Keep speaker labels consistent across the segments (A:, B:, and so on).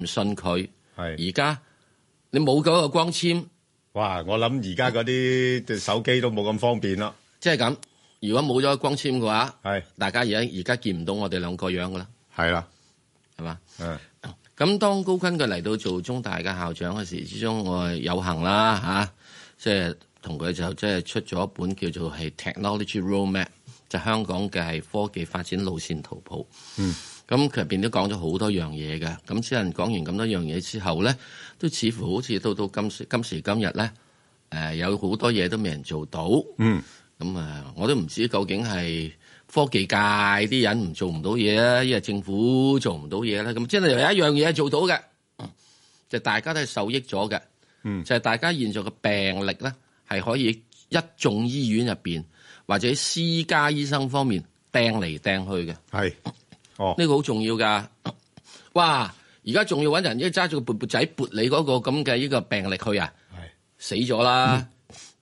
A: 唔信佢。
B: 係
A: 而家你冇嗰個光纖，
B: 哇！我諗而家嗰啲手機都冇咁方便啦。
A: 即係咁。如果冇咗光纖嘅話，
B: 係
A: 大家而家而家見唔到我哋兩個樣噶啦，
B: 係啦，
A: 係嘛？
B: 嗯
A: 咁當高坤佢嚟到做中大嘅校長嘅時之中，我係有幸啦嚇、啊即係同佢就即係出咗一本叫做係 Technology Roadmap，就香港嘅係科技發展路線圖譜。嗯，咁佢入邊都講咗好多樣嘢嘅。咁只能講完咁多樣嘢之後咧，都似乎好似到到今時今時今日咧，誒、有好多嘢都未人做到。
B: 嗯，
A: 咁啊，我都唔知究竟係科技界啲人唔做唔到嘢啊，因為政府做唔到嘢咧。咁真係有一樣嘢係做到嘅，就大家都係受益咗嘅。
B: 嗯
A: 就係大家現在嘅病歷咧，係可以一眾醫院入邊或者私家醫生方面掟嚟掟去嘅，呢、
B: 係哦，
A: 個好重要㗎。 哇！而家仲要揾人一揸住個撥撥仔撥你嗰個咁嘅呢個病歷去啊，
B: 係嗯
A: 死咗啦！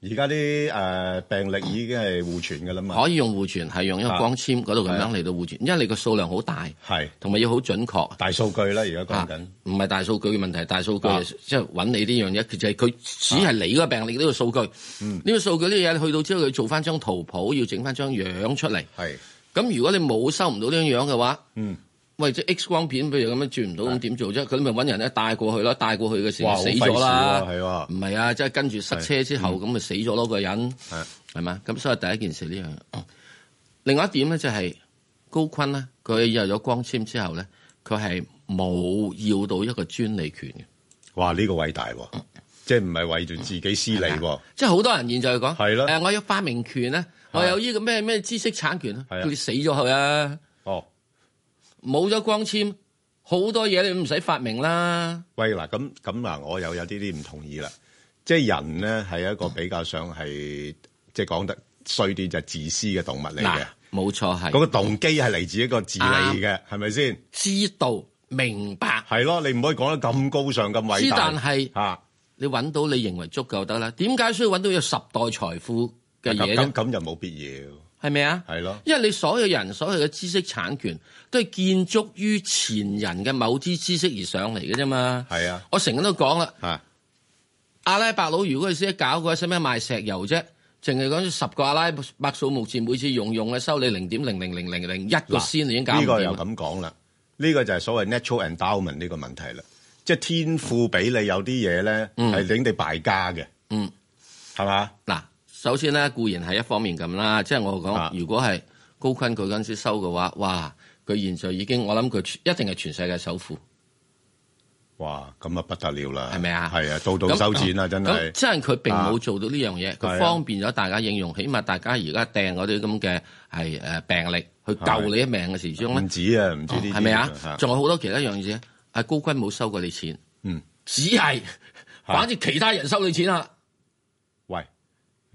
B: 而家啲誒病歷已經係互傳㗎啦嘛。啊
A: 可以用互傳，係用一個光纖嗰度咁樣嚟到互傳，因為你個數量好大，
B: 係
A: 同埋要好準確。
B: 大數據啦，而家講
A: 啊
B: 緊。
A: 唔係大數據嘅問題，大數據
B: 啊
A: 即係揾你呢樣嘢，其實佢只係你嗰個病歷呢個數據。
B: 嗯
A: 呢個數據呢嘢去到之後，佢做翻張圖譜，要整翻張樣出嚟。
B: 係
A: 咁如果你冇收唔到呢樣樣嘅話，
B: 嗯，
A: 喂，即係 X 光片，譬如咁樣轉唔到，咁點做啫？佢咪揾人咧帶過去咯，帶過去嘅時
B: 哇
A: 候
B: 好
A: 死咗啦，
B: 費事喎係喎
A: 唔係啊，即係跟住塞車之後咁咪死咗咯個人，
B: 係
A: 係嘛？咁所以第一件事呢樣嘢，哦另外一點咧就係高坤咧，佢入咗光纖之後咧，佢係冇要到一個專利權嘅，
B: 哇！呢個偉大喎，即係唔係為住自己私利喎？
A: 即係好多人現在講
B: 係咯
A: 誒我有發明權咧，我有呢個咩咩知識產權啊，
B: 係啊
A: 佢哋死咗佢啊！
B: 哦，
A: 冇咗光纖，好多嘢你唔使發明啦。
B: 喂嗱，咁咁嗱，我又有啲啲唔同意啦。即係人咧係一個比較上係即係講得衰啲就係自私嘅動物嚟
A: 嗱
B: 嘅，，
A: 冇錯係啊
B: 嗰個動機係嚟自一個自利嘅，係咪先？
A: 知道明白，
B: 係咯，你唔可以講得咁高尚、咁偉
A: 之
B: 大。
A: 但係
B: 嚇
A: 你揾到你認為足夠得啦。點解需要揾到有十代財富嘅嘢
B: 咁咁
A: 咧？
B: 咁就冇必要，
A: 係咪啊？
B: 係咯，
A: 因為你所有人所有嘅知識產權都係建築於前人嘅某啲知識而上嚟嘅啫嘛。
B: 係啊，
A: 我成日都講啦，
B: 嚇
A: 阿拉伯佬如果佢識得搞嘅話，使咩賣石油啫？淨係講十個阿拉伯數目字，每次用用嘅收你零點零零零零零一個
B: 嗱
A: 先，已經搞唔
B: 呢個
A: 掂
B: 又
A: 啦。
B: 咁講啦，呢個就係所謂 natural endowment 呢個問題啦，即係天賦俾你有啲嘢咧係令你敗家嘅，
A: 嗯，
B: 係嘛？
A: 嗱，首先咧固然係一方面咁啦，即係我
B: 啊
A: 講，如果係高坤佢嗰陣時收嘅話，哇！佢現在已經我諗佢全一定係全世界首富，
B: 哇，咁啊不得了啦，
A: 係咪啊
B: 係啊，到到收錢啦，真
A: 咁
B: 係啊
A: 即係佢並冇做到呢樣嘢，
B: 係
A: 佢
B: 啊
A: 方便咗大家應用，起碼大家而家掟嗰啲咁嘅係誒病歷去救你一命嘅時鐘
B: 唔
A: 咧，
B: 止啊，唔止呢啲
A: 係咪
B: 嚇
A: 啊？仲有好多其他樣嘢，阿高坤冇收過你錢，
B: 嗯，
A: 只係反正其他人收你錢啦，
B: 喂，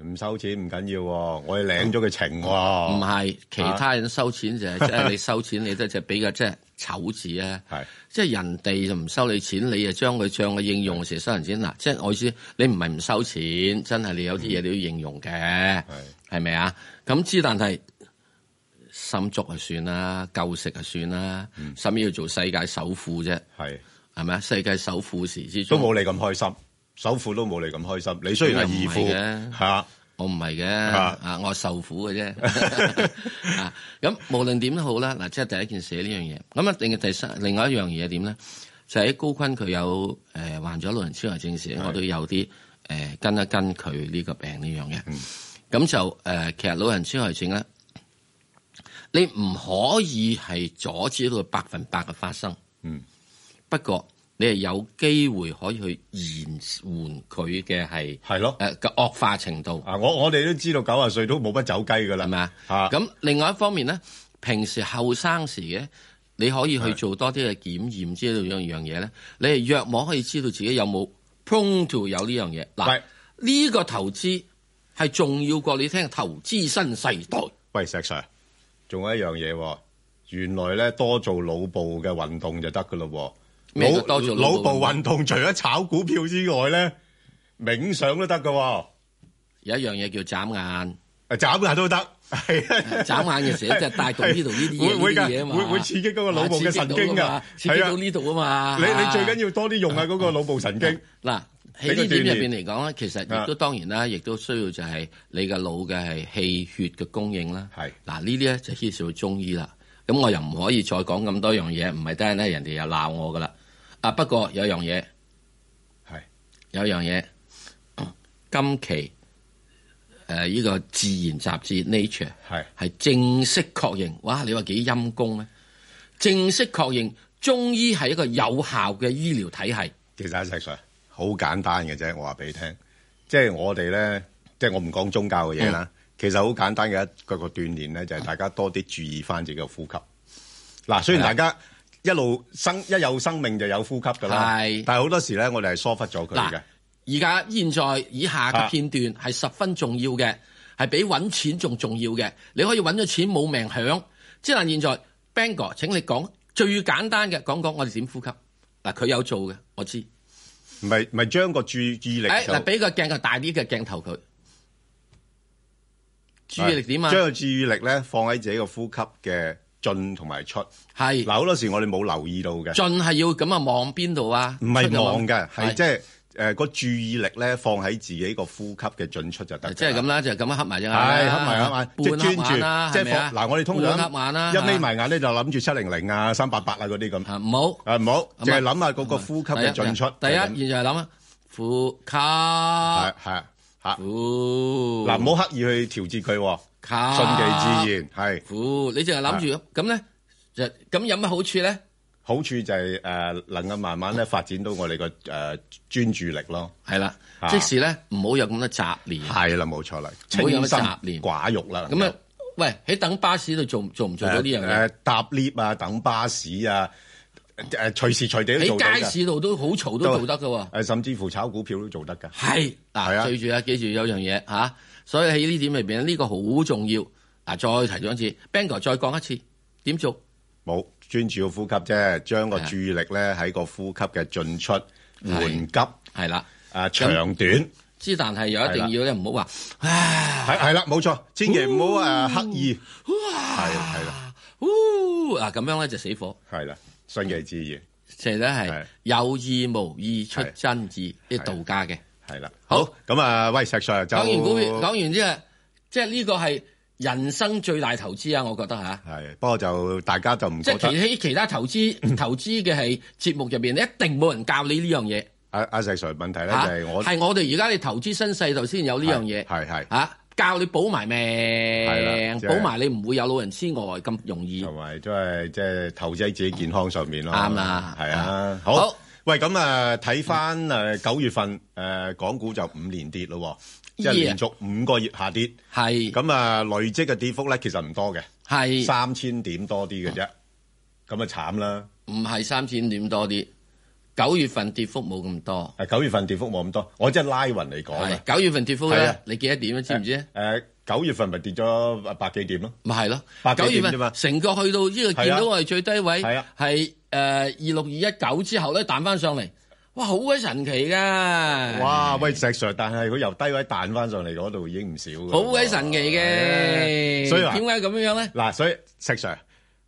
B: 唔收錢唔緊要喎，我哋領咗佢情
A: 唔
B: 喎，啊
A: 係其他人收 錢就係即係你收錢，你都就比較即係醜字啊。
B: 係
A: 即係人哋就唔收你錢，你就將佢將嘅應用時收人錢嗱，即係我意思，你唔係唔收錢，真係你有啲嘢你要應用嘅，
B: 嗯係
A: 係咪啊？咁之但係心足就算啦，夠食就算啦，使乜要做世界首富啫？
B: 嗯係
A: 係咪啊？世界首富時之
B: 都
A: 中，
B: 冇你咁開心，首富都冇你咁開心，你雖然係義
A: 咁又唔係
B: 富
A: 嘅
B: 嚇。
A: 我唔係嘅，
B: 啊
A: 啊，我係受苦 嘅啫。 啊，咁無論點都好啦，嗱，即係第一件事呢樣嘢。咁啊，另第三另外一樣嘢點咧，就喺高坤佢有誒、呃患咗老人痴呆症時，我都有啲誒、呃跟一跟佢呢個病呢樣嘢。
B: 嗯
A: 咁就誒、呃其實老人痴呆症咧，你唔可以係阻止到佢百分百嘅發生。
B: 嗯。
A: 不過你係有機會可以去延緩佢嘅係
B: 係咯
A: 誒嘅惡化程度。
B: 啊！我我哋都知道九啊歲都冇乜走雞噶啦，
A: 係咪啊？
B: 啊，
A: 咁另外一方面咧，平時後生時嘅你可以去做多啲嘅檢驗，知道樣樣嘢咧，你係約摸可以知道自己有冇 prone to 有呢樣嘢。嗱
B: 係，
A: 呢個投資係重要過你聽投資新世代。
B: 喂石 Sir，仲有一樣嘢喎，原來咧多做腦部嘅運動就得噶咯喎。
A: 咩叫
B: 腦
A: 多做
B: 腦
A: 腦
B: 部
A: 部
B: 運動？除咗炒股票之外咧，冥想都得噶喎，
A: 有一樣嘢叫眨眼，
B: 啊眨下都得。係
A: 眨眼嘅時候就係帶動 呢度呢啲
B: 會會
A: 嘢呢啲嘢啊
B: 㗎
A: 嘛，
B: 會會刺激嗰個腦部嘅神經㗎
A: 啊刺激
B: 係
A: 到
B: 啊
A: 呢度啊嘛。
B: 你
A: 啊
B: 你最緊要多啲用下嗰個腦部神經。
A: 嗱，喺呢點入邊嚟講咧，其實
B: 啊
A: 亦都當然啦，亦都需要就係你嘅腦嘅係氣血嘅供應啦。
B: 係
A: 嗱，呢啲咧就牽涉到中醫啦。咁我又唔可以再講咁多樣嘢，唔係得咧人哋又鬧我噶啦。啊，不過有樣嘢，
B: 係
A: 有樣嘢， 今期誒呢個自然雜誌 Nature
B: 係
A: 係正式確認，哇！你話幾陰公咧？正式確認中醫係一個有效嘅醫療體系。
B: 其實阿石 Sir 好簡單嘅啫，我話俾你聽，即係我哋咧，即係我唔講宗教嘅嘢啦。其實好簡單嘅一個個鍛鍊咧，就係、大家多啲注意翻自己嘅呼吸。嗱，雖然大家一路生一有生命就有呼吸㗎啦，
A: 係
B: 但係好多時咧，我哋係疏忽咗佢嘅
A: 嗱。而家現在以下
B: 啊
A: 嘅片段係十分重要嘅，係比揾錢仲重要嘅。你可以揾咗錢冇命享，即係現在 Bang 哥，請你講最簡單嘅，講講我哋點呼吸。嗱，佢有做嘅，我知。
B: 唔係唔係將個注意力
A: 誒，
B: 就
A: 嗱，俾個鏡頭大啲嘅鏡頭佢，注意力點啊
B: 將？個注意力咧放喺自己個呼吸嘅進同埋出。
A: 係
B: 嗱，好多時我哋冇留意到嘅。
A: 盡係要咁啊，望邊度啊？
B: 唔係
A: 出嚟
B: 望嘅，係
A: 係
B: 即係誒個注意力咧放喺自己個呼吸嘅進出就得㗎啦。
A: 即係咁啦，就係咁樣黑埋隻眼啦，
B: 係合埋合埋，即係專
A: 半黑眼啦，
B: 注，即
A: 係咪
B: 係
A: 啊
B: 放嗱，我哋通
A: 半黑眼
B: 常
A: 啦，
B: 一眯埋眼咧就諗住七零零啊、三八八啊嗰啲咁，
A: 啊，唔好。
B: 啊唔好，
A: 咁啊
B: 淨係諗下嗰個呼吸嘅進出。
A: 第
B: 係咁
A: 一，現在諗啊，呼吸，
B: 係係嚇，
A: 呼，
B: 嗱唔好刻意去調節佢喎，順
A: 吸，
B: 其自然係。
A: 呼，你淨係諗住咁咧，就咁有乜好處咧？
B: 好處就係誒能夠慢慢咧發展到我哋個誒專注力咯。
A: 係啦，
B: 啊
A: 即使咧唔好有咁多雜念。
B: 係啦，冇錯啦，
A: 唔
B: 清
A: 好有
B: 心
A: 雜念
B: 寡欲啦。
A: 咁啊，喂，喺等巴士度做做唔做到呢樣嘢？
B: 誒搭 lift 啊，等巴士啊，誒隨時隨地都做到
A: 喺
B: 㗎
A: 街市度都好嘈都做得㗎喎。
B: 誒，甚至乎炒股票都做得㗎。
A: 係
B: 係
A: 嗱，
B: 啊
A: 記住啊，記住有樣嘢嚇，所以喺呢點裏邊呢個好重要。嗱，再提咗一次 b a n g o 再講一次點做？
B: 冇專注個呼吸啫，將個注意力咧喺個呼吸嘅進出、緩急
A: 係啦，
B: 啊長短，
A: 之但係又一定
B: 係啦
A: 要咧，唔好話唉。
B: 係係啦，冇錯，千祈唔好誒刻意，係係啦
A: 啊呼啊嗱咁樣咧就死火，
B: 係啦，順其自然
A: 其實咧係
B: 係
A: 有意無意出真意，啲道家嘅。
B: 係啦。
A: 好
B: 好咁啊，喂石 Sir 就
A: 講完股票，講完之後，即係呢個係人生最大投資啊！我覺得嚇，
B: 係，不過就大家就唔
A: 即
B: 覺得
A: 係其喺其他投資投資嘅係節目入邊，一定冇人教你呢樣嘢
B: 阿阿石 Sir 問題咧就
A: 嚇，
B: 係我
A: 係我哋而家你投資新世代先有呢樣嘢
B: 係係。
A: 嚇，教你保埋
B: 係
A: 命
B: 啦，即係
A: 保埋你唔會有老人痴呆咁容易。
B: 同埋都係即係投資喺自己健康上面咯。
A: 啱啦
B: 係
A: 啊
B: 啊，
A: 好
B: 好。喂，咁啊，睇翻誒九月份誒港股就五連跌咯，即係
A: Yeah
B: 連續五個月下跌。
A: 係
B: 咁啊，累積嘅跌幅咧其實唔多嘅，
A: 係。
B: 三千點多啲嘅啫。咁啊慘啦！
A: 唔係三千點多啲，九月份跌幅冇咁多，
B: 誒啊九月份跌幅冇咁多，我即係拉雲嚟講啊
A: 係。九月份跌幅
B: 係
A: 咧
B: 啊，
A: 你幾多點啊？知唔知啊？
B: 誒九月份咪跌咗百幾點咯？
A: 咪係咯，
B: 百
A: 九
B: 幾
A: 月
B: 點啫嘛
A: 份成個去到呢
B: 係
A: 個
B: 啊
A: 見到我哋最低位
B: 係啊
A: 係誒二六二一九之後咧彈翻上嚟，哇好鬼神奇噶！
B: 哇！喂，石 Sir，但係佢由低位彈翻上嚟嗰度已經唔少㗎喎
A: 好鬼神奇
B: 係
A: 嘅，
B: 啊所以話
A: 點解咁樣咧？
B: 嗱，所以石 Sir，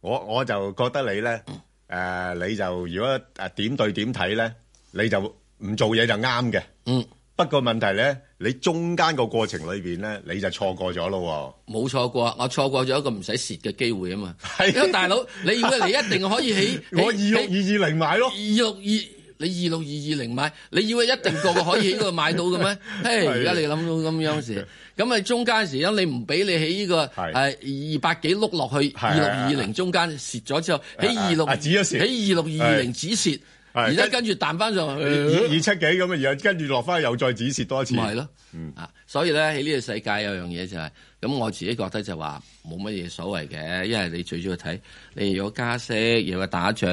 B: 我我就覺得你咧，誒、你就如果誒點對點睇咧，你就唔做嘢就啱嘅。
A: 嗯，
B: 不過問題咧，你中間個過程裏邊咧，你就錯過咗咯
A: 冇錯過，我錯過咗一個唔使蝕嘅機會啊嘛！
B: 係
A: 因為大佬，你要你一定可以起，
B: 喎。 我二
A: 起
B: 六
A: 起
B: 二二零買咯
A: 二，六二，你二六二二零買，你以為一定個個可以喺嗰度買到 嘅
B: 啊
A: 咩？嘿，而家你諗到咁樣時，咁咪中間時因你唔俾你喺呢個
B: 係
A: 誒二百幾碌落去二
B: 係
A: 六二零中間蝕咗之後，喺
B: 係
A: 二六
B: 啊止咗蝕
A: 喺二六二二零止蝕，而家跟住彈翻上
B: 二二七
A: 去，
B: 幾咁啊，然後跟住落翻去又再止蝕多一次。
A: 咪係咯。
B: 嗯
A: 啊，所以咧喺呢個世界有樣嘢就係，咁我自己覺得就話冇乜嘢所謂嘅，因為你最主要睇你如果加息，又話打仗，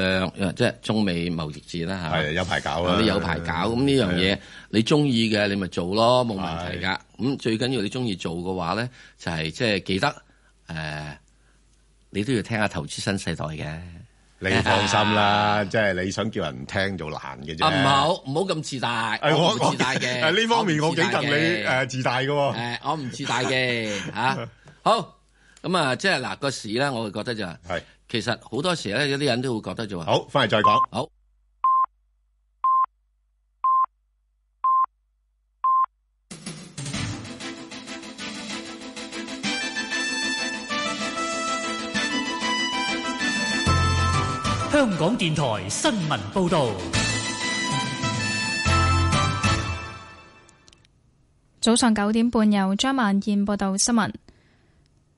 A: 即係中美貿易戰啦嚇。
B: 係有排搞啊
A: 啊
B: 啦。
A: 你有排搞咁呢樣嘢，你中意嘅你咪做咯，冇問題噶。咁最緊要你中意做嘅話咧，就係即係記得誒、呃你都要聽下投資新世代嘅。
B: 你放心 啦，即係你想叫人聽就難嘅啫。
A: 啊唔好唔好咁自大，
B: 誒，我
A: 我唔自大 嘅。
B: 誒呢方面我幾
A: 唔自
B: 戥
A: 大嘅
B: 你誒自大嘅喎。
A: 誒，我唔自大嘅嚇。好，咁啊，即係嗱個市咧，我會覺得就係
B: 係
A: 其實好多時咧，有啲人都會覺得就話。
B: 好，翻嚟再講。
A: 好。
C: 香港電台新聞報導，
D: 早上九點半，由張萬燕報道新聞。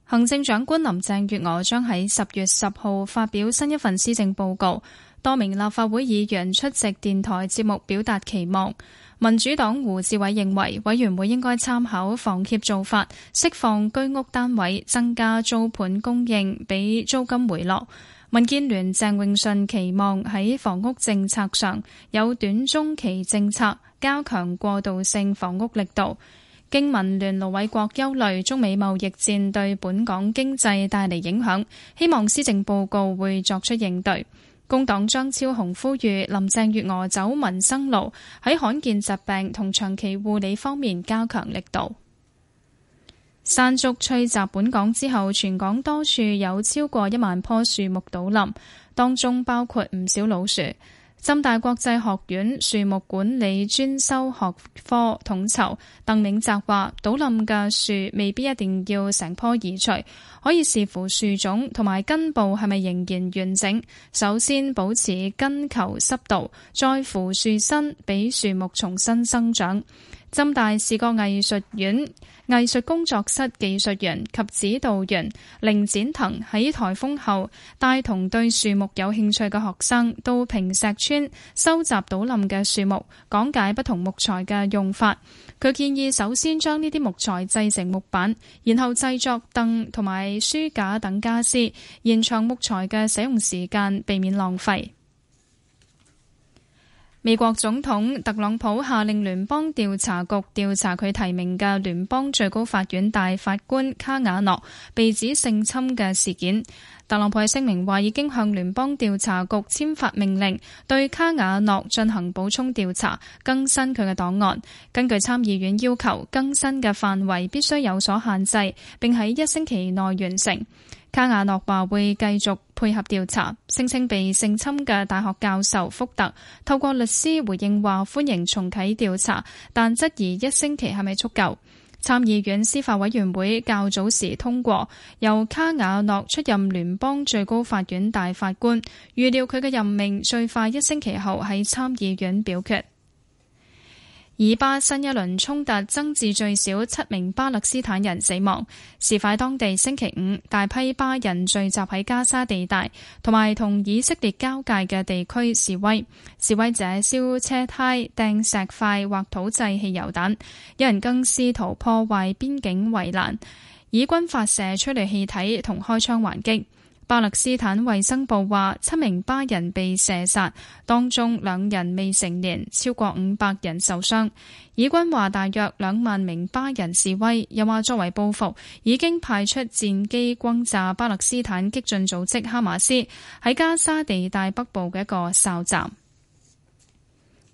D: 行政長官林鄭月娥將喺十月十號發表新一份施政報告，多名立法會議員出席電台節目表達期望。民主黨胡志偉認為，委員會應該參考房協做法，釋放居屋單位，增加租盤供應，俾租金回落。民建聯鄭泳舜期望喺房屋政策上有短中期政策，加強過渡性房屋力度。經民聯盧偉國憂慮中美貿易戰對本港經濟帶嚟影響，希望施政報告會作出應對。工黨張超雄呼籲林鄭月娥走民生路，喺罕見疾病同長期護理方面加強力度。山竹吹襲本港之後，全港多處有超過一萬棵樹木倒冧，當中包括唔少老樹。浸大國際學院樹木管理專修學科統籌鄧銘澤話：倒冧嘅樹未必一定要成棵移除，可以視乎樹種同埋根部係咪仍然完整。首先保持根球濕度，再扶樹身，俾樹木重新生長。浸大視覺藝術院藝術工作室技術員及指導員凌展騰喺颱風後，帶同對樹木有興趣嘅學生到坪石村收集倒冧嘅樹木，講解不同木材嘅用法。佢建議首先將呢啲木材製成木板，然後製作凳同埋書架等家私，延長木材嘅使用時間，避免浪費。美國總統特朗普下令聯邦調查局調查佢提名嘅聯邦最高法院大法官卡瓦諾被指性侵嘅事件。特朗普喺聲明話已經向聯邦調查局簽發命令，對卡瓦諾進行補充調查，更新佢嘅檔案。根據參議院要求，更新嘅範圍必須有所限制，並喺一星期內完成。卡瓦諾話會繼續配合調查，聲稱被性侵嘅大學教授福特透過律師回應話歡迎重啟調查，但質疑一星期係咪足夠。參議院司法委員會較早時通過由卡瓦諾出任聯邦最高法院大法官，預料佢嘅任命最快一星期後喺參議院表決。以巴新一輪衝突增至最少七名巴勒斯坦人死亡。事發當地星期五，大批巴人聚集喺加沙地帶同埋同以色列交界嘅地區示威，示威者燒車胎、掟石塊或土製汽油彈，有人更試圖破壞邊境圍欄，以軍發射催淚氣體同開槍還擊。巴勒斯坦衛生部話，七名巴人被射殺，當中兩人未成年，超過五百人受傷。以軍話，大約兩萬名巴人示威，又話作為報復，已經派出戰機轟炸巴勒斯坦激進組織哈馬斯喺加沙地帶北部嘅一個哨站。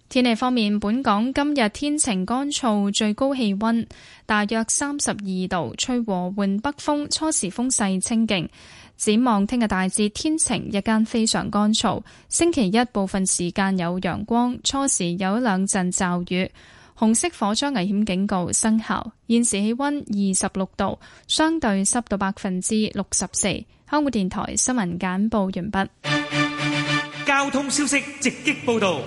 D: 天氣方面，本港今日天晴乾燥，最高氣溫大約三十二度，吹和緩北風，初時風勢清勁。展望聽日大致天晴，日間非常乾燥。星期一部分時間有陽光，初時有一兩陣驟雨。紅色火災危險警告生效。現時氣溫二十六度，相對濕度百分之六十四。香港電台新聞簡報完畢。
C: 交通消息直擊報導。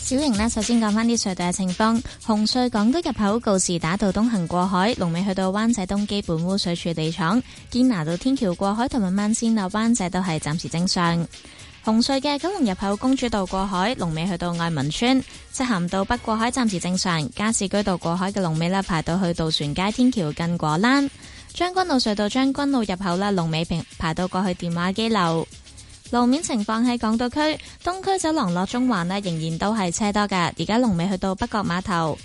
E: 小瑩呢，首先講翻啲隧道嘅情況。紅隧港島入口告士打道東行過海，龍尾去到灣仔東基本污水處理廠；堅拿道天橋過海同埋慢線落灣仔都係暫時正常。紅隧嘅九龍入口公主道過海，龍尾去到愛民村；漆咸道北過海暫時正常。加士居道過海嘅龍尾呢，排到去渡船街天橋近果欄。將軍澳隧道將軍澳入口啦，龍尾平排到過去電話機樓。路面情況喺港島區東區走廊落中環呢，仍然都係車多㗎。而家龍尾去到北角碼頭，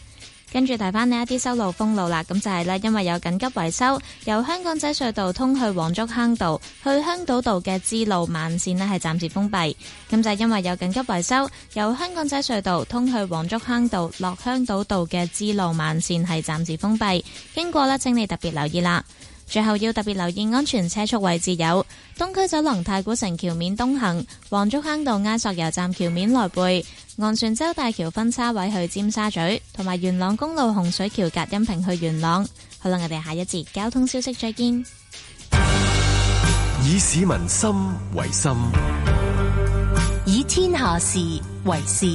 E: 跟住提翻呢一啲修路封路啦。咁就係呢，因為有緊急維修，由香港仔隧道通去黃竹坑道去香島道嘅支路慢線呢係暫時封閉。咁就係因為有緊急維修，由香港仔隧道通去黃竹坑道落香島道嘅支路慢線係暫時封閉。經過呢，請你特別留意啦。最後要特別留意安全車速位置有東區走廊太古城橋面東行、黃竹坑道埃索油站橋面來回、昂船洲大橋分叉位去尖沙咀，同埋元朗公路洪水橋隔音屏去元朗。好啦，我哋下一節交通消息再見。
F: 以市民心為心，
G: 以天下事為事。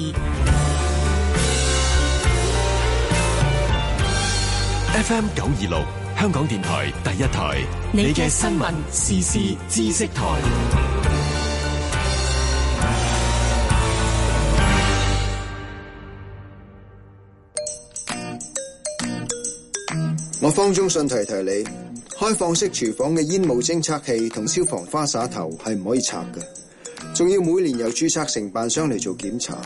F: FM 九二六，香港電台第一台，你
G: 你
F: 嘅
G: 嘅
F: 新
G: 新
F: 聞
G: 聞
F: 時事知識台。
H: 我方中信提提你，開放式廚房嘅煙霧偵測器同消防花灑頭係唔可以拆嘅，仲要每年由註冊承辦商嚟做檢查。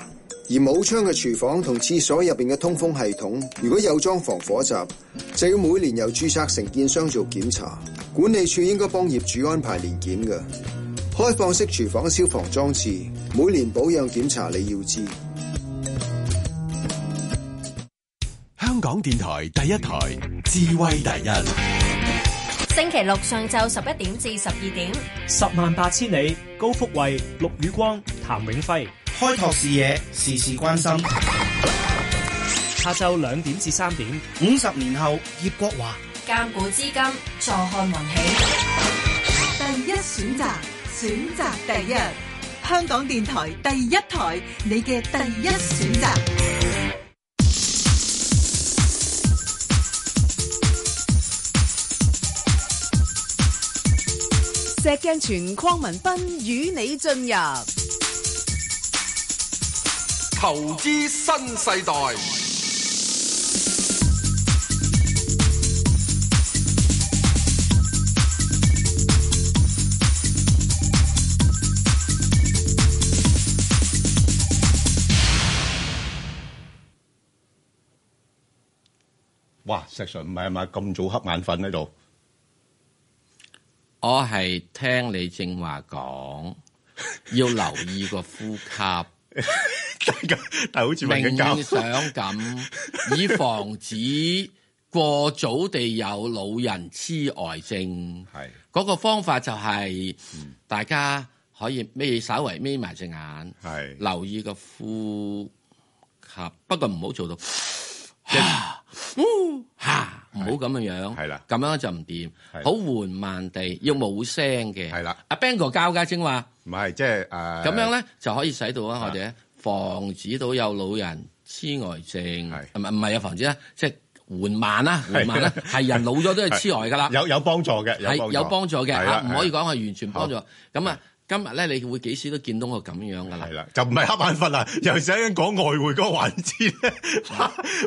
H: 而冇窗嘅廚房同廁所入邊嘅通風系統，如果有裝防火閘，就要每年由註冊承建商做檢查。管理處應該幫業主安排年檢嘅。開放式廚房消防裝置每年保養檢查你要知。
F: 香港電台第一台，智慧第一。
I: 星期六上晝十一點至十二點，
C: 十萬八千里，高福慧、陸宇光、譚永輝。
J: 開拓視野，事事關心。
C: 下晝兩點至三點，
J: 五十年後，葉國華
I: 鑑古資今，坐看雲起。
K: 第一選擇，選擇第一。香港電台第一台，你嘅第一選擇。
L: 石鏡泉鄺民彬與你進入
M: 投資新世代，
B: 哇！石 Sir 唔係啊嘛，咁早瞌眼瞓喺度，
A: 我係聽你正話 講，要留意個呼吸。
B: 但係好似瞓
A: 冥
B: 緊覺
A: 想咁，以防止過早地有老人痴呆症。
B: 係嗯
A: 嗰個方法就係大家可以眯稍微眯埋隻眼，
B: 係
A: 留意個呼吸，不過唔好做到。吓，唔好咁樣樣，係啦，咁樣就唔掂，好緩慢地，要冇聲嘅，係啦。阿 Bang 哥教㗎正話，
B: 唔係即係誒咁
A: 咁樣咧就可以使到啊，我哋咧防止到有老人痴呆症，唔係唔係啊，防止咧，即係緩慢啦，緩慢啦，係人老咗都係痴呆㗎啦，
B: 有有幫助嘅，
A: 係有幫助嘅
B: 係
A: 嚇，
B: 啦
A: 唔可以講係完全幫助。咁啊，今日咧你會幾時都見到我咁樣㗎啦，係
B: 啦，就唔係瞌眼瞓啊， 又想講外匯嗰個環節咧。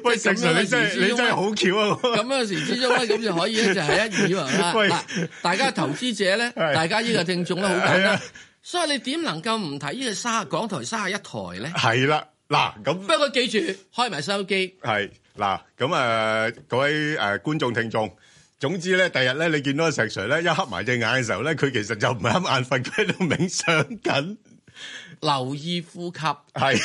B: 喂，石 Sir 你真係你真係好巧啊！
A: 咁樣時之中咧，咁就可以咧就係一以為啦。
B: 喂
A: 嗱，大家投資者咧，大家呢個聽眾咧好簡
B: 係
A: 單
B: 啊，
A: 所以你點能夠唔睇呢個三港台三十一台咧？
B: 係啦，嗱咁。
A: 不過記住開埋收音機，
B: 係嗱，咁啊，各位誒觀眾聽眾，總之咧，第日咧，你見到阿石 Sir 咧一黑埋隻眼嘅時候咧，佢其實就唔係瞌眼瞓，佢喺度冥想緊。
A: 留意呼吸
B: 係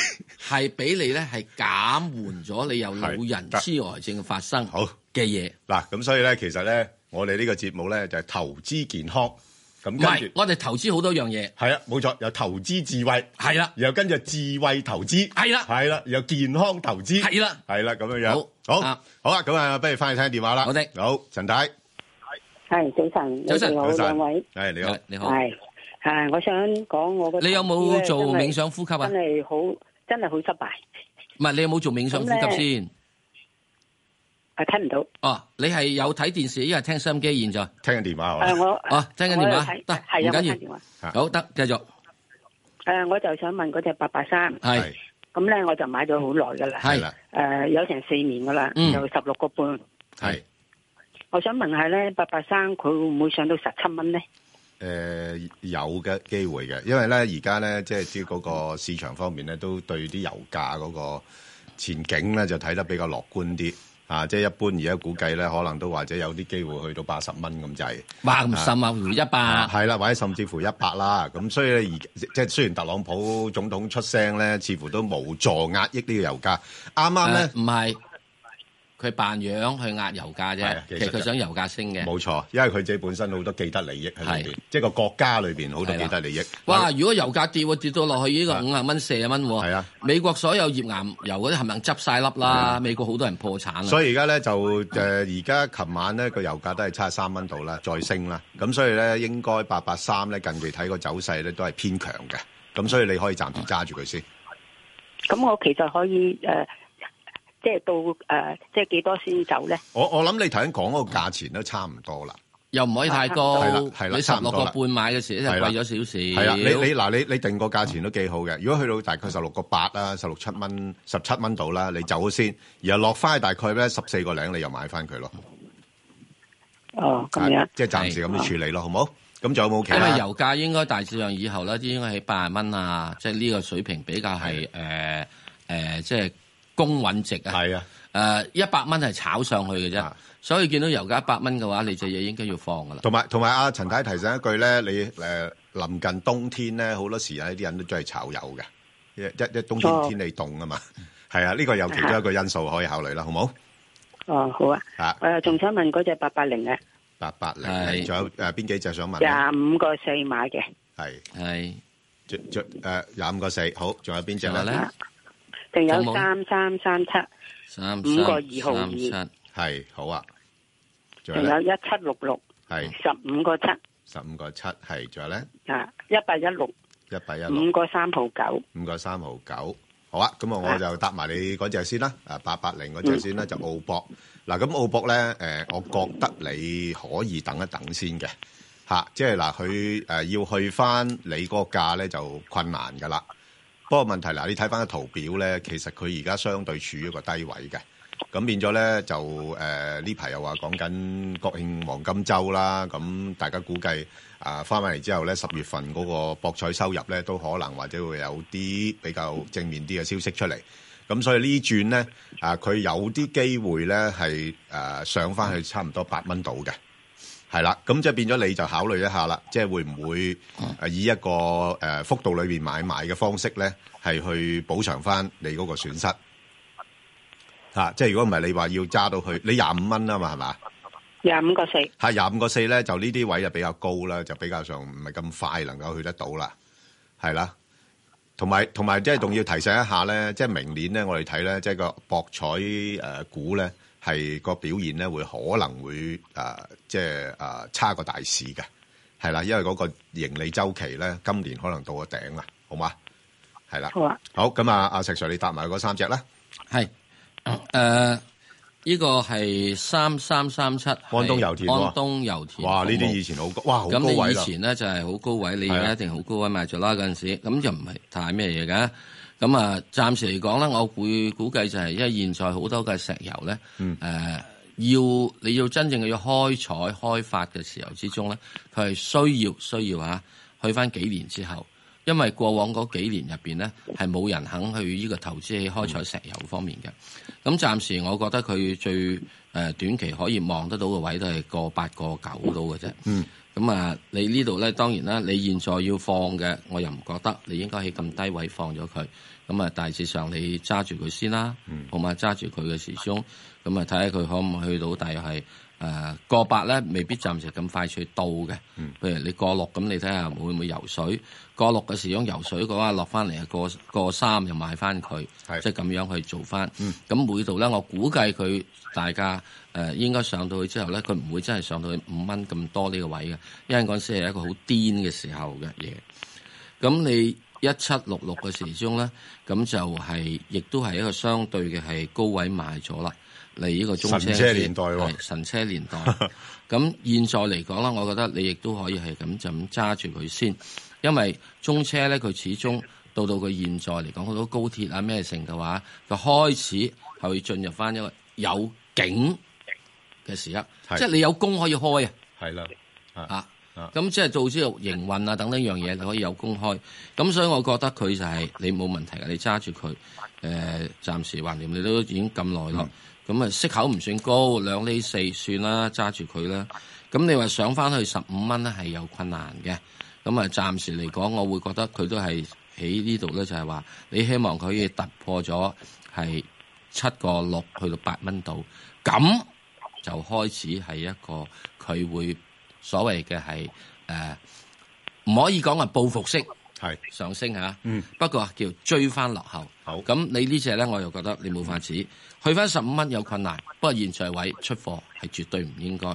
A: 係俾你咧係減緩咗你有老人痴呆症嘅發生。
B: 好
A: 嘅嘢。
B: 嗱，咁所以咧，其實咧，我哋呢個節目咧就係投資健康。咁跟
A: 唔
B: 住
A: 係，我哋投資好多樣嘢。
B: 係啊，冇錯，有投資智慧，
A: 係啦，
B: 然後跟住智慧投資，
A: 係啦，
B: 係啦，有健康投資，係
A: 啦，
B: 係啦，咁樣樣，好，好啦，咁啊，不如翻去聽電話啦。好的，好，陳太，
N: 係早晨，
B: 早晨
N: 你哋好
B: 早晨
N: 兩位，
B: 係你好，
A: 你
N: 係係，我想講我嘅
A: 你有冇做冥想呼吸啊
N: 真係好，真係好失敗，
A: 唔係你有冇做冥想呼
N: 咁
A: 吸
N: 咧
A: 先？
N: 啊聽唔到。
A: 哦，你係有睇電視，一係聽收音機現在？
B: 聽緊電話
N: 誒我
A: 哦，聽緊電
N: 我
A: 話
N: 係
A: 得，
N: 係啊
A: 唔
N: 我聽
A: 緊
N: 電話
A: 要。好得，繼續
N: 誒，我就想問嗰隻八八三，
A: 係
N: 咁咧我就買咗好耐噶啦，
A: 係啦
N: 誒有成四年噶啦，
A: 嗯
N: 就十六個半。
B: 係
N: 我想問下咧，八八三佢會唔會上到十七蚊咧？
B: 誒、有嘅機會嘅，因為咧而家咧即係啲嗰個市場方面咧，都對啲油價嗰個前景咧就睇得比較樂觀啲啊！即係一般而家估計咧，可能都或者有啲機會去到八十蚊咁滯。
A: 哇咁深啊，回一百
B: 係啦，或者甚至乎一百啦。咁所以咧，而即係雖然特朗普總統出聲咧，似乎都無助壓抑呢個油價。啱啱咧，
A: 唔係佢扮樣去壓油價
B: 啊
A: 啫，其實佢想油價升嘅。
B: 冇錯，因為佢自己本身好多既得利益喺裏邊，即係個國家裏邊好多既得利益。
A: 哇！如果油價跌喎，跌到落去呢個五啊蚊、四啊蚊喎，
B: 係啊！啊
A: 美國所有頁岩油嗰啲係咪執晒粒啦？美國好多人破產啦。
B: 所以而家咧就誒，而家琴晚咧個油價都係七十三蚊度啦，再升啦。咁所以咧應該八八三咧近期睇個走勢咧都係偏強嘅。咁所以你可以暫時揸住佢先。
N: 咁我其實可以誒、呃即係到誒、呃即係幾多先走咧？
B: 我我諗你頭先講嗰個價錢都差唔多啦。
A: 又唔可以太高，
B: 係啦係啦
A: 你十
B: 差唔
A: 六
B: 多
A: 個
B: 啦
A: 半買嘅時
B: 係
A: 候就
B: 啦
A: 貴咗少
B: 係
A: 少。
B: 啊啦，你你嗱你你定個價錢都幾好嘅。如果去到大概十六個八啦，十六七蚊、十七蚊度啦，你走先，然後落翻去大概咧十四個零，你又買翻佢咯。
N: 哦，咁樣
B: 啊。即係暫時咁樣處理咯，好冇？咁仲有冇其
A: 因
B: 他
A: 為？油價應該大致上以後咧，應該喺八十蚊啊，即係呢個水平比較係誒誒，即係公允值啊。
B: 啊係啊，啊
A: 誒一百蚊係炒上去嘅啫，所以見到油價一百蚊嘅話，你隻嘢應該要放噶啦。
B: 同埋同埋阿陳太提醒一句咧，你誒臨近冬天咧，好多時啊呢啲人都中意炒油嘅，一一一冬
N: 哦
B: 天天氣凍啊嘛，係啊，呢個有其中一個因素可以考慮啦，好冇？
N: 哦，好啊。
B: 啊，
N: 誒、仲想問嗰只八八零嘅啊
B: 八八零，仲有誒邊幾隻想問咧？
N: 廿五個四買嘅，
B: 係
A: 係，
B: 著著誒廿五個四，好，仲有邊只咧？
N: 仲
B: 好
N: 有
B: 冇
N: 三三三七，
A: 三
N: 五個二毫二，
B: 係好啊，仲有
N: 仲有
B: 咧
N: 一七六六，
B: 係
N: 十五個七
B: 十五個七，係仲有咧
N: 啊，一八一六，
B: 一八一六
N: 五個三毫九。
B: 五個三毫九。好啊，咁啊，我就答埋你嗰只先啦，啊八八零嗰只先啦，就澳博。嗱，咁澳博咧，誒、我覺得你可以等一等先嘅，嚇、即係嗱，佢誒、要去翻你嗰個價咧就困難㗎啦。不過問題嗱，你睇翻個圖表咧，其實佢而家相對處於一個低位嘅，咁變咗咧就誒呢排又話講緊國慶黃金週啦，咁大家估計啊翻返嚟之後咧，十月份嗰個博彩收入咧都可能或者會有啲比較正面啲嘅消息出嚟，咁所以呢轉咧啊佢有啲機會咧係誒上翻去差唔多八蚊度嘅。係啦，咁即係變咗你就考慮一下啦，即係會唔會誒以一個誒、呃幅度裏邊買賣嘅方式咧，係去補償翻你嗰個損失嚇、啊即係如果唔係你話要揸到去，你廿五蚊啊嘛，係嘛？
N: 廿五個四，
B: 係廿五個四咧，就呢啲位就比較高啦，就比較上唔係咁快能夠去得到啦，係啦。同埋同埋，即係仲要提醒一下咧，即係明年咧，我哋睇咧，即係個博彩誒股咧，係個表現咧會可能會誒、呃即係誒、呃差過大市嘅，係啦，因為嗰個盈利周期咧，今年可能到個頂啦，好嘛？係啦，
N: 好啊，
B: 好咁啊，阿石 Sir 你答埋嗰三隻啦，
A: 係
N: 哦呃
A: 誒呢個係三三三七，安
B: 東油田喎
A: 安東油田服務。
B: 哇呢啲以前好高哇好高
A: 咁
B: 位
A: 你以
B: 啦
A: 前咧就係好高位，
B: 係
A: 你而家
B: 啊
A: 一定好高位買咗啦嗰陣時，咁就唔係太咩嘢㗎。咁啊，暫時嚟講咧，我會估計就係因為現在好多嘅石油咧，誒、
B: 嗯
A: 要你要真正嘅要開採開發嘅時候之中咧，佢係需要需要嚇去翻幾年之後，因為過往嗰幾年入邊咧係冇人肯去呢個投資喺開採石油方面嘅。咁暫時我覺得佢最誒、呃短期可以望得到嘅位都係個八個九到嘅啫。
B: 嗯。
A: 咁啊，你呢度咧當然啦，你現在要放嘅，我又唔覺得你應該喺咁低位放咗佢。咁啊，大致上你揸住佢先啦，好嘛？揸住佢嘅時鐘，咁啊睇下佢可唔可以去到大約係誒過百咧，未必暫時咁快脆到嘅。譬如你過六咁，你睇下會唔會游水？過六嘅時鐘游水嘅話，落翻嚟係過過三又買翻佢，即係咁樣去做翻。
B: 嗯
A: 咁、每度咧，我估計佢大家誒、呃、應該上到去之後咧，佢唔會真係上到去五蚊咁多呢個位嘅，因為嗰陣時係一個好癲嘅時候嘅嘢。咁你一七六六嘅時鐘咧，咁就係、亦都係一個相對嘅係高位買咗啦。嚟呢個中
B: 神
A: 車
B: 車年代喎
A: 係神車 年代。咁現在嚟講啦，我覺得你亦都可以係咁就咁揸住佢先，因為中車咧佢始終到到佢現在嚟講，好多高鐵啊咩成嘅話，佢開始係會進入翻一個有景嘅時刻，
B: 係
A: 即係你有工可以開啊。
B: 係啦，
A: 啊，咁即係做之後營運啊等等樣嘢，你可以有公開。咁所以我覺得佢就係、你冇問題嘅，你揸住佢。誒、呃暫時橫掂你都已經咁耐咯。咁啊、息口唔算高，兩厘四算啦，揸住佢啦。咁你話上翻去十五蚊咧係有困難嘅。咁啊，暫時嚟講，我會覺得佢都係喺呢度咧，就係話你希望佢可以突破咗係七個六去到八蚊度，咁就開始係一個佢會所謂嘅係誒，唔、可以講係報復式。
B: 係
A: 上升嚇，
B: 嗯
A: 不過叫追翻落後。
B: 好，嗯
A: 咁你呢只咧，我又覺得你冇法子，去翻十五蚊有困難。不過現在位出貨係絕對唔應該。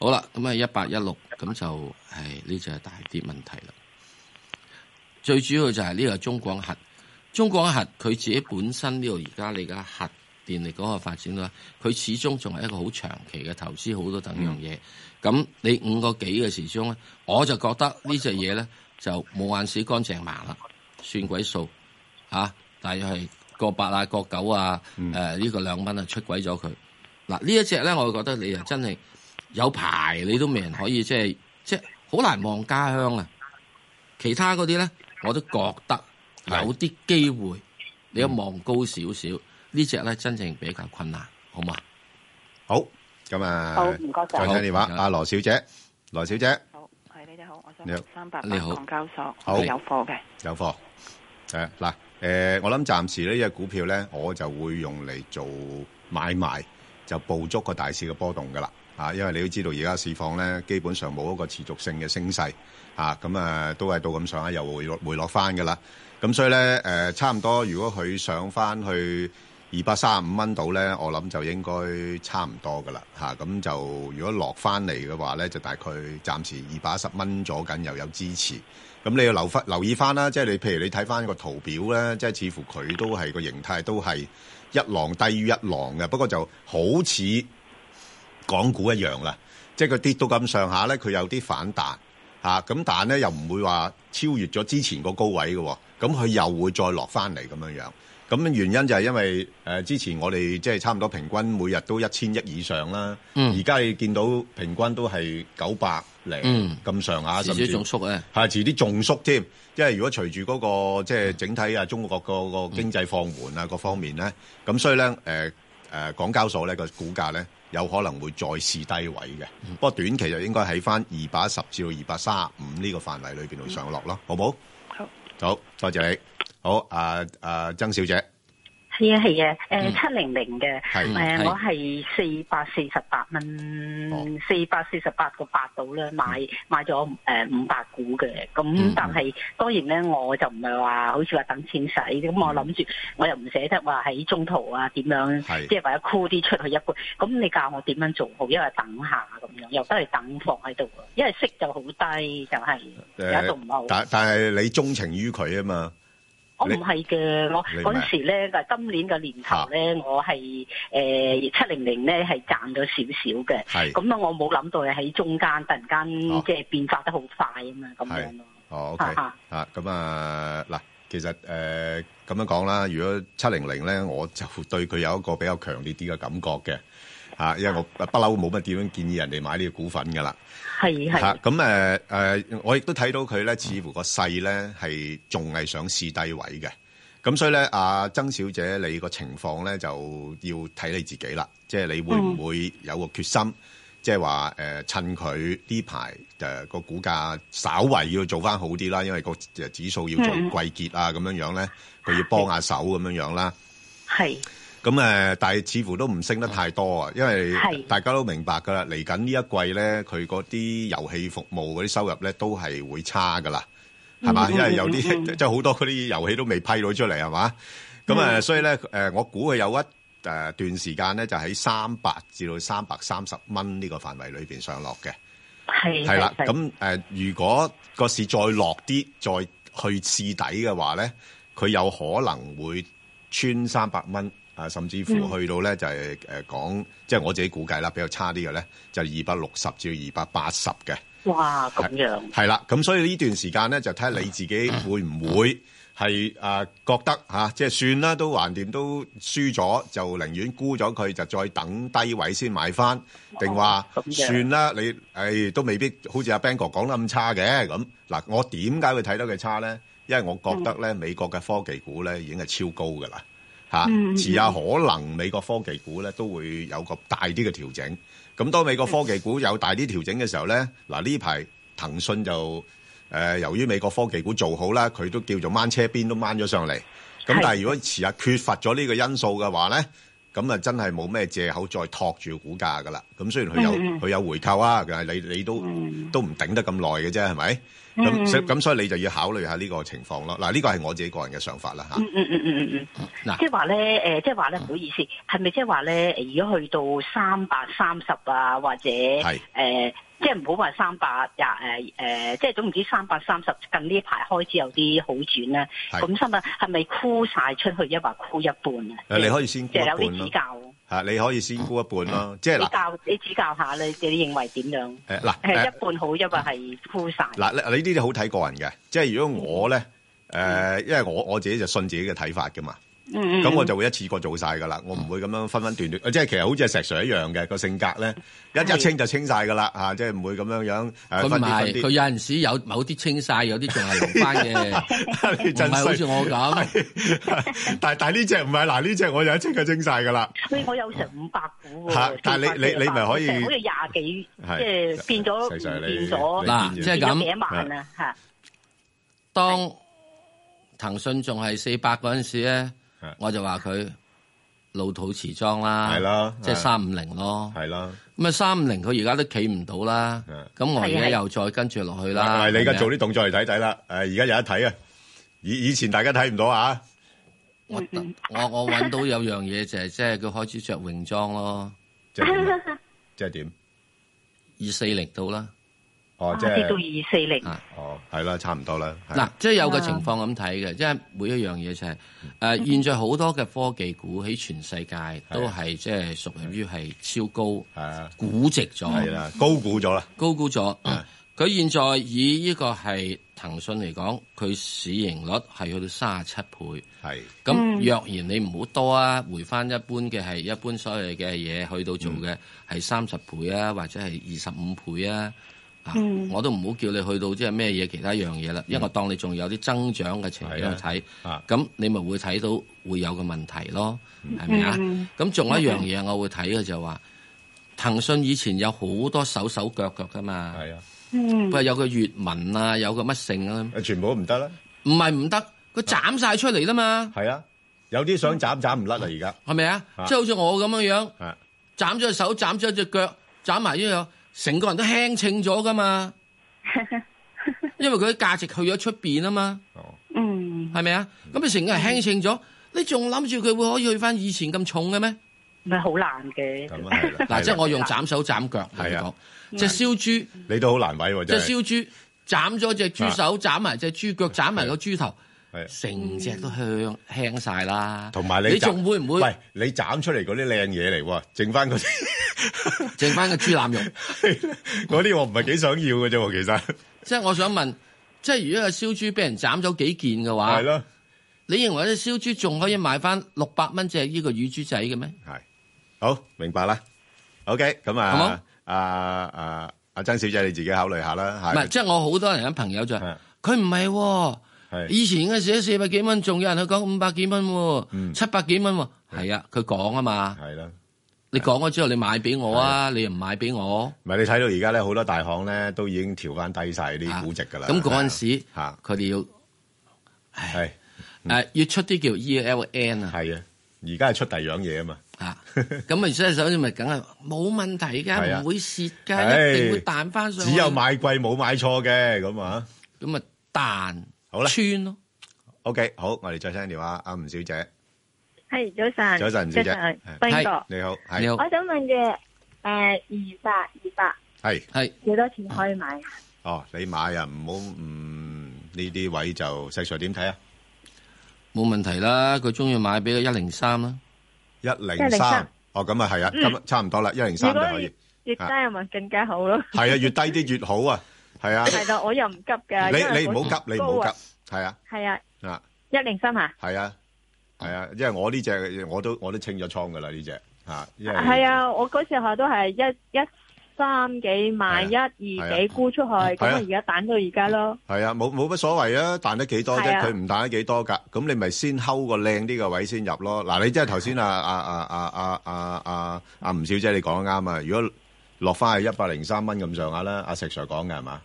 A: 好啦，咁啊一八一六，咁就係呢只係大啲問題啦。最主要就係呢個中廣核，中廣核佢自己本身呢度而家你而家核電力嗰個發展啦，佢始終仲係一個好長期嘅投資，好多等樣嘢。咁、你五個幾嘅時鐘咧，我就覺得呢隻嘢咧就冇眼屎乾淨盲啦，算鬼數嚇、啊大約係個八啊、個九啊、
B: 嗯
A: 誒、呢個兩蚊啊出軌咗佢。嗱呢一隻咧，我覺得你啊真係有排你都未人可以即係即係好難望家鄉啊！其他嗰啲咧，我都覺得有啲機會，你一望高少少，呢只咧真正比較困難，好嘛？
B: 好，咁啊，
O: 好唔該晒
B: 再聽電話，阿羅小姐，羅小姐
O: 係你哋好，我想
B: 你好
O: 問三百
B: 你
O: 八
B: 好
O: 港交所
B: 好
O: 我有貨嘅，
B: 有貨，誒嗱，誒我諗暫時呢只股票咧，我就會用嚟做買賣，就捕捉個大市嘅波動噶啦，啊，因為你都知道而家市況咧，基本上冇一個持續性嘅升勢，啊，咁啊都係到咁上下又回落回落翻噶啦，咁所以咧誒、差唔多如果佢上翻去。二百三十五蚊度咧，我諗就應該差唔多噶啦嚇，咁、就如果落翻嚟嘅話咧，就大概暫時二百一十蚊左緊又有支持。咁你要留翻留意翻啦，即係你譬如你睇翻個圖表咧，即係似乎佢都係個形態都係一浪低於一浪嘅，不過就好似港股一樣啦，即係佢跌到咁上下咧，佢有啲反彈嚇，咁、但咧又唔會話超越咗之前個高位嘅喎，咁佢又會再落翻嚟咁樣樣。咁原因就係因為誒、呃之前我哋即係差唔多平均每日都一千億以上啦，
A: 嗯
B: 而家、你見到平均都係九百零
A: 嗯
B: 咁上下，
A: 遲啲
B: 甚至
A: 仲縮啊
B: 係遲啲仲縮添，因為如果隨住嗰、個即係整體啊中國個個經濟放緩啊各方面咧，咁所以咧誒誒港交所咧個股價咧有可能會再試低位嘅，不過短期就應該喺翻二百一十至到二百三十五呢個範圍裏邊度上落咯，好冇？
O: 好，
B: 好多謝你，好啊啊曾小姐，
P: 係啊係啊，
B: 嗯
P: 誒七零零嘅，
B: 係
P: 誒
B: 係哦
P: 我係四百四十八蚊，四百四十八個八度咧買
B: 嗯
P: 買咗誒五百股嘅，咁但係當然咧我就唔係話好似話等錢使，咁
B: 嗯
P: 我諗住我又唔捨得話喺中途啊點樣
O: 係，
P: 即係或者箍啲出去一半，咁你教我點樣做好？因為等下咁樣，又都係等放喺度，因為息就好低，就係有一度唔好
B: 誒。但但係你鍾情於佢啊嘛，
P: 我唔係嘅，我
B: 你
P: 嗰
B: 咩
P: 陣時咧，今年嘅年頭咧，我係誒七零零咧係賺咗少少
B: 係
P: 嘅，咁啊我冇諗到係喺中間突然間即係變化得好快啊嘛，咁樣咯。
B: 哦，OK，
P: 啊
B: 啊，咁啊，嗱，其實誒咁、樣講啦，如果七零零咧，我就對佢有一個比較強烈啲嘅感覺嘅，啊，因為我不嬲冇乜點樣建議人哋買呢個股份噶啦，
P: 係
B: 嚇
P: 係
B: 咁誒誒，我亦都睇到佢咧，似乎個勢咧係仲係想試低位嘅。咁所以咧，阿、曾小姐，你個情況咧就要睇你自己啦，即係你會
P: 嗯
B: 唔會有個決心，即係話誒趁佢呢排誒個股價稍為要做翻好啲啦，因為個誒指數要做
P: 嗯
B: 季結啊咁樣樣咧，佢要幫下手咁樣樣啦。
P: 係
B: 咁誒，但係似乎都唔升得太多啊，因為
P: 係
B: 大家都明白㗎啦，嚟緊呢一季咧，佢嗰啲遊戲服務嗰啲收入咧都係會差㗎啦，係嘛？
Q: 嗯
B: 因為有啲
Q: 嗯嗯 嗯
B: 即係好多嗰啲遊戲都未批到出嚟係嘛？咁誒，所以咧誒，我估佢有一誒呃段時間咧就喺三百至到三百三十蚊呢個範圍裏邊上落嘅。
Q: 嗯
P: 係
B: 係啦，咁誒，如果個市再落啲，再去試底嘅話咧，佢有可能會穿三百蚊啊，甚至乎
Q: 嗯
B: 去到咧就係誒講，即係我自己估計啦，比較差啲嘅咧，就二百六十至二百八十嘅。
P: 哇咁樣
B: 係啦，咁所以呢段時間咧，就睇下你自己
Q: 嗯
B: 會唔會係啊覺得嚇、啊即係算啦，都橫掂都輸咗，就寧願沽咗佢，就再等低位先買翻，定話
Q: 哦咁嘅
B: 算啦，你誒、唉都未必好似阿 Bang 哥講得咁差嘅咁。嗱，我點解會睇到佢差咧？因為我覺得咧，美國嘅科技股咧已經係超高㗎啦。嚇，
Q: 嗯
B: 遲下可能美國科技股咧都會有個大啲嘅調整。咁當美國科技股有大啲調整嘅時候咧，嗱呢排騰訊就誒、呃由於美國科技股做好啦，佢都叫做掹車邊都掹咗上嚟。咁但係如果遲日缺乏咗呢個因素嘅話咧，咁啊真係冇咩藉口再托住股價噶啦。咁雖然佢有
O: 嗯嗯
B: 佢有回購啊，但係你你都都唔頂得咁耐嘅啫，係咪？咁
O: 嗯
B: 所以咁所以你就要考慮下呢個情況咯。嗱，呢個係我自己個人嘅想法啦嚇。
P: 嗯嗯嗯嗯嗯嗯，
B: 嗱嗯
P: 即係話咧，诶，即係話咧，唔好意思，係咪即係話咧，如果去到三百三十啊，或者
B: 係
P: 诶，即係唔好話三百廿诶诶，即係總唔之三百三十近呢排開始有啲好轉咧，
B: 係
P: 咁三百係咪箍晒出去，一或箍一半啊？
B: 誒你可以先
P: 即係有
B: 沽一半
P: 啲
B: 咯
P: 指教，
B: 嚇，你可以先沽一半
O: 嗯
B: 咯，即係
P: 你
B: 嗱。
P: 教你指教下你，你認為點樣？
B: 誒嗱
P: 誒
B: 誒
P: 一半好，一或係箍晒。
B: 嗱，你你呢啲好睇個人嘅，即係如果
P: 嗯
B: 我咧，誒、因為我我自己就信自己嘅睇法噶嘛，
P: 嗯嗯
B: 咁、我就會一次過做晒噶啦，我唔會咁樣分分段段，即係其實好似係石 Sir 一樣嘅個性格咧，一一清就清晒噶啦嚇，即係唔會咁樣樣誒
A: 佢
B: 分
A: 唔
B: 啲分
A: 係，佢
B: 啲。
A: 有陣時有某啲清晒，有啲仲係留翻嘅，
B: 你
A: 唔
B: 真衰
A: 係好似我咁。
B: 但但呢只唔係，嗱呢只我就一清就清晒噶啦，
P: 喂，我有成五百股
B: 啊嚇
P: 喎，
B: 但係你
P: 400
B: 你你咪可以
P: 成好似廿幾，
B: 係
P: 即係變咗
B: 細細你
P: 變咗
A: 嗱即係咁
P: 變咗幾萬啊嚇，
A: 當騰訊仲係四百嗰陣時咧，我就話佢老土持裝啦，
B: 係啦
A: 即係
B: 係
A: 三五零咯，
B: 係啦。
A: 咁啊三五零佢而家都企唔到啦，咁我而
B: 係
A: 家
B: 係
A: 又再跟住落去啦。
B: 係你而家
A: 係咪啊
B: 做啲動作嚟睇睇啦，誒而家有得睇啊，以以前大家睇唔到啊，
A: 我我我揾到有樣嘢就係即係佢開始着泳裝咯，
B: 即係點啊即係點？
A: 二四零到啦，
B: 哦
P: 啊跌到二四零，
B: 哦，係啦，差唔多啦。係
A: 啊嗱，即係有個情況咁睇嘅，即係每一樣嘢就係
B: 嗯
A: 誒，現在好多嘅科技股喺全世界
B: 啊
A: 都係即係屬於係超高估值咗，
B: 係啦高估咗啦，嗯
A: 高估咗。佢現在以呢個係騰訊嚟講，佢市盈率係去到三十七倍，
B: 係
A: 咁
Q: 嗯
A: 若然你唔好多啊，回翻一般嘅係一般所謂嘅嘢去到做嘅係三十倍啊，或者係二十五倍啊。啊
Q: 嗯
A: 我都唔好叫你去到即係咩嘢其他樣嘢啦，
B: 嗯
A: 因為我當你仲有啲增長嘅情景
B: 啊
A: 去睇，咁你咪會睇到會有個問題咯，係咪啊
Q: 嗯？
A: 咁仲有一樣嘢我會睇嘅就係話，騰訊以前有好多手手腳腳噶嘛，係
B: 啊，
A: 不過有個粵文啊，有個乜性啊，
B: 全部都唔得啦，
A: 唔係唔得，佢斬晒出嚟啦嘛，
B: 係啊，有啲想斬斬唔甩啦，而家
A: 係咪啊
B: 啊？
A: 即係好似我咁樣樣
B: 啊，
A: 斬咗隻手，斬咗隻腳，斬埋呢樣，成個人都輕稱咗噶 嘛，因為佢啲價值去咗出邊啊嘛，
P: 嗯，
A: 係咪啊？咁你成個人輕稱咗，你仲諗住佢會可以去翻以前咁重嘅咩？
P: 唔係好難嘅。
B: 咁啊 係啦啊
A: 嗱，即係我用斬手斬腳嚟講，即係燒豬，
B: 你都好難為喎，
A: 即
B: 真係
A: 係
B: 啊
A: 燒豬，斬咗隻豬手，斬埋隻豬腳，斬埋個豬頭，成隻都向輕晒啦。
B: 同埋你
A: 你
B: 斬
A: 仲會唔會？
B: 喂，你斬出嚟嗰啲靚嘢嚟喎，剩翻嗰啲，
A: 剩翻個豬腩肉，
B: 嗰啲我唔係幾想要嘅啫喎，其實
A: 即係我想問，即係如果個燒豬俾人斬咗幾件嘅話，
B: 係咯，
A: 你認為啲燒豬仲可以賣翻六百蚊隻呢個乳豬仔嘅咩？
B: 係好明白啦。OK，咁
A: 好冇
B: 啊，啊啊阿曾小姐你自己考慮下啦，
A: 唔係，即係我好多人嘅朋友就係佢唔係喎。以前嘅時四百幾蚊，仲有人去講五百幾蚊喎，七百幾蚊喎，係啊，佢講啊嘛。
B: 嗯係啦，
A: 你講咗之後，你買俾我啊，你又唔買俾我，
B: 唔係你睇到而家咧，好多大行咧都已經調翻低晒啲估值㗎啦。
A: 啊咁嗰陣時
B: 啊嚇，
A: 佢哋要
B: 係嗯
A: 誒要出啲叫 ELN 啊。
B: 係啊，而家係出第二樣嘢啊嘛。
A: 啊，咁啊，所以所以咪梗係冇問題
B: 係啊
A: 㗎，唔會蝕
B: 唉
A: 㗎，一定會彈翻上去。
B: 只有買貴冇買錯嘅咁啊。
A: 咁啊彈
B: 好啦，
A: 穿咯。
B: OK，好，我哋再聽電話，阿吳小姐，
R: 系早晨，
B: 早晨，吳小姐，
R: 斌哥，
B: 你好，係
R: 我想问嘅诶二百二百
B: 係
A: 係
R: 几多钱可以买？
B: 哦，你買啊，唔好嗯呢啲位就石 Sir 點睇啊？
A: 冇問題啦，佢中意買俾個一零三啦，
B: 一零
R: 103
B: 三，哦咁啊係啊，
R: 嗯
B: 咁差唔多啦，一零
R: 如
B: 三就
R: 果
B: 可
R: 越
B: 以，
R: 越低
B: 啊
R: 嘅咪更加好咯。
B: 係啊，越低啲越好啊，係啊，
R: 系啦，我又唔急噶。
B: 你你唔好急，你唔好急，係啊，
R: 急。系啊，
B: 啊
R: 一零三啊，
B: 係啊，係啊，因為我呢只我都我都清咗倉噶啦呢只嚇，因為
R: 系啊，我嗰时候都系一一三几买
B: 啊
R: 一二几沽出去，咁啊而家等到而家咯。
B: 系啊，冇冇乜所謂啊，彈得幾多啫
R: 係？啊
B: 佢唔彈得幾多㗎，咁你咪先睺個靚啲嘅位先入咯。嗱，你即係頭先啊啊啊啊啊啊啊啊吳小姐你講得啱啊！如果落翻去一百零三蚊咁上下啦，阿石 Sir 講嘅係嘛？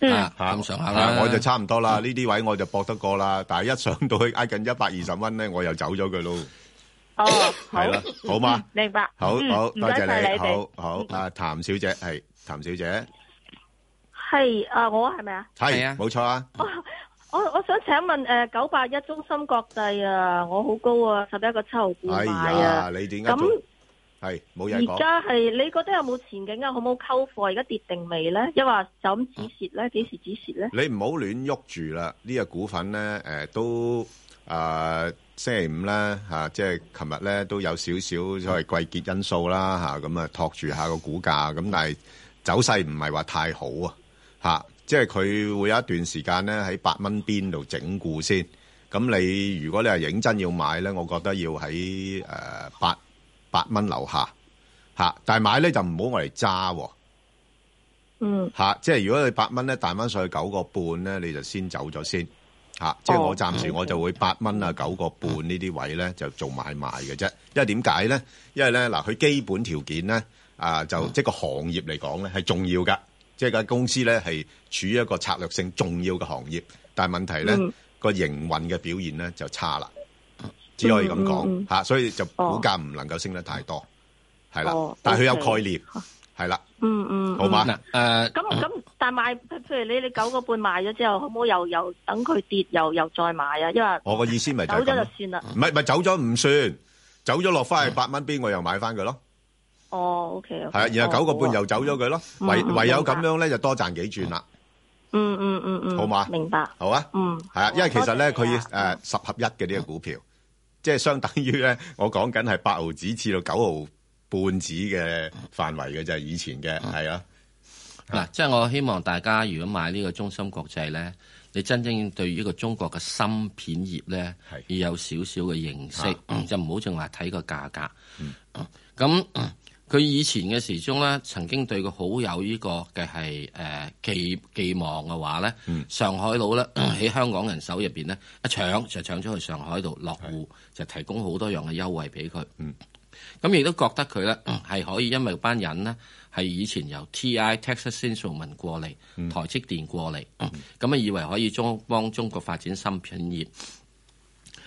R: 嗯
A: 啊咁上下啦
B: 啊，我就差唔多啦，呢啲位我就搏得過啦，但係一上到去挨近一百二十蚊咧，我又走咗佢咯，
R: 哦，
B: 係啦，好嘛？
R: 明白，
B: 好
R: 嗯
B: 好，
R: 唔
B: 多
R: 該
B: 謝
R: 晒
B: 你，
R: 你哋
B: 好。好，阿譚小姐係譚小姐，
R: 係啊，我係咪啊？
B: 係冇錯啊，
R: 我我想請問誒九八一中芯國際啊，我好高啊，十一個七毫半
B: 哎
R: 買
B: 呀，
R: 啊。
B: 你點解
R: 咁
B: 做係冇嘢
R: 而
B: 講？
R: 家係你覺得有冇前景啊？好冇溝貨？而家跌定未咧？一話就咁止蝕咧？幾時止蝕咧？
B: 你唔好亂喐住啦，呢、個股份咧，誒、都啊、星期五啦嚇、即係琴日咧都有少少所謂季結因素啦嚇，咁啊托住下個股價，咁但係走勢唔係話太好啊嚇、即係佢會有一段時間咧喺八蚊邊度整固先。咁你如果你係認真要買咧，我覺得要喺誒八八蚊樓下嚇、但係買咧就唔好我嚟揸喎。
R: 嗯，
B: 吓、即係如果你八蚊咧彈翻上去九個半咧，你就先走咗先吓、即
R: 哦
B: 係我暫時我就會八蚊啊九個半呢啲位咧就做買賣嘅啫。因為點解咧？因為咧嗱，佢基本條件咧啊，
R: 嗯
B: 就即係個行業嚟講咧係重要噶，即係間公司咧係處於一個策略性重要嘅行業，但係問題咧
R: 嗯
B: 個、營運嘅表現咧就差啦，只可以咁
R: 嗯嗯
B: 講
R: 嗯
B: 吓，所以就股價唔能夠升得太多，係啦、
R: 哦
B: 但係佢有
R: OK
B: 概念，係啦，
R: 嗯嗯，
B: 好嘛？
R: 嗯
B: 誒、
R: 咁
B: à.
R: 咁，但買譬譬如你你九個半買咗之後，可唔可以又又等佢跌又又再買啊？因為
B: 我個意思咪就
R: 走
B: 係
R: 咗
B: 咁
R: 就
B: 咯，
R: 算啦。
B: 唔係唔係走咗唔算，走咗落翻去八蚊邊，我又買翻佢咯，
R: 哦，OK，
B: 係啊，然後九個半又走咗佢咯，
R: 嗯
B: 唯
R: 嗯
B: 唯有
R: 明白
B: 咁樣咧就多賺幾轉啦，
R: 嗯嗯嗯嗯，
B: 好嘛
R: 明白。
B: 好啊，
R: 嗯，
B: 係啊，因為其實咧佢誒十合一嘅呢個股票，即係相等於咧 我講緊係八毫子至到九毫半子嘅範圍嘅就係以前嘅
A: 嗯
B: 係啊，
A: 嗱，即係我希望大家如果買呢個中芯國際咧，你真正對呢個中國嘅芯片業咧，要有少少嘅認識，就唔好淨話睇個價格。咁嗯佢以前嘅時鐘咧，曾經對佢好有呢個嘅係誒寄寄望嘅話咧，上海佬咧 喺香港人手入邊咧一搶就搶咗去上海度落戶，就提供好多樣嘅優惠俾佢。咁亦都覺得佢咧係可以，因為班人咧係以前由 T.I. Texas Instruments 過嚟，台積電過嚟，咁啊以為可以中幫中國發展芯片業。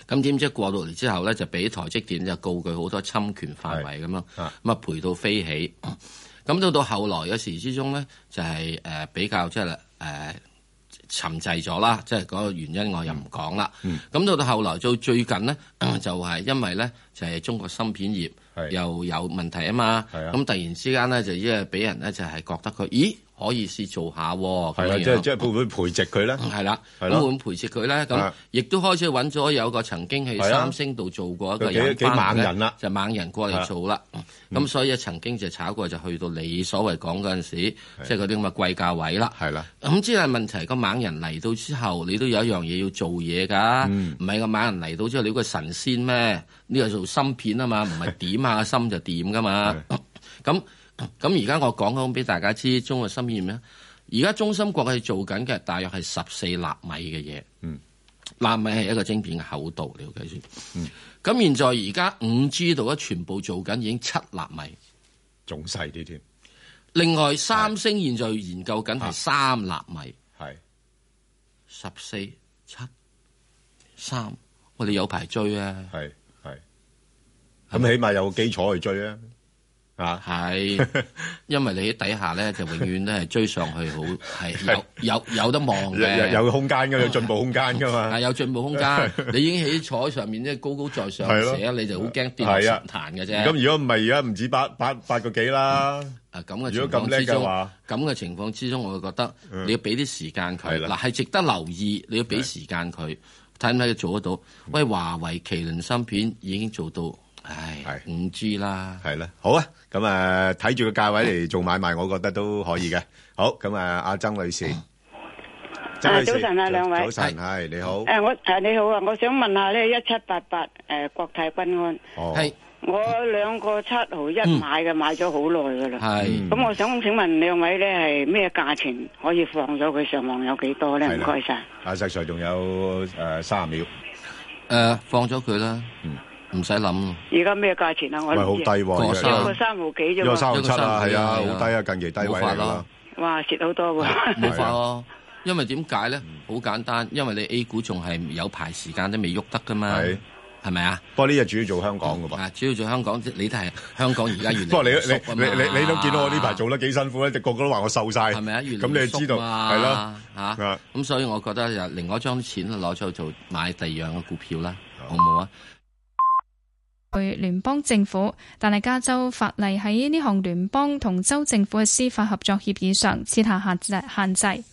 A: 咁點知過到嚟之後咧，就俾台積電就告佢好多侵權範圍咁樣，咁啊賠到飛起。 咁到到後來嘅時之中咧，就係、呃比較即係誒。呃沉滯咗啦，即係嗰個原因我又唔講啦。
B: 嗯
A: 咁、到到後來到最近呢， 就係因為呢，就係中國芯片業又有問題啊嘛。咁突然之間呢，就因為俾人呢，就係覺得佢，咦可以試做下喎。
B: 係啊，
A: 哦咁樣嗯
B: 即係即係會唔會培植佢咧？
A: 係啦，
B: 係
A: 咁
B: 咯
A: 會唔會培植佢咧？
B: 係
A: 咁亦都開始揾咗有個曾經喺
B: 係啊
A: 三星度做過一個
B: 佢
A: 人
B: 幾幾
A: 返嚟
B: 猛
A: 呢
B: 人啦啊嗯
A: 就猛人過嚟做啦。咁所以曾經就炒過，就去到你所謂講嗰陣時，即係嗰啲咁嘅貴價位啦。
B: 嗯係啦。
A: 咁之係問題，個猛人嚟到之後，你都有一樣嘢要做嘢㗎。
B: 嗯
A: 唔係個猛人嚟到之後，你個神仙咩？呢個做芯 片啊嘛，唔係點下心就點㗎嘛。咁咁而家我講講俾大家知，中國芯片咩？而家中芯國係做緊嘅，大約係十四納米嘅嘢。
B: 嗯，
A: 納米係一個晶片嘅厚度，你要計算。嗯，咁現在而家五 G 度咧，全部做緊已經七納米，
B: 仲細啲添。
A: 另外三星現在研究緊係三納米，
B: 係
A: 十四七三，我哋有排追啊！
B: 係係，咁起碼有基礎去追啊。啊，
A: 係， 因為你喺底下咧，就永遠都係追上去好，係有有有得望
B: 有
A: 嘅，
B: 有有空間㗎有進步空間㗎嘛
A: 係有進步 空間， 你已經喺坐上面即係高高在上
B: 係咯
A: 寫，你就好驚跌落
B: 係
A: 神
B: 啊，
A: 壇嘅啫。
B: 咁如果唔係，而家唔止八八八個幾啦。
A: 啊咁嘅
B: 如果
A: 情
B: 咁
A: 況
B: 叻
A: 之
B: 嘅
A: 中，
B: 話嗯
A: 咁，嘅情況之中，我會覺得你要俾啲時間佢。
B: 係啦
A: 嗱，係值得留意，你要俾時間佢，睇唔睇佢做得到？
B: 嗯
A: 喂，華為麒麟芯片已經做到，唉，五 G 啦，
B: 係啦，好啊，咁啊睇住個價位嚟做買賣，我覺得都可以嘅。好，咁啊，阿曾女士，曾女士
O: 早晨啊兩位
B: 早晨係你好，
O: 诶，我诶你好啊，我想問下咧，一七八八诶國泰君安，
B: 哦，
O: 我兩個七毫一買嘅，買咗好耐噶啦。
A: 係
O: 咁我想請問兩位咧，係咩價錢可以放咗佢上網有幾多咧？
B: 係
O: 唔
B: 啦
O: 該晒。
B: 阿石 Sir 仲有誒三十秒，
A: 誒放咗佢啦，唔使諗咯。
O: 而家咩價錢啊？我
B: 喂好
O: 唔
B: 低
O: 知
B: 喎，
A: 過
B: 而家
A: 三
O: 一個三毫幾啫
B: 一個三毫
O: 喎，
B: 七啊，係啊，
A: 一個三毫七啊
B: 好低啊，近期低位
A: 冇法
B: 嚟啦
A: 咯。
O: 哇，蝕好多喎。
B: 啊
A: 冇法咯。因為點解咧？
B: 嗯
A: 好簡單，因為你 A 股仲係有排時間都未喐得噶嘛，係咪啊？
B: 不過呢隻主要做香港噶噃。
A: 啊，主要做香港，你都係香港 而家越嚟越
B: 不過你
A: 縮啊
B: 你你
A: 嘛
B: 你你都見到我呢排做得幾辛苦咧，個個都話我瘦晒，
A: 係咪啊？越
B: 咁你就知道係咯，啊
A: 嚇。咁所以我覺得就另外一張錢攞咗去做買第二樣嘅股票啦，好唔好啊？
D: 去聯邦政府，但係加州法例喺呢項聯邦同州政府嘅司法合作協議上設下限制限制。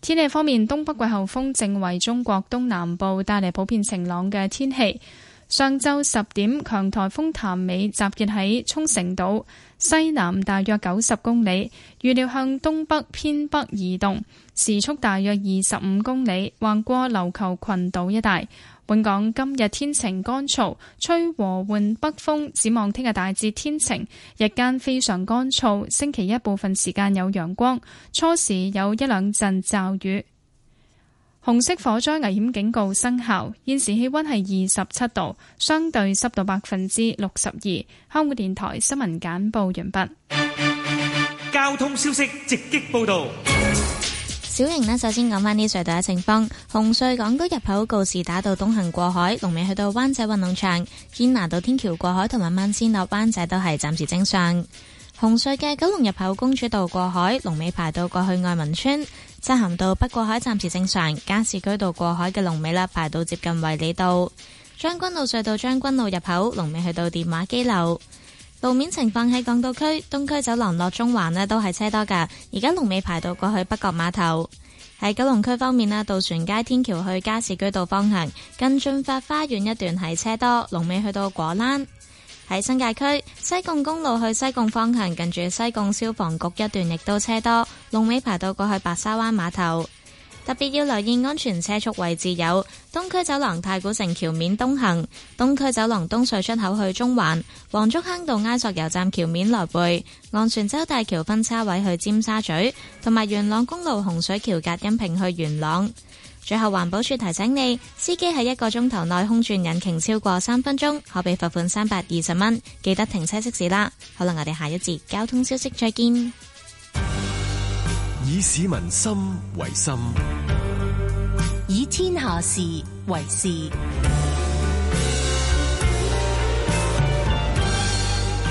D: 天氣方面，東北季候風正為中國東南部帶嚟普遍晴朗嘅天氣。上晝十點，強颱風潭尾集結喺沖繩島西南大約九十公里，預料向東北偏北移動，時速大約二十五公里，橫過琉球群島一帶。本港今日天晴乾燥，吹和緩北風，展望聽日大致天晴，日間非常乾燥。星期一部分時間有陽光，初時有一兩陣驟雨。紅色火災危險警告生效，現時氣溫係二十七度，相對濕度百分之六十二。香港電台新聞簡報完畢。
C: 交通消息直擊報道。
E: 小型呢，首先講返啲隧道嘅情況。紅隧港島入口告士打道東行過海，龍尾去到灣仔運動場；堅拿道天橋過海同埋慢線落灣仔都係暫時正常。紅隧嘅九龍入口公主道過海，龍尾排到過去愛民村；漆咸道北過海暫時正常，加士居道過海嘅龍尾啦，排到接近衛理道。將軍澳隧道將軍澳入口，龍尾去到電話機樓。路面情況喺港島區東區走廊落中環呢都係車多㗎，而家龍尾排到過去北角碼頭。喺九龍區方面啦，渡船街天橋去加士居道方向，近進發花園一段係車多，龍尾去到果欄。喺新界區西貢公路去西貢方向，近住西貢消防局一段亦都車多，龍尾排到過去白沙灣碼頭。特別要留意安全車速位置有東區走廊太古城橋面東行、東區走廊東隧出口去中環、黃竹坑道埃索油站橋面來回、昂船洲大橋分叉位去尖沙咀，同埋元朗公路洪水橋隔音屏去元朗。最後環保署提醒你，司機喺一個鐘頭內空轉引擎超過三分鐘，可被罰款三百二十蚊。記得停車熄匙啦。好啦，我哋下一節交通消息再見。
Q: 嗯
F: 以市民心為心，
G: 以天下事為事。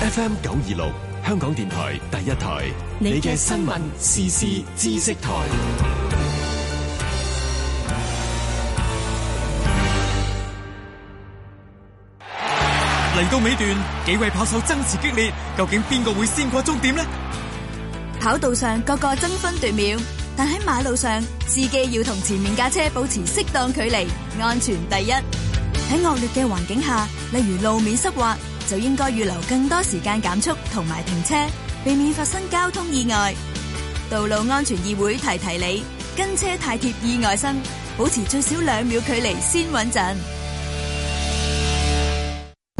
F: FM 九二六香港電台第一台，你嘅新聞時事知識台，
Q: 嚟到尾段，幾位跑手爭持激烈，究竟邊個會先過終點呢？
S: 跑道上個個爭分奪秒，但喺馬路上，司機要同前面架車保持適當距離，安全第一。喺惡劣嘅環境下，例如路面濕滑，就應該預留更多時間減速同埋停車，避免發生交通意外。道路安全議會提提你，跟車太貼意外生，保持最少兩秒距離先穩陣。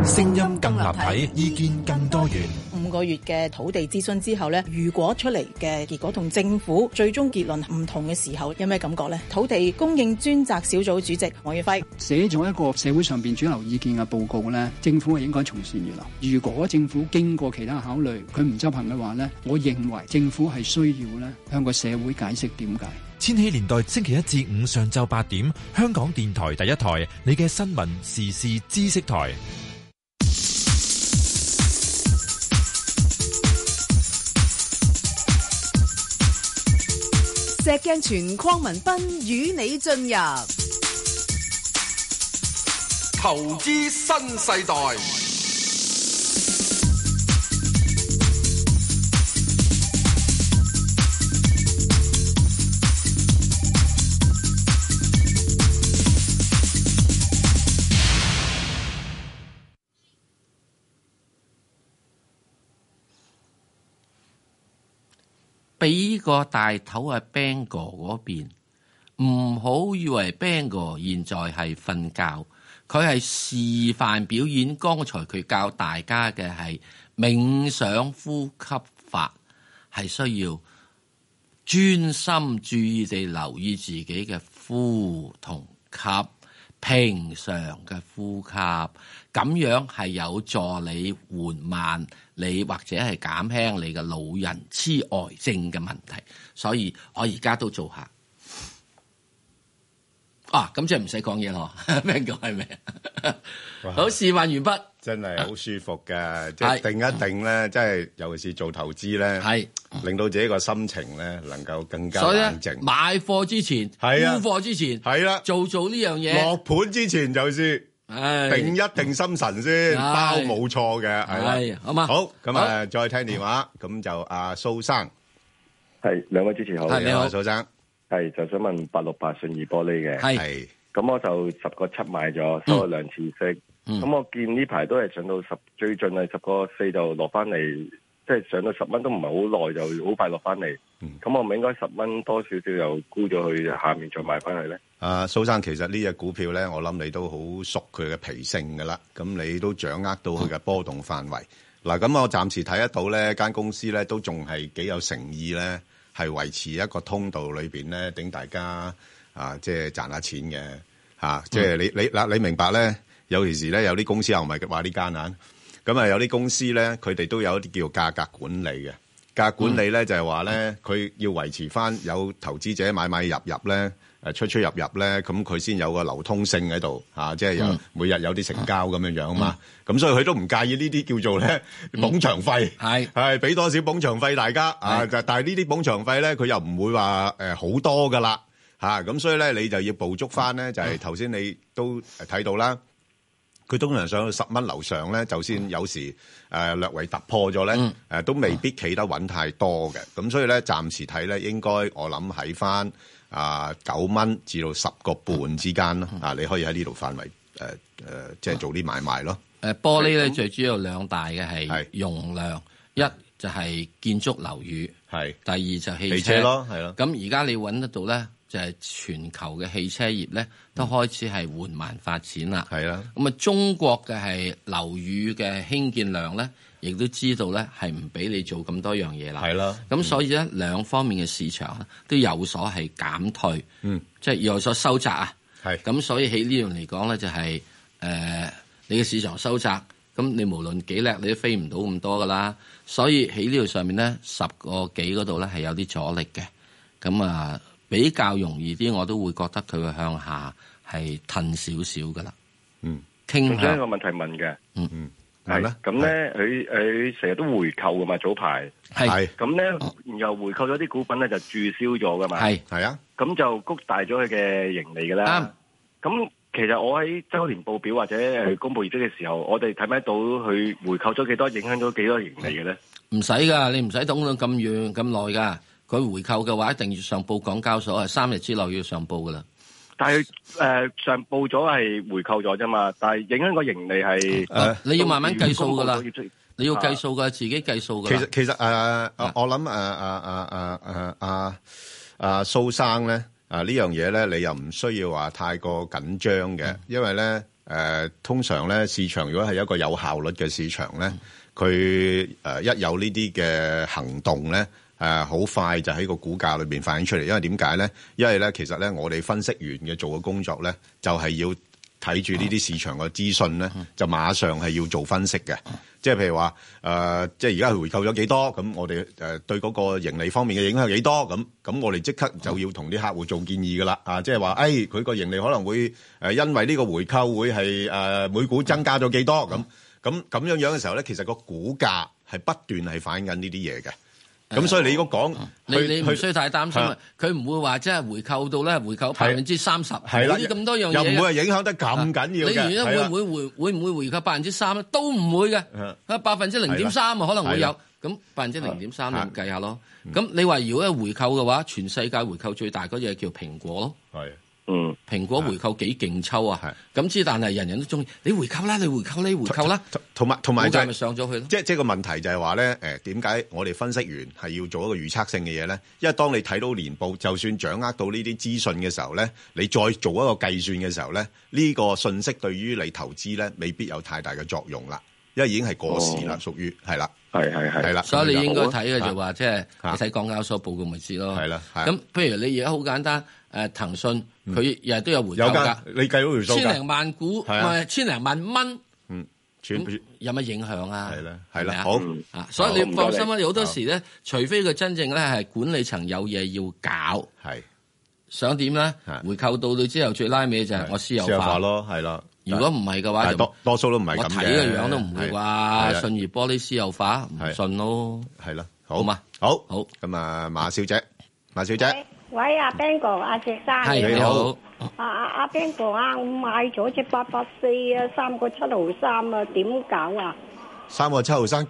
T: 聲音更立體，意見更多元。
U: 五個月嘅土地諮詢之後呢，如果出嚟嘅結果同政府最終結論唔同嘅時候，有咩感覺呢？土地供應專責小組主席黃遠輝，
V: 寫咗一個社會上邊主流意見嘅報告呢，政府係應該從善如流。如果政府經過其他考慮，佢唔執行嘅話呢，我認為政府係需要呢向個社會解釋點解。
W: 千禧年代星期一至五上晝八點，香港電台第一台，你嘅新聞時事知識台。
L: 石鏡泉鄺民彬與你進入
M: 投資新世代，
A: 俾個大頭係 Bang 哥嗰邊，唔好以為 Bang 哥現在係瞓覺，佢係示範表演。剛才佢教大家嘅係冥想呼吸法，係需要專心注意地留意自己嘅呼同吸。平常嘅呼吸，咁樣係有助你緩慢你或者係減輕你嘅老人痴呆症嘅問題。所以我而家都做下。啊，咁即係唔使講嘢咯， 咩講係咩？好，示範完畢，啊
B: 真係好舒服嘅，即係定一定咧，即係尤其是做投資咧，係令到自己個心情咧能夠更加
A: 所以
B: 冷
A: 咧
B: 靜。
A: 買貨之前，
B: 係啊
A: 沽貨之前，
B: 係啦，
A: 做做呢樣嘢，
B: 落盤之前就是定一定心神先，
A: 唉
B: 包冇錯嘅，係
A: 係
B: 啦，
A: 好嘛
B: 好，咁
A: 好
B: 啊，再聽電話，咁就阿蘇生，
H: 係兩位主持好，
B: 係你好蘇生，
H: 係就想問八六八信義玻璃嘅，
A: 係
H: 咁我就十個七買
B: 嗯
H: 咗，收咗兩次息，咁我見呢排都係上到十，最盡係十個四就落翻嚟，即係上到十蚊都唔係好耐，就好快落翻嚟。
B: 嗯
H: 咁我咪應該十蚊多少少又沽咗去下面再買翻去咧？
B: 啊，蘇生，其實呢隻股票咧，我諗你都好熟佢嘅脾性噶啦，咁你都掌握到佢嘅波動範圍。嗱，咁我暫時睇得到咧，間公司咧都仲係幾有誠意咧，係維持一個通道裏邊咧，頂大家啊，即係賺下錢嘅嚇、啊即係你你嗱，你明白咧？有時時咧，有啲公司又唔係話呢間啊，咁啊有啲公司咧，佢哋都有一啲叫價格管理嘅。價格管理咧就係話咧，佢要維持翻有投資者買買入入咧，誒出出入入咧，咁佢先有個流通性喺度嚇，即係有
H: 嗯
B: 每日有啲成交咁樣樣啊嘛。咁所以佢都唔介意呢啲叫做咧捧場費，
A: 係
B: 係俾多少捧場費大家啊？但但係呢啲捧場費咧，佢又唔會話誒好多噶啦嚇，咁所以咧你就要捕捉翻咧，就係頭先你都誒睇到啦。佢通常上到十蚊樓上咧，就
A: 嗯
B: 算有時誒、呃略為突破咗咧，誒、呃都未必企得穩太多嘅。咁所以咧，暫時睇咧，應該我諗喺翻啊九蚊至到十個
A: 嗯
B: 半之間咯。啊，你可以喺呢度範圍誒誒，呃呃即係做啲買賣咯。
A: 誒玻璃咧最主要兩大嘅係容量，一就係建築樓宇，
B: 係
A: 第二就汽
B: 汽
A: 車
B: 車咯係咯
A: 咁而家你揾得到咧，就係全球嘅汽車業咧都開始係緩慢發展啦。
B: 係啦。
A: 咁啊，中國嘅係樓宇嘅興建量咧，亦都知道咧係唔俾你做咁多樣嘢啦。
B: 係啦
A: 咁所以咧兩方面嘅市場咧都有所係減退。
B: 嗯，
A: 即係有所收窄啊。
B: 係。
A: 咁所以喺呢樣嚟講咧，就係、呃你嘅市場收窄，咁你無論幾叻，你都飛唔到咁多噶啦。所以喺呢度上面咧，十個幾嗰度咧係有啲阻力嘅。咁啊，比較容易啲，我都會覺得佢會向下係褪少少噶啦。
B: 嗯，
A: 傾
H: 仲想一個
A: 向
H: 問題問嘅，
A: 嗯
B: 嗯，
A: 係
H: 係
A: 啦
H: 咁咧，佢佢成日都回購噶嘛，早排
A: 係
H: 咁咧，然後回購咗啲股份咧就註銷咗噶嘛，
A: 係
B: 係啊，
H: 咁就谷大咗佢嘅盈利噶啦。咁其實我喺周年報表或者誒公佈業績嘅時候，我哋睇唔睇到佢回購咗幾多，影響咗幾多盈利嘅咧？
A: 唔使噶，你唔使等到咁遠咁耐噶。佢回購嘅話，一定要上報港交所，係啊三日之內要上報噶啦。
H: 但係誒上報咗係回購咗啫嘛，但係影響個盈利係
A: 誒你要慢慢計數㗎啦
H: 到時公佈咗業績
A: 你要計
H: 啊
A: 數噶，自己計數噶。
B: 其實其實誒、呃我諗誒誒誒誒誒阿阿蘇生咧啊呢樣嘢咧，你又唔需要話太過緊張嘅，因為咧誒、呃通常咧市場如果係一個有效率嘅市場咧，佢誒、呃一有呢啲嘅行動咧。誒好、快就喺個股價裏邊反映出嚟，因為點解咧？因為咧，其實咧，我哋分析員嘅做嘅工作咧，就係、要睇住呢啲市場嘅資訊咧，就馬上係要做分析嘅。即係譬如話誒、呃即係而家佢回購咗幾多，咁我哋誒、呃、對嗰個盈利方面嘅影響有幾多，咁咁我哋即刻就要同啲客戶做建議㗎啦。啊，即係話誒佢個盈利可能會誒、呃因為呢個回購會係誒、呃每股增加咗幾多咁。咁咁樣樣嘅時候咧，其實個股價係不斷係反映緊呢啲嘢嘅。咁所以你如果講
A: 你
B: 去
A: 你唔
B: 去
A: 需太擔心
B: 係
A: 啊，佢唔會話即係回購到咧回購百分之三十，
B: 係啦
A: 冇啲咁多樣嘢
B: 又
A: 嘅，
B: 唔會係影響得咁緊要嘅
A: 啊你原因
B: 係啦
A: 會唔會回會唔會回購百分之三咧？都唔會嘅，啊百分之零點三啊可能會
B: 係
A: 有
B: 啦，嗯
A: 咁百分之零點三你咪計下咯。咁你話如果係回購嘅話，全世界回購最大嗰隻叫蘋果咯。
B: 係。
H: 嗯，
A: 蘋果回購幾勁抽啊！咁之但係人人都中意，你回購啦，你回購啦，你回購啦，
B: 同埋同埋
A: 股
B: 就
A: 價
B: 係
A: 咪上咗去咯。
B: 即係即係個問題就係話咧，誒點解我哋分析員係要做一個預測性嘅嘢咧？因為當你睇到年報，就算掌握到呢啲資訊嘅時候咧，你再做一個計算嘅時候咧，呢、個信息對於你投資咧未必有太大嘅作用啦，因為已經係過時啦，
H: 哦
B: 屬於係啦，
H: 係係係
B: 係啦
A: 所以你應該睇嘅
B: 好啊
A: 就話，即係你睇港交所報告咪知咯。係
B: 啦，嗯
A: 咁譬如你而家好簡單，誒騰訊佢日日都有回購
B: 有
A: 㗎
B: 㗎，，你計到條數㗎
A: 千零萬股，唔
B: 係啊
A: 係千零萬蚊，
B: 嗯，全
A: 咁有乜影響啊？係啦，
B: 係啦好
A: 啊，所以
B: 好
A: 你
B: 唔該
A: 放
B: 你
A: 心啦，有好多時咧，除非佢真正咧係管理層有嘢要搞，
B: 係
A: 想點咧？回購到到之後，最拉尾就係我私有
B: 私有
A: 化
B: 化咯，係啦。
A: 如果唔係嘅話
B: 但係
A: 就
B: 多多數都唔係
A: 我
B: 咁嘅。
A: 睇個樣都唔會
B: 係
A: 話
B: 係啊
A: 信義玻璃私有化，唔信咯。
B: 係啦，好嘛，好，好，咁啊，馬小姐，馬小姐，
I: 喂，阿 Ben 哥，阿石生，
B: 係你好。
I: 啊啊阿 Ben 哥啊，我買咗只八八四啊，三個七毫三啊，點搞啊？
B: 三個七號生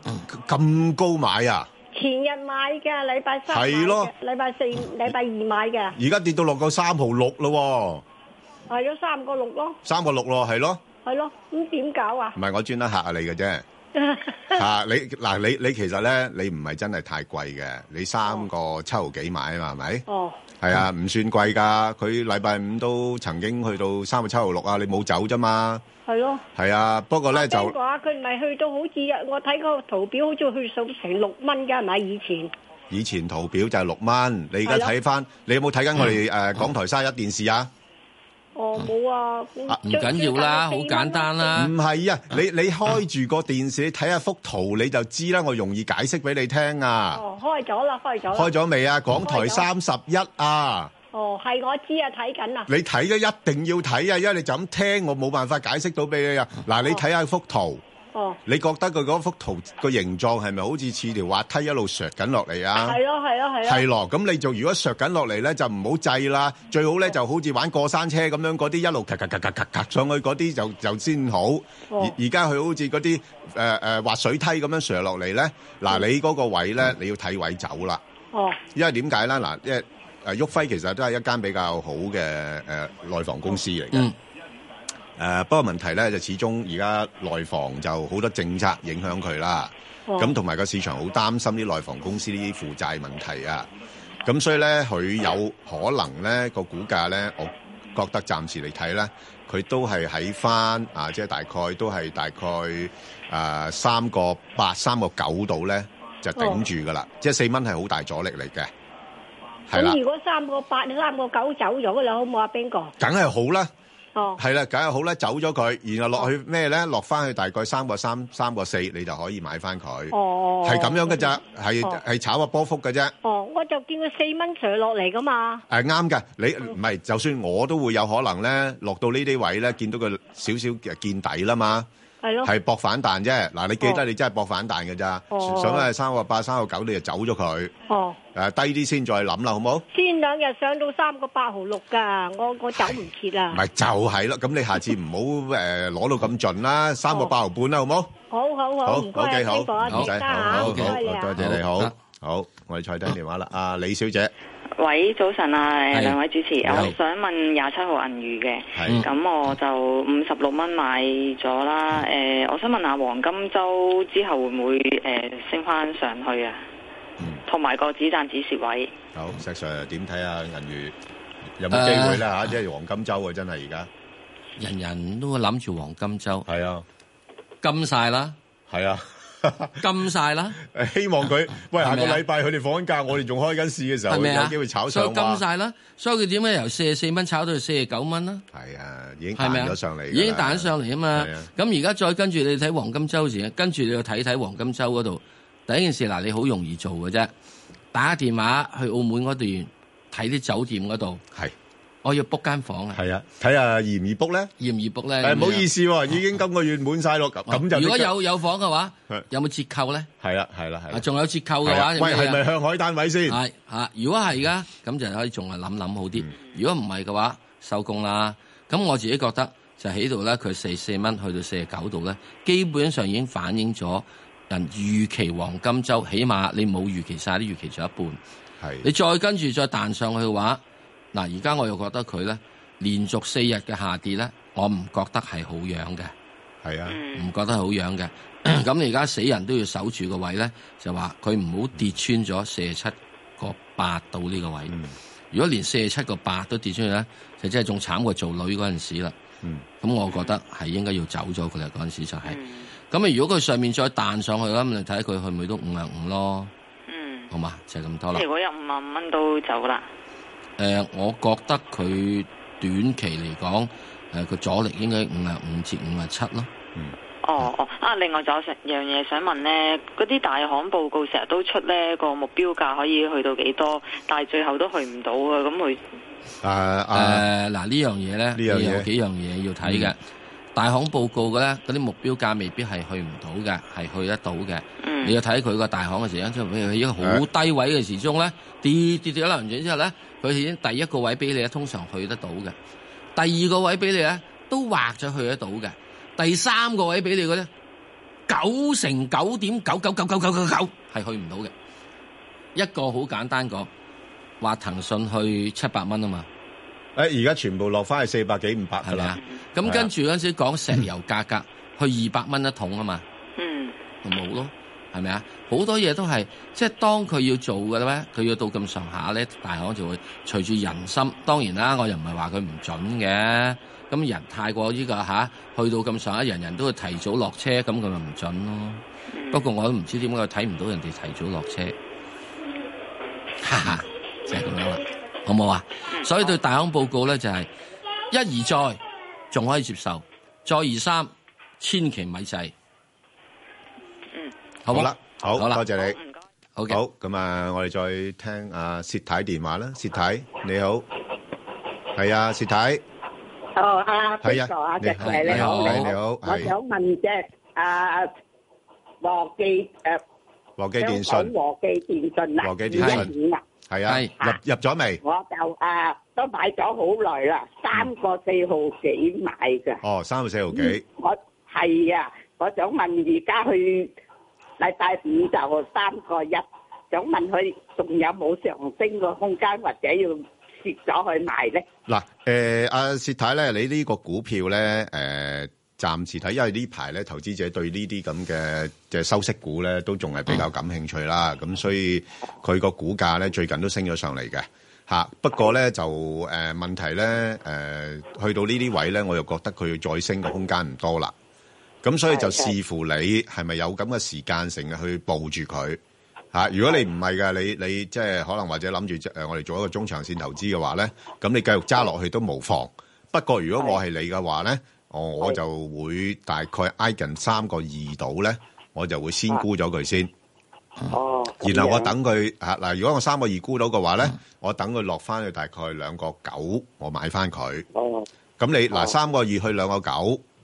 B: 咁高買啊，
I: 前日買嘅，禮拜三買嘅
B: 係咯
I: 禮拜四、禮拜二買嘅，
B: 而家跌到落個三毫六咯
I: 係咗三個六咯，
B: 喎，三個六咯，係咯，
I: 係咯，咁點搞 啊
B: 唔？係我專登嚇下你嘅啫。啊，
I: 係
B: 你嗱你你其實咧，你唔係真係太貴嘅，你三個七毫幾買啊嘛，係咪？
I: 哦，
B: 係啊，唔算貴㗎。佢禮拜五都曾經去到三個七毫六啊，你冇走啫嘛。
I: 咯。
B: 係啊，不過咧就
I: Ben 哥啊，佢唔係去到好似我睇個圖表，好似去到成六蚊㗎，係咪以前？
B: 以前圖表就係六蚊，你而
I: 係
B: 家
I: 咯
B: 睇翻，你有冇睇緊我哋
A: 嗯
B: 誒港台三一電視啊？
I: 哦，冇啊，
B: 啊
A: 唔緊要啦，好簡單啦。
B: 唔係啊，你你開住個電視，你睇下幅圖你就知啦，我容易解釋俾你聽啊。
I: 哦，開咗啦，開咗啦。
B: 開咗未啊？港台
I: 開
B: 三
I: 咗
B: 十一啊！
I: 哦，係我知啊，睇緊啊。
B: 你睇嘅一定要睇啊，因為你就咁聽，我冇辦法解釋到俾你啊。嗱，你睇下幅圖，
I: 哦，
B: 你覺得佢嗰幅圖個形狀係咪好似似條滑梯一路削緊落嚟啊？
I: 係咯，係咯，係咯。
B: 係咯，咁你就如果削緊落嚟咧，就唔好制啦。最好咧就好似玩過山車咁樣，嗰啲一路咔咔咔咔咔咔上去嗰啲就就先好。而
J: 哦
B: 而家佢好似嗰啲誒誒滑水梯咁樣削落嚟咧，嗱你嗰個位咧，你要睇位走啦。
I: 哦，
B: 因為點解咧？嗱，因為誒旭輝其實都係一間比較好嘅誒、呃、內房公司嚟嘅。誒、呃不過問題咧就始終而家內房就好多政策影響佢啦。
K: 哦
B: 咁同埋個市場好擔心啲內房公司啲負債問題啊。咁所以咧，佢有可能咧個股價咧，我覺得暫時嚟睇咧，佢都係喺翻啊，即係大概都係大概啊三個八、三個九度咧就頂住噶啦，即係四蚊係好大阻力嚟嘅，係啦
I: 咁，如果三個八、三個九走咗㗎啦，好唔好啊，Ben 哥？
B: 梗係好啦。
I: 哦，
B: 係啦，梗係好啦，走咗佢，然後落去咩咧？落翻去大概三個三、三個四，你就可以買翻佢。
I: 哦
B: 係咁樣嘅咋，係
I: 哦
B: 係炒下波幅嘅啫。
I: 哦，我就見佢四蚊上落嚟㗎嘛。
B: 誒啱嘅，你唔係就算我都會有可能咧，落到呢啲位咧，見到佢少少嘅見底啦嘛，
I: 係咯。
B: 係搏反彈啫。嗱，你記得
I: 哦
B: 你真係搏反彈嘅咋，
I: 哦
B: 上翻係三個八、三個九，你就走咗佢。
I: 哦，
B: 誒低啲先再諗啦，好冇？
I: 先兩日上到三個八毫六㗎，我我走唔切啊
B: 唔。係就係咯，咁你下次唔好誒攞到咁盡啦，三個八毫半啦，好冇？
I: 好好好，唔該啊
B: OK，好，
I: ，Ben 哥啊，
B: 唔使，
I: 謝生
B: 好，
I: 啊，
B: 好，
I: 唔該你
B: 好，
I: 啊。
B: 多謝你，好，好，我哋再聽電話啦，阿李小姐，
X: 喂，早晨啊，
B: 係
X: 兩位主持，
B: 你好
X: 我想問廿七號銀娛
B: 係
X: 嘅，咁我就五十六蚊買咗啦。
B: 嗯
X: 誒、我想問下黃金周之後會唔會誒、升翻上去啊？
B: 嗯
X: 同埋個止賺止蝕位，
B: 好，石Sir，點睇啊，銀娛有冇機會咧？嚇，即係黃金周啊，真係而家。
A: 人人都諗住黃金周，係啊，金晒啦，
B: 係啊，
A: 金晒啦，
B: 希望佢，喂，下
A: 係咪啊？
B: 個禮拜佢哋放緊假，我哋仲開緊市嘅時候，
A: 係咪啊？所
B: 有機會炒上
A: 以
B: 話。
A: 金晒啦，所以佢點解由四十四蚊炒到四十九蚊啦？
B: 係啊，已經
A: 係咪啊
B: 彈咗上嚟㗎啦
A: 已經彈咗上嚟啊嘛
B: 係啊。
A: 咁而家再跟住你睇黃金周時，跟住你要睇睇黃金周嗰度。第一件事嗱，你好容易做嘅啫，打電話去澳門嗰段睇啲酒店嗰度，
B: 係
A: 我要 book 間房啊。
B: 係啊，睇下易唔易 book 咧？
A: 易唔易 book 咧？
B: 誒，唔好意思喎，已經今個月滿晒咯，咁-咁就
A: 如果
B: 即刻-
A: 有有房嘅話，有冇折扣咧？
B: 係啦，係啦，係啦。
A: 啊，仲有折扣嘅話，
B: 係啊，喂，
A: 有咩啊
B: 係咪向海單位先？
A: 係嚇，如果係噶，咁就可以仲係諗諗好
B: 嗯
A: 啲。如果唔係嘅話，收工啦。咁我自己覺得就喺度咧，佢四四蚊去到四十九度咧，基本上已經反映咗人預期黃金周，起碼你冇預期晒，啲預期咗一半。
B: 係
A: 你再跟住再彈上去嘅話，嗱，而家我又覺得佢咧連續四日嘅下跌咧，我唔覺得係好樣嘅。
B: 係啊，
A: 唔覺得係好樣嘅。 咁你而家死人都要守住個位咧，就話佢唔好跌穿咗四十七個八到呢個位。如果連四十七個八都跌穿去咧，就真係仲慘過做女嗰陣時啦。咁我覺得係應該要走咗佢啦，嗰陣時就係、咁啊，如果佢上面再彈上去咁，你睇佢去唔去到五啊五咯，
X: 嗯，
A: 好嘛？就係咁多啦
X: 即係。如果有五萬五蚊都走啦，
A: 誒、我覺得佢短期嚟講，誒、個阻力應該五啊五至五啊七咯。
B: 嗯。
X: 哦哦，啊，另外仲有成樣嘢想問呢，嗰啲大行報告成日都出呢個目標價可以去到幾多，但係最後都去唔到啊，咁佢
A: 誒呃嗱呢樣嘢咧，
B: 啊樣嘢嗯
A: 有幾樣嘢要睇嘅。大行報告嘅咧，嗰啲目標價未必係去唔到嘅，係去得到嘅。
X: 嗯
A: 你要睇佢個大行嘅時間，即係譬如佢一個
B: 嗯
A: 好低位嘅時鐘咧，跌跌跌咗兩轉之後咧，佢已經第一個位俾你咧，通常去得到嘅。第二個位俾你咧，都畫咗去得到嘅。第三個位俾你嘅咧，九成九點九九九九九九九係去唔到嘅。一個好簡單講，話騰訊去七百蚊啊嘛。
B: 誒而家全部落翻去四百幾五百㗎啦。
A: 啊
B: 啊
A: 咁跟住嗰陣時講石油價格去二百蚊一桶啊嘛，
X: 嗯
A: 咪冇咯，係咪啊？好多嘢都係即係當佢要做嘅咧，佢要到咁上下咧，大行就會隨住人心。當然啦，我又唔係話佢唔準嘅。咁人太過呢、個吓，去到咁上下，人人都會提早落車，咁佢咪唔準咯。不過我都唔知點解我睇唔到人哋提早落車，哈哈，就係、咁樣啦，好冇啊？所以對大行報告咧就係、一而再，仲可以接受；再而三，千祈咪制。
X: 嗯，
A: 好冇
B: 好啦，好，
A: 好啦，
B: 多謝你。
A: 好
B: 嘅，好咁啊，我哋再聽阿薛太電話啦。薛太你好，係啊，薛太，
J: 哦，
N: Ờ, à,
J: 阿
B: 係啊
J: Peter 啊，
B: 你
J: 隻
B: 好
J: 鬼你好，
B: 你好你好
J: 我
B: 係
J: 想問只
N: À,
J: 啊和記誒
B: 和記電信
J: 和記電信啊，
B: 和記電信
J: 215啊，
B: 係啊，入入咗未？
J: 我就
N: à,
J: 啊都買咗好耐啦，三個四毫幾買嘅，
B: 哦，三個四毫
J: 嗯
B: 幾，
J: 我係
N: à,
J: 啊，我想問而家去禮拜五就三個一，想問佢仲有冇上升嘅空間，或者要蝕咗去賣咧？
B: 嗱，誒阿薛太咧，你呢個股票咧，誒暫時睇，因為呢排咧投資者對呢啲咁嘅嘅收息股咧，都仲係比較感興趣啦。
J: 嗯
B: 咁所以佢個股價咧最近都升咗上嚟嘅嚇。不過咧就誒問題咧誒去到呢啲位咧，我又覺得佢再升嘅空間唔多啦。咁所以就視乎你係咪有咁嘅時間性去佈住佢嚇。如果你唔係嘅，你你即係可能或者諗住誒，我哋做一個中長線投資嘅話咧，咁你繼續揸落去都無妨。不過如果我係你嘅話咧，我我就會大概挨近三個二度咧，我就會先沽咗佢先。
J: 哦，
B: 然後我等佢嚇嗱，如果我三個二沽到嘅話咧，我等佢落翻去大概兩個九，我買翻佢。
J: 哦，
B: 咁你嗱三個二去兩個九，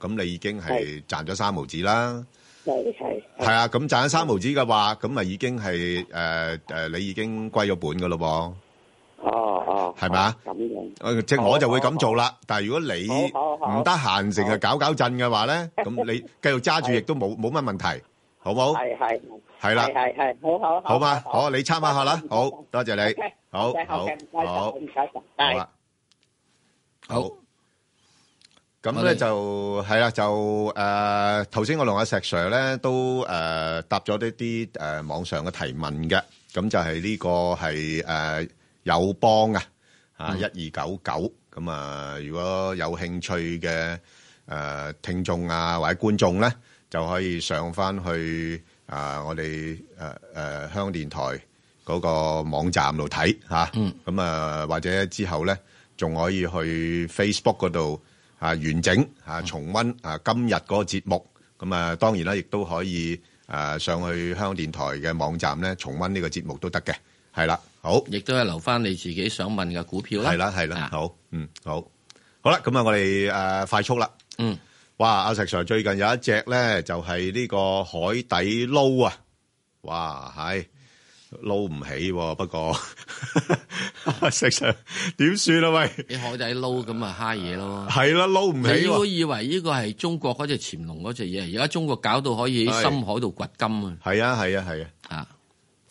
B: 咁你已經係賺咗三毫子啦。
J: 係係。
B: 係啊，咁賺咗三毫子嘅話，咁咪已經係誒誒，你已經歸咗本嘅咯
J: 噃。哦哦，
B: 係咪啊？
J: 咁樣。
B: 誒即係我就會咁做啦。但係如果你唔得閒，成日搞搞震嘅話咧，咁你繼續揸住亦都冇冇乜問題，好冇？
J: 係係
B: 係啦，
J: 係係係，好好
B: 好嘛？好，你參考下啦。好多謝你
J: OK，，
B: 好
J: 唔該
B: 好
J: 唔該
B: 好
J: 唔該曬，
B: 好啦，好。咁咧就係啦，就誒頭先我同阿石 Sir 咧都誒答咗呢啲誒網上嘅提問嘅，咁就係呢個係誒友邦啊，啊一二九九，咁啊如果有興趣嘅誒聽眾啊或者觀眾咧，就可以上翻去啊我哋誒誒香港電台嗰個網站度睇嚇，咁啊或者之後咧仲可以去 Facebook 嗰度。啊完整啊重温啊今日嗰個節目，咁啊當然啦，亦都可以誒上去香港電台嘅網站咧重温呢個節目都得嘅，係啦，好，
A: 亦都係留翻你自己想問嘅股票啦。
B: 係啦，係啦，好，嗯，好，好啦，咁啊，我哋誒快速啦，
A: 嗯，
B: 哇，阿石 Sir 最近有一隻咧就係呢個海底撈啊，哇，係撈唔起喎，不 過石 Sir 點算啊喂？
A: 你海底撈咁啊，蝦嘢咯。
B: 係啦，撈唔起
A: 你
B: 喎
A: 會。以為呢個係中國嗰隻潛龍嗰隻嘢，而家中國搞到可以喺
B: 係
A: 深海度掘金啊！
B: 係啊，係啊，係
A: 啊，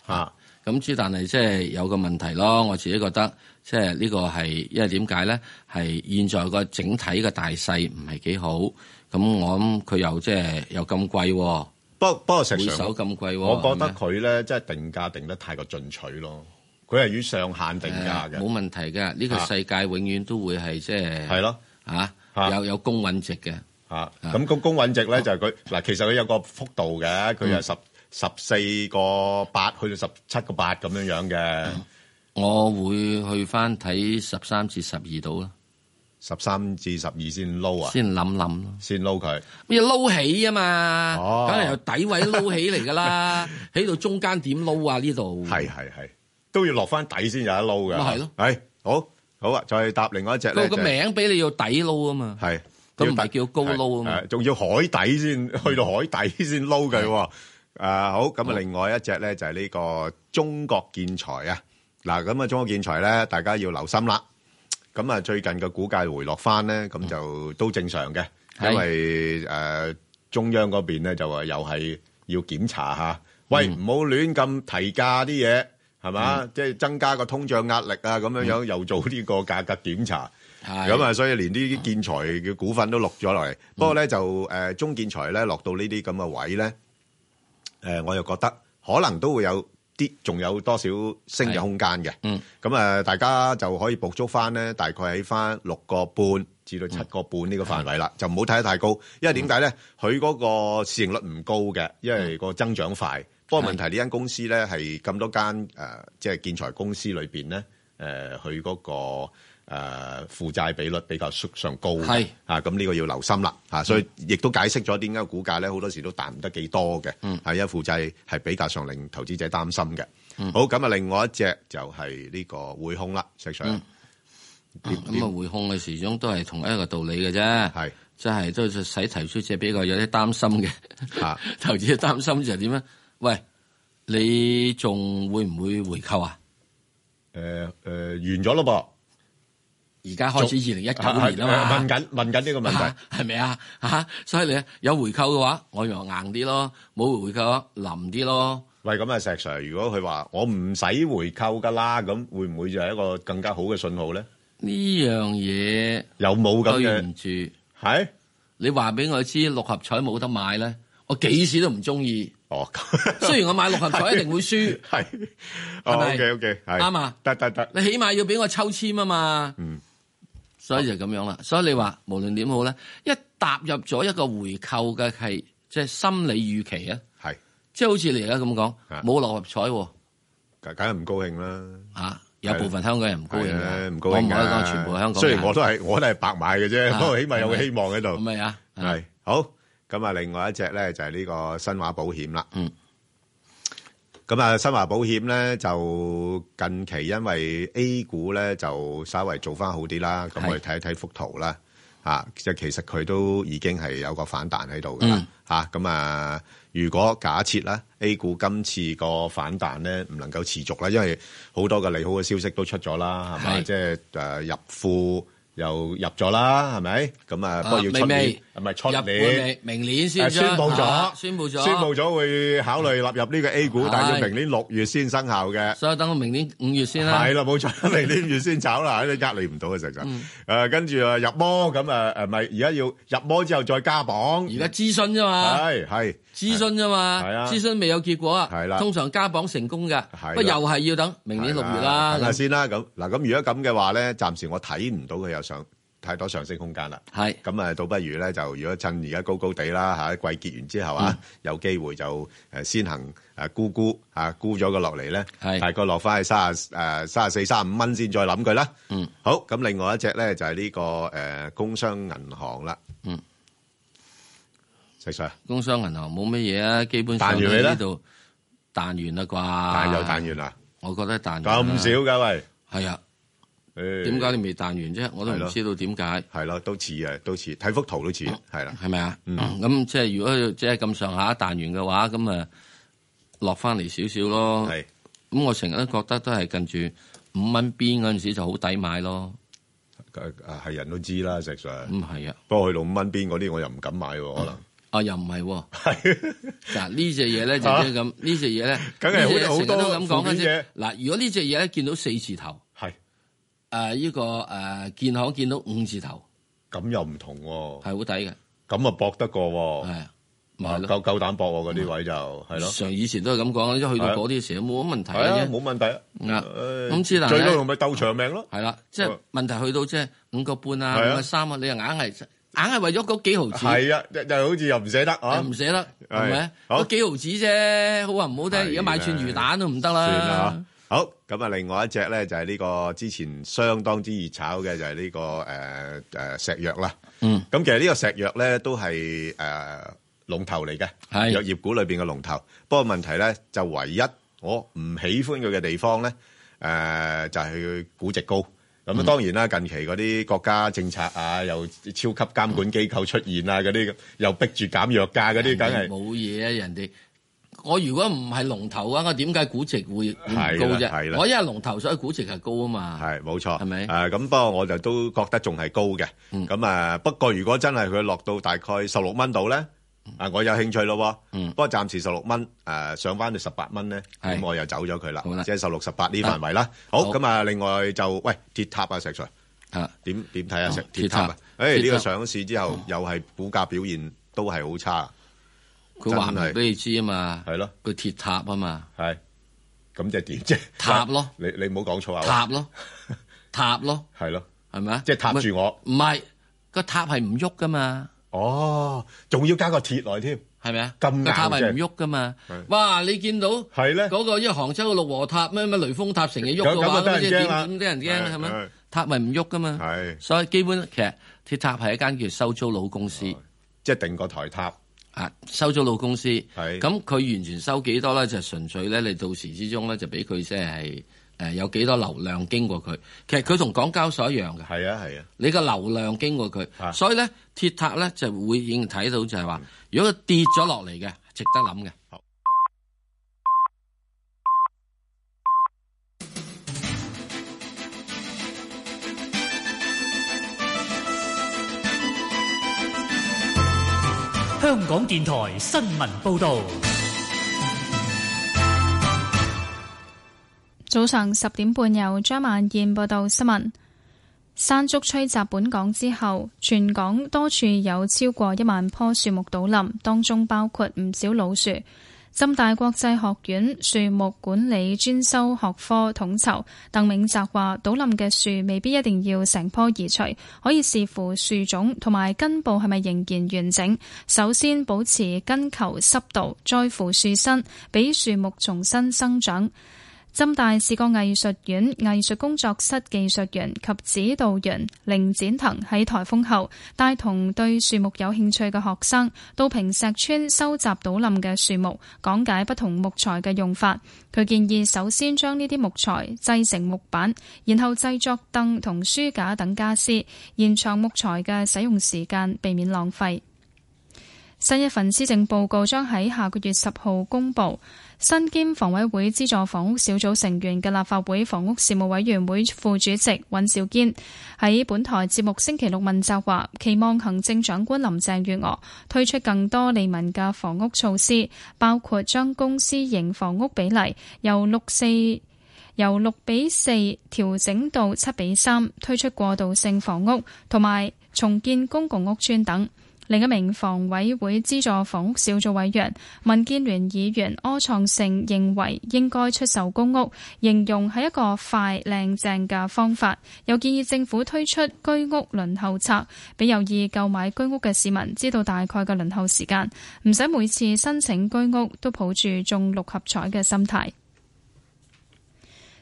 B: 啊，
A: 咁之但係即係有個問題咯，我自己覺得即係呢個係因為點解咧？係現在個整體嘅大勢唔係幾好，咁我諗佢又即係又咁貴喎，
B: 不不過石
A: 每
B: Sir，
A: 手咁貴喎，
B: 我覺
A: 係咪
B: 得佢咧真係定價定得太過進取咯，佢係以上限定價嘅。
A: 誒冇問題㗎，呢個
B: 啊
A: 世界永遠都會係即係
B: 係咯
A: 嚇有有公允值嘅。
B: 啊，咁個公允值咧就係佢嗱，其實佢有個幅度嘅，佢
A: 嗯
B: 係十十四個八去到十七個八咁樣樣嘅。
A: 我會去翻睇十三至十二度啦，
B: 十三至十二先撈啊，
A: 先諗諗咯，
B: 先撈佢。
A: 要撈起啊嘛，
B: 哦
A: 梗係由底位撈起嚟 噶啦，喺度中間點撈啊呢度？
B: 係係係，都要落翻底先有得撈嘅。
A: 咪係咯
B: 係好好啊，再搭另外一隻咧。
A: 個個名俾你要底撈啊嘛，
B: 係
A: 咁唔係叫高撈啊嘛。
B: 仲要海底先去到海底先撈佢喎。啊好，咁啊，另外一隻咧就係呢個中國建材啊。嗱，咁啊，中國建材咧，大家要留心啦。咁啊，最近嘅股價回落翻咧，咁就都正常嘅，
A: 係
B: 因為誒中央嗰邊咧就話又係要檢查下，喂唔好亂咁提價啲嘢，係嘛？即係增加個通脹壓力啊，咁樣樣又做呢個價格檢查。
A: 係
B: 咁啊，所以連呢啲建材嘅股份都落咗落嚟。不過咧就誒、呃中建材咧落到呢啲咁嘅位咧，誒、呃我又覺得可能都會有啲仲有多少升嘅空間嘅。
A: 嗯，
B: 咁啊、呃大家就可以捕捉翻咧，大概喺翻六個半至到七個半呢個範
A: 嗯
B: 圍啦，就唔好睇得太高，因為點解咧？佢嗰個市盈率唔高嘅，因為個增長
A: 嗯
B: 快。不過問題呢間公司咧係咁多間誒、呃即係建材公司裏邊咧，誒佢嗰個誒、呃、負債比率比較上高嘅，
A: 係嗯
B: 啊，咁呢個要留心啦，啊，所以亦都解釋咗點解股價咧好多時都彈唔得幾多嘅，
A: 嗯
B: 係因為負債係比較上令投資者擔心嘅。
A: 嗯
B: 好，咁啊，另外一隻就係呢個匯控啦，石 Sir，
A: 嗯咁啊，匯控嘅時鐘都係同一個道理嘅啫，
B: 係
A: 即係都使投資者比較有啲擔心嘅，
B: 啊、
A: 投資者擔心就係點咧？喂，你仲會唔會回購啊？
B: 誒誒、完咗咯
A: 而家開始二零一九年啊嘛，
B: 問緊問緊呢個問題。
A: 係咪啊？嚇，所以你有回購嘅話，我用硬啲咯；冇回購啊嘅話，腍啲咯。
B: 喂，咁啊，石 Sir，如果佢話我唔使回購噶啦，咁會唔會就係一個更加好嘅信號咧？
A: 呢樣嘢
B: 有冇咁嘅
A: 對唔住，
B: 係
A: 你話俾我知六合彩冇得買咧，我幾時都唔中意。
B: 哦，
A: 雖然我買六合彩一定會輸，
B: 係
A: 係咪
B: o k OK，係
A: 啱啊，
B: 得得得，
A: 你起碼要俾我抽籤啊嘛。
B: 嗯，
A: 所以就咁樣啦。所以你話無論點好咧，一踏入咗一個回購嘅係即係心理預期啊，
B: 係啊
A: 即係好似你而家咁講，冇六合彩喎
B: 梗梗係唔高興啦。
A: 嚇，有部分香港人唔高興㗎
B: 係啊唔高興㗎
A: 我唔可以講全部香港人
B: 雖然我都係我都係白買嘅啫，
A: 啊
B: 不過 起碼有個希望喺度。
A: 咁咪啊，
B: 係好咁啊！另外一隻咧就係呢個新華保險啦。
A: 嗯。
B: 咁啊，新華保險咧就近期因為 A 股咧就稍微做翻好啲啦，咁
A: 係
B: 我哋睇一睇幅圖啦。啊，即係其實佢都已經係有個反彈喺度㗎啦
A: 嗯。
B: 嚇咁啊，如果假設啦 A 股今次個反彈咧唔能夠持續啦，因為好多嘅利好嘅消息都出咗啦，係嘛？
A: 係
B: 即係誒入庫又入咗啦，係咪？咁啊，不過要出
A: 未
B: 年
A: 未
B: 唔係出
A: 日本
B: 年
A: 未。明年先
B: 誒宣布咗
A: 啊宣布咗，
B: 宣布咗會考慮納入呢個 A 股，但係要明年六月先生效嘅。
A: 所以等我明年五月先啦。
B: 係啦， 冇錯，明年月先炒啦，你呃你唔到嘅實在。誒，跟住啊入魔咁啊誒，咪而家要入魔之後再加磅。
A: 而家諮詢啫嘛
B: 係係
A: 諮詢啫嘛，
B: 係啊
A: 諮詢未有結果啊。
B: 係啦
A: 通常加榜成功㗎，
B: 係啦
A: 不過又係要等明年六月啦。
B: 等下先啦。咁嗱，咁如果咁嘅話咧，暫時我睇唔到佢有上太多上升空間啦。
A: 係
B: 咁啊，倒不如咧就如果趁而家高高地啦嚇，季結完之後啊，有機會就誒先行誒沽沽啊沽咗個落嚟咧，大概落翻去三啊誒三啊四三啊五蚊先再諗佢啦。
A: 嗯，
B: 好。咁另外一隻咧就係呢個誒工商銀行啦。
A: 嗯，
B: 石 Sir
A: 工商銀行冇乜嘢啊，基本
B: 彈
A: 上
B: 完未
A: 喺
B: 呢
A: 呢度彈完啦
B: 彈
A: 啩。
B: 又彈完啦，
A: 我覺得彈完啦
B: 咁少㗎喂？
A: 係啊，
B: 誒
A: 點解你未彈完啫？我都唔知道點解。
B: 係咯，都似啊，都似睇幅圖都似，係啦，
A: 係咪啊？
B: 嗯
A: 咁即係如果即係咁上下彈完嘅話，咁啊落翻嚟少少咯。
B: 係。
A: 咁我成日都覺得都係近住五蚊邊嗰陣時就好抵買咯。
B: 誒誒啊係人都知啦，石 Sir。
A: 咁係啊，
B: 不過去到五蚊邊嗰啲，我又唔敢買喎，可能。
A: 啊，又唔係喎。嗱呢只嘢咧就
B: 啊
A: 即係咁，呢只嘢咧，
B: 梗係好
A: 呢隻嘢
B: 好多
A: 成日都咁講
B: 負
A: 嘅
B: 面
A: 啫。嗱，如果呢只嘢咧見到四字頭，
B: 係
A: 誒呢個誒建行見到五字頭，
B: 咁又唔同喎。
A: 係好抵嘅。
B: 咁啊搏得過喎。啊 夠夠膽搏喎，嗰啲位就係咯。啊
A: 上以前都係咁講，一去到嗰啲時候冇乜問題
B: 係啊
A: 嘅啫。
B: 冇問題啊。
A: 啊，
B: 唉
A: 咁之但
B: 最
A: 咧
B: 多用咪鬥長命咯。
A: 係啦，即係問題去到即係五個半啊，
B: 啊係啊
A: 五個三啊，你又硬係硬係為咗嗰幾毫子。
B: 係啊，又又好似又唔捨得啊，
A: 又唔捨得係
B: 係
A: 咪？
B: 好
A: 嗰幾毫子啫，好話唔好聽，而家買串魚蛋都唔得啦。
B: 算啦好，咁啊，另外一隻咧就係呢個之前相當之熱炒嘅就係呢個誒誒石藥啦。
A: 嗯，
B: 咁其實呢個石藥咧都係誒龍頭嚟嘅，
A: 係
B: 藥業股裏邊嘅龍頭。不過問題咧就唯一我唔喜歡佢嘅地方咧，誒、就係、佢估值高。
A: 嗯
B: 咁啊，當然啦，近期嗰啲國家政策啊，又超級監管機構出現啊，嗰啲咁又逼住減藥價嗰啲，梗係
A: 人哋冇嘢啊！人哋我如果唔係龍頭啊，我點解估值會會唔
B: 係
A: 高
B: 啦係
A: 啫？
B: 啦
A: 我因為龍頭，所以估值係高啊嘛。
B: 係冇錯，係咪？誒咁，不過我就都覺得仲係高嘅。
A: 嗯
B: 咁啊，不過如果真係佢落到大概十六蚊度咧，
A: 嗯
B: 啊，我有興趣咯喎。不過暫時十六蚊誒上翻到十八蚊咧，咁我又走咗佢啦，即係十六十八呢範圍啦。好咁啊，另外就喂鐵塔啊，石 Sir
A: 啊，
B: 點點睇啊？石
A: 鐵
B: 鐵塔
A: 塔
B: 啊，誒呢
A: 鐵塔哦
B: 個上市之後又係股價表現都係好差，
A: 佢話
B: 真係
A: 唔俾你知啊嘛，
B: 係咯，
A: 佢鐵塔啊嘛，
B: 係咁即係點啫？
A: 塔咯，
B: 你你唔好講錯啊！
A: 塔 咯，塔咯，
B: 係咯，
A: 係咪啊？
B: 即係塔住我，
A: 唔係個塔係唔喐噶嘛，
B: 哦，仲要加個鐵來添，
A: 係咪啊？
B: 咁硬
A: 個塔係唔
B: 啫
A: 喐噶嘛
B: 係？
A: 哇！你見到係咧嗰個因為杭州嘅六和塔咩咩雷峰塔成日喐嘅話，
B: 咁咁就
A: 咁即係
B: 得人
A: 點
B: 驚啦
A: 點啲人驚啊係
B: 係係
A: 咪？塔咪唔喐噶嘛，所以基本其實鐵塔係一間叫收租佬公司，
B: 哦即係定個台塔
A: 啊，收租佬公司。咁佢完全收幾多咧？就純粹咧，你到時之中咧就俾佢即係誒有幾多流量經過佢。其實佢同港交所一樣嘅。
B: 係啊係啊，
A: 你個流量經過佢，所以咧鐵塔咧就會已經睇到就係話，
B: 嗯
A: 如果佢跌咗落嚟嘅，值得諗嘅。
C: 香港電台新聞報導，
D: 早上十點半由張萬燕報道新聞。山竹吹襲本港之後，全港多處有超過一萬棵樹木倒冧，當中包括唔少老樹。浸大國際學院樹木管理專修學科統籌鄧銘澤話：倒冧嘅樹未必一定要成棵移除，可以視乎樹種同埋根部係咪仍然完整。首先保持根球濕度，再扶樹身，俾樹木重新生長。浸大視覺藝術院藝術工作室技術員及指導員凌展騰喺颱風後，帶同對樹木有興趣嘅學生到坪石村收集倒冧嘅樹木，講解不同木材嘅用法。佢建議首先將呢啲木材製成木板，然後製作凳同書架等家私，延長木材嘅使用時間，避免浪費。新一份施政報告將喺下個月十號公布。身兼房委會資助房屋小組成員嘅立法會房屋事務委員會副主席尹兆堅喺本台節目星期六問責話，期望行政長官林鄭月娥推出更多利民嘅房屋措施，包括將公私營房屋比例由六四由六比四調整到七比三，推出過渡性房屋同埋重建公共屋邨等。另一名房委會資助房屋小組委員、民建聯議員柯創盛認為應該出售公屋，形容係一個快靚正嘅方法，又建議政府推出居屋輪候冊，俾有意購買居屋嘅市民知道大概嘅輪候時間，唔使每次申請居屋都抱住中六合彩嘅心態。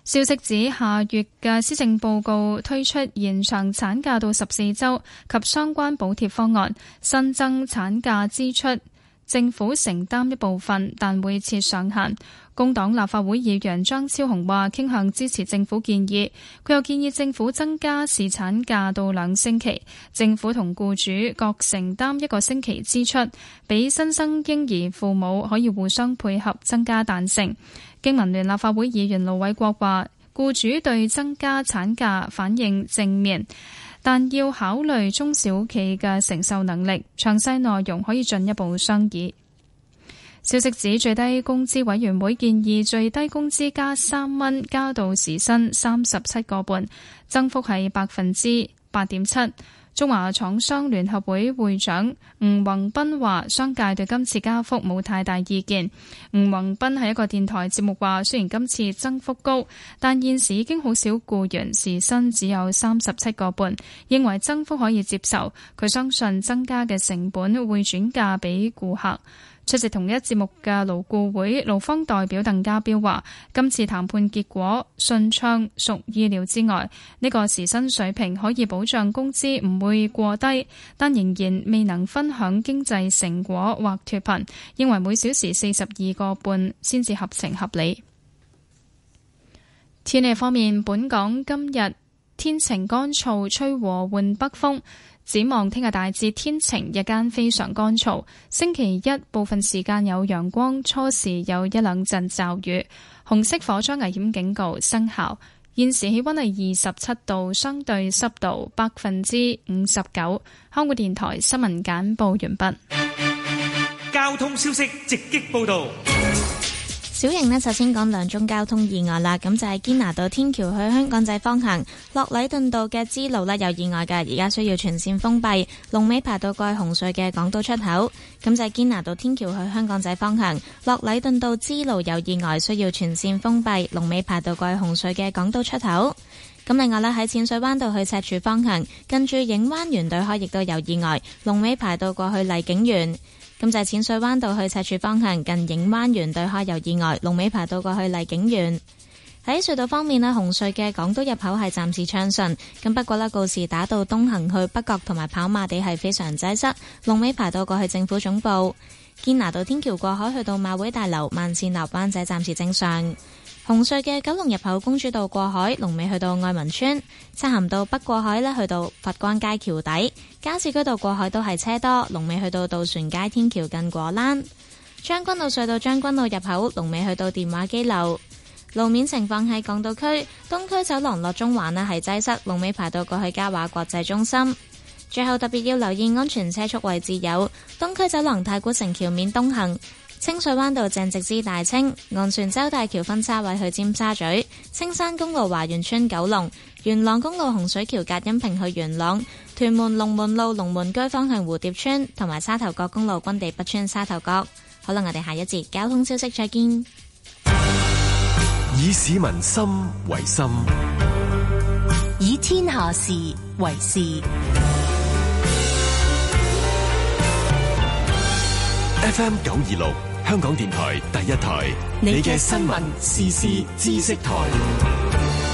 D: 消息指下月嘅施政報告推出延長產假到十四週及相關補貼方案，新增產假支出政府承擔一部分，但會設上限。工黨立法會議員張超雄話傾向支持政府建議，佢又建議政府增加侍產假到兩星期，政府同僱主各承擔一個星期支出，俾新生嬰兒父母可以互相配合，增加彈性。經民聯立法會議員盧偉國話：僱主對增加產假反應正面，但要考慮中小企嘅承受能力。詳細內容可以進一步商議。消息指最低工資委員會建議最低工資加三蚊，加到時薪三十七個半，增幅係百分之八點七。中華廠商聯合會會長吳宏斌話：商界對今次加幅冇太大意見。吳宏斌喺一個電台節目話：雖然今次增幅高，但現時已經好少僱員時薪只有三十七個半，認為增幅可以接受。佢相信增加嘅成本會轉嫁俾顧客。出席同一節目嘅勞顧會勞方代表鄧家彪話：今次談判結果順暢屬意料之外，呢個時薪水平可以保障工資唔會過低，但仍然未能分享經濟成果或脫貧，認為每小時四十二個半先至合情合理。天氣方面，本港今日天晴乾燥，吹和緩北風。展望聽日大致天晴，日間非常乾燥。星期一部分時間有陽光，初時有一兩陣驟雨。紅色火災危險警告生效。現時氣温係二十七度，相對濕度百分之五十九。香港電台新聞簡報
C: 畢。
D: 完
C: 交通消息直擊報導。
E: 小型啊呢，首先講兩宗交通意外啦，咁就係堅拿道天橋去香港仔方向，落禮頓道嘅支路呢，有意外嘅，而家需要全線封閉，龍尾排到過去紅隧嘅港島出口。咁就係堅拿道天橋去香港仔方向，落禮頓道支路有意外，需要全線封閉，龍尾排到過去紅隧嘅港島出口。咁另外呢，喺淺水灣道去赤柱方向，近住影灣園對開亦都有意外，龍尾排到過去麗景園。咁就係淺水灣道去赤柱方向，近影灣園對開有意外，龍尾排到過去麗景園。喺隧道方面呢，紅隧嘅港島入口係暫時暢順，咁不過呢，告士打道東行去北角同埋跑馬地係非常擠塞，龍尾排到過去政府總部。堅拿道天橋過海去到馬會大樓，慢線落灣仔暫時正常。紅隧嘅九龍入口公主道過海，龍尾去到愛民村；漆咸道北過海呢，去到佛光街橋底；加士居道過海都係車多，龍尾去到渡船街天橋近果欄；將軍澳隧道將軍澳入口，龍尾去到電話機樓。路面情況喺港島區東區走廊落中環啊呢係擠塞，龍尾排到過去嘉華國際中心。最後特別要留意安全車速位置有東區走廊太古城橋面東行。清水灣道鄭直支大清、昂船洲大橋分叉位去尖沙咀、青山公路華園村九龍、元朗公路洪水橋隔音屏去元朗、屯門龍門路龍門居方向蝴蝶村，同埋沙頭角公路軍地北村沙頭角。好啦，我哋下一節交通消息再見。
F: 以市民心為心，
G: 以天下事為事。
F: FM 九二六，香港電台第一台，你嘅新聞時事知識台。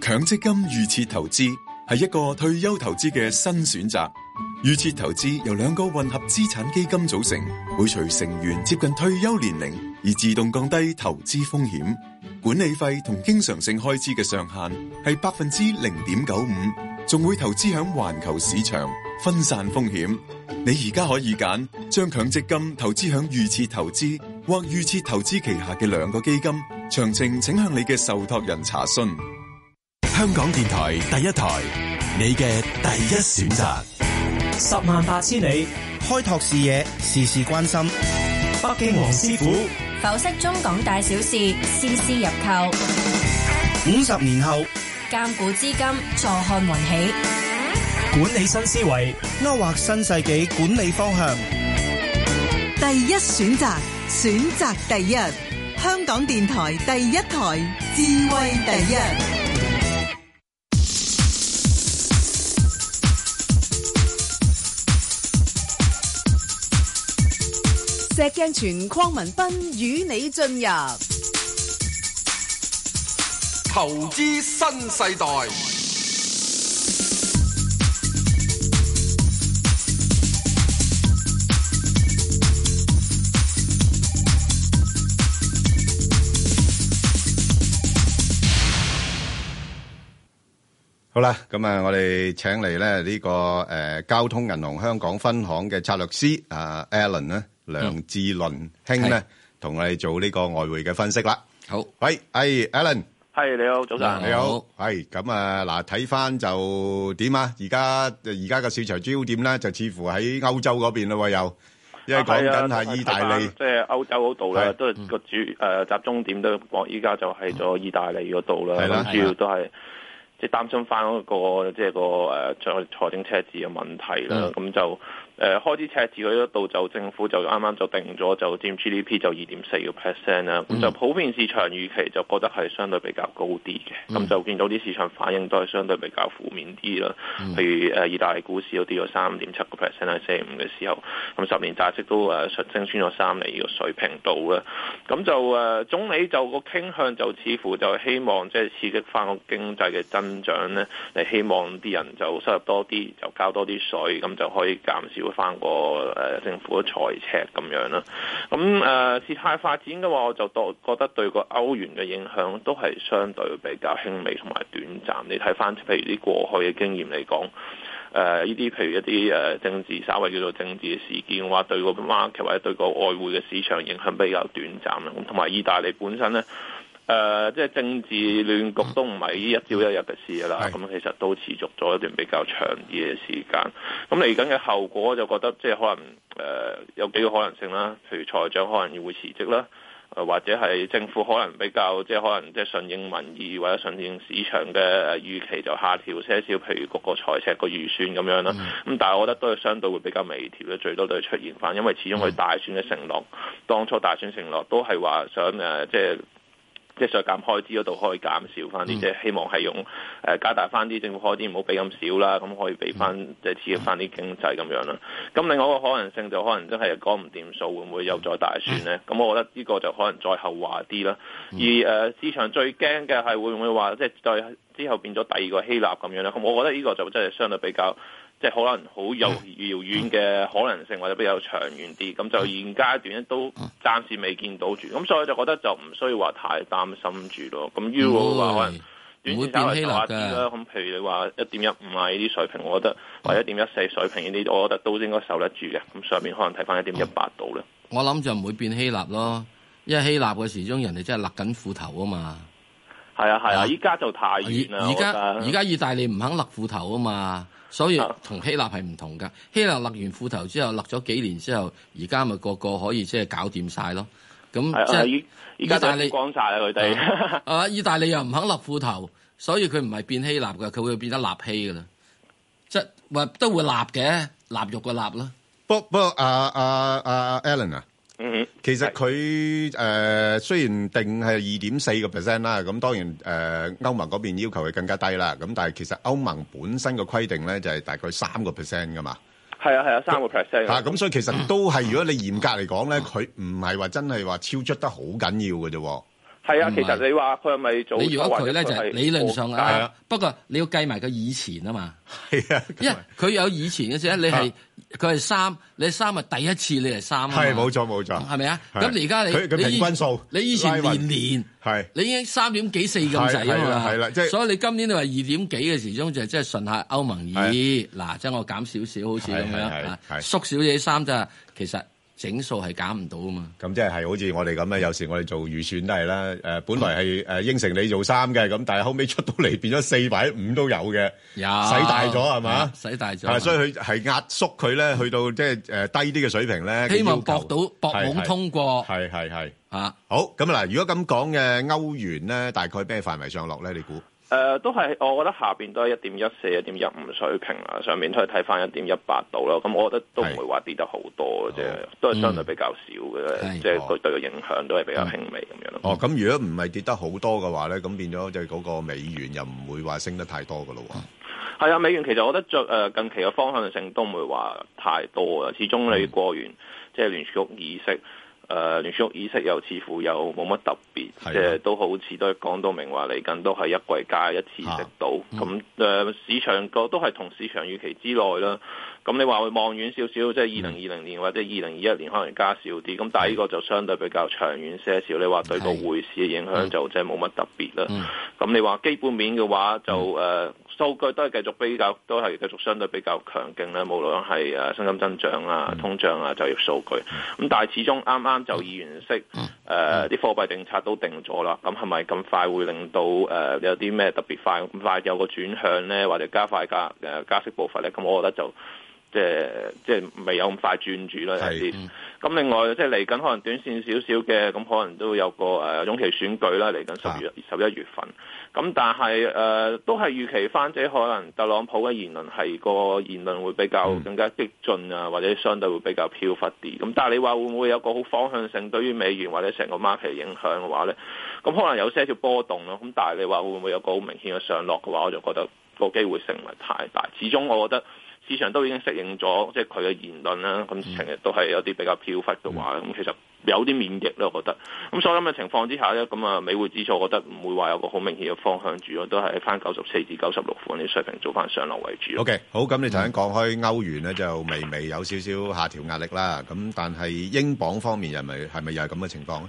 K: 強積金預設投資係一個退休投資嘅新選擇。預設投資由兩個混合資產基金組成，會隨成員接近退休年齡而自動降低投資風險。管理費同經常性開支嘅上限係百分之零點九五。仲會投資響環球市場，分散風險。你而家可以揀將強積金投資響預設投資或預設投資旗下嘅兩個基金。詳情請向你嘅受託人查詢。
F: 香港電台第一台，你嘅第一選擇。
N: 十萬八千里，
P: 開拓視野，事事關心。
N: 北京黃師傅，
R: 剖析中港大小事，絲絲入扣。
P: 五十年後。
R: 鑑古資金，坐看雲起。
N: 管理新思維，
P: 勾畫新世紀管理方向。
Y: 第一選擇，選擇第一。香港電台第一台，智慧第一。
L: 石鏡泉鄺民彬與你進入。
M: 投資新世代，
B: 好啦，咁啊，我哋請嚟咧呢個誒交通銀行香港分行嘅策略師啊 Alan 咧，梁志倫兄咧，同我哋做呢個外匯嘅分析啦。
A: 好，
B: 喂，係 Alan。
Z: 係你好，早晨。
B: 你好，係咁啊！嗱，睇翻就點啊？而家而家個市場焦點咧，就似乎喺歐洲嗰邊啦，又因
O: Ờ,
B: 為講緊係意大利嗯
O: 即係歐洲嗰度咧，都係個主誒集中點都講依家就係咗意大利嗰度啦。
B: 係啦
O: 咁主要都係即係擔心翻嗰個即係個呃誒財財政赤字嘅問題啦
Q: 嗯。
O: 咁就誒開支赤字嗰度就政府就啱啱就定咗就佔 GDP 就二點四個 percent 啦。
B: 嗯
O: 咁就普遍市場預期就覺得係相對比較高啲嘅。咁
Q: 嗯
O: 就見到啲市場反應都係相對比較負面啲啦。譬如誒呃意大利股市都跌咗三點七個 percent 喺四五嘅時候，咁十年債息都誒上升穿咗三厘個水平度啦。咁就誒、呃總理就個傾向就似乎就希望即係刺激翻個經濟嘅增長咧，嚟希望啲人就收入多啲，就交多啲税，咁就可以減少翻個誒、呃政府嘅財赤咁樣啦。咁誒、呃事態發展嘅話，我就覺覺得對個歐元嘅影響都係相對比較輕微同埋短暫。你睇翻譬如啲過去嘅經驗嚟講。誒呢啲譬如一啲誒、呃政治稍微叫做政治嘅事件嘅話，對個 market 或者對個外匯嘅市場影響比較短暫啦。咁同埋意大利本身咧。誒、即係政治亂局都唔係呢一朝一日嘅事㗎啦，咁其實都持續咗一段比較長啲嘅時間。咁嚟緊嘅後果，就覺得即係可能誒、呃有幾個可能性啦，譬如財長可能要會辭職啦。誒或者係政府可能比較即係可能即係順應民意或者順應市場嘅誒預期就下調些少，譬如嗰個財赤個預算咁樣啦。咁、但係我覺得都係相對會比較微調咧，最多都係出現翻，因為始終佢大選嘅承諾，當初大選承諾都係話想誒即係。即係削減開支嗰度可以減少翻啲，即係希望係用誒、呃加大翻啲政府開支，唔好俾咁少啦，咁可以俾翻即係刺激翻啲經濟咁樣啦。咁另外一個可能性就可能真係講唔掂數，會唔會又再大選呢？咁我覺得呢個就可能再後話啲啦。
A: 嗯
O: 而誒、呃市場最驚嘅係會唔會話即係再之後變咗第二個希臘咁樣咧？咁我覺得呢個就真係相對比較。即係可能好
A: 嗯
O: 有遙遠嘅可能性，或者比較長遠啲，咁
A: 嗯
O: 就現階段咧都暫時未見到住，咁所以我就覺得就唔需要話太擔心住咯。咁 Euro 嘅話可能短
A: 會
O: 線稍微
A: 變希臘
O: 受
A: 㗎
S: 下
A: 嗯
O: 啲啦，咁譬如你話一點一五啊呢啲水平，我覺得或者一點一四水平呢啲，我覺得都應該受得住嘅。咁上面可能睇翻一點一八度啦。
A: 我諗就唔會變希臘咯，因為希臘嘅時鐘人哋真係勒緊褲頭啊嘛。
O: 係啊係啊，依家就太遠啦。
A: 而家
O: 啊我
A: 而
O: 覺得
A: 家
O: 啊
A: 意大利唔肯勒褲頭啊嘛，所以同希臘係唔同噶。希臘勒完褲頭之後，勒咗幾年之後，而家咪個個可以即係搞掂晒咯。咁
O: 係啊
A: 即係
O: 依依家
A: 意大利
O: 都光晒啦佢哋
A: 啊啊！意大利又唔肯勒褲頭，所以佢唔係變希臘嘅，佢會變得納希噶啦。即係話都會納嘅，納肉個納啦。
B: 不不過啊啊啊 à, Alan à? 啊，
O: 嗯，
B: 其實佢誒、呃、雖然定係二點四個 percent 啦，咁當然誒、呃、歐盟嗰邊要求佢更加低啦，咁但係其實歐盟本身嘅規定咧就係、大概三個 percent 噶嘛。
O: 係啊係啊，三個 percent
B: 嚇，咁所以其實都係，如果你嚴格嚟講咧，佢唔係話真係話超出得好緊要嘅啫喎。
O: 係啊，
B: 唔係
O: 其實你話佢係咪做
A: 你如果
O: 錯或
A: 佢
O: 者
A: 咧就係
O: 係
A: 理論上
O: 過界
A: 啊，不過你要計埋佢以前啊嘛。係啊，因為佢有以前嘅啫，你
B: 啊
A: 係佢係三，你三係第一次你係三啊嘛。
B: 係冇錯冇錯，
A: 係咪啊？
B: 係
A: 咁你而家你
B: 佢佢
A: 你以
B: 平均數
A: 你以前
B: 拉勻
A: 年年
B: 係
A: 你已經三點幾四咁滯
B: 係係
A: 啊
B: 啦
A: 嘛，
B: 係啦即係
A: 所以你今年你話二點幾嘅時鐘就即係順下歐盟二，嗱，即係我減少少好似咁
B: 係係
A: 樣
B: 係
A: 啊
B: 係
A: 縮少嘢三咋，啊其實整數係減唔到啊嘛。
B: 咁即係係好似我哋咁啊，有時我哋做預算都係啦。誒、本
A: 嗯
B: 來係誒應承你做三嘅，咁但係後尾出到嚟變咗四或者五都有嘅，使
A: 有
B: 大咗係嘛
A: 啊？使大咗
B: 係所以佢係壓縮佢咧，去到即係誒低啲嘅水平咧。
A: 希望
B: 嘅要求
A: 博到博
B: 係
A: 懵
B: 係
A: 通過。
B: 係係係
A: 啊！
B: 好咁啊嗱，如果咁講嘅歐元咧，大概咩範圍上落咧？你估？
O: 誒、呃都係，我覺得下邊都係一點一四、一點一五水平啦，上面都係睇翻一點一八度啦。咁我覺得都唔會話跌得好多嘅啫，都係相對比較少嘅，即係佢對個影響都係比較輕微咁樣咯。
B: 哦，咁如果唔係跌得好多嘅話咧，咁變咗就係嗰個美元又唔會話升得太多嘅咯喎。
O: 係啊，美元其實我覺得着誒、呃近期嘅方向性都唔會話太多啊。始終你過完、
B: 嗯
O: 即係聯儲局議息，誒、呃聯儲局議息又似乎又冇乜特別，
B: 係啊
O: 即係都好似都係講到明話嚟緊都係一季加一次息到。
B: 啊
O: 咁誒、市場個都係同市場預期之內啦。咁你話會望遠少少，即係二零二零年或者二零二一年可能加少啲。咁但係呢個就相對比較長遠些少。你話對個匯市嘅影響就即係冇乜特別啦。咁你話基本面嘅話，就誒、呃、數據都係繼續比較，都係繼續相對比較強勁啦。無論係誒薪金增長啊、通脹啊、就業數據，咁但係始終啱啱就議完息，呃誒啲、貨幣政策都定咗啦。咁係咪咁快會令到誒、呃有啲咩特別快咁快有個轉向咧，或者加快加誒、呃加息步伐咧？咁我覺得就。即係即係未有咁快轉住啦，有啲。咁另外即係嚟緊可能短線少少嘅，咁可能都有個誒、呃、中期選舉啦，嚟緊十月十一月份。咁但係誒、呃都係預期翻，即係可能特朗普嘅言論係個言論會比較更加激進啊，或者相對會比較飄忽啲。咁但係你話會唔會有個好方向性對於美元或者成個 market 影響嘅話咧？咁可能有些少波動咯。咁但係你話會唔會有個好明顯嘅上落嘅話，我就覺得個機會性唔係太大。始終我覺得。市場都已經適應咗，即係佢嘅言論啦。咁成日都係有啲比較飄忽嘅話，咁、其實有啲免疫咯，我覺得。咁所以咁嘅情況之下咧，咁啊美匯指數，我覺得唔會話有個好明顯嘅方向住咯，都係翻九十四至九十六款啲水平做翻上落為主咯。
B: OK，好，咁你頭先講開歐元咧，就微微有少少下調壓力啦。咁但係英鎊方面，係咪係咪又係咁嘅情況咧？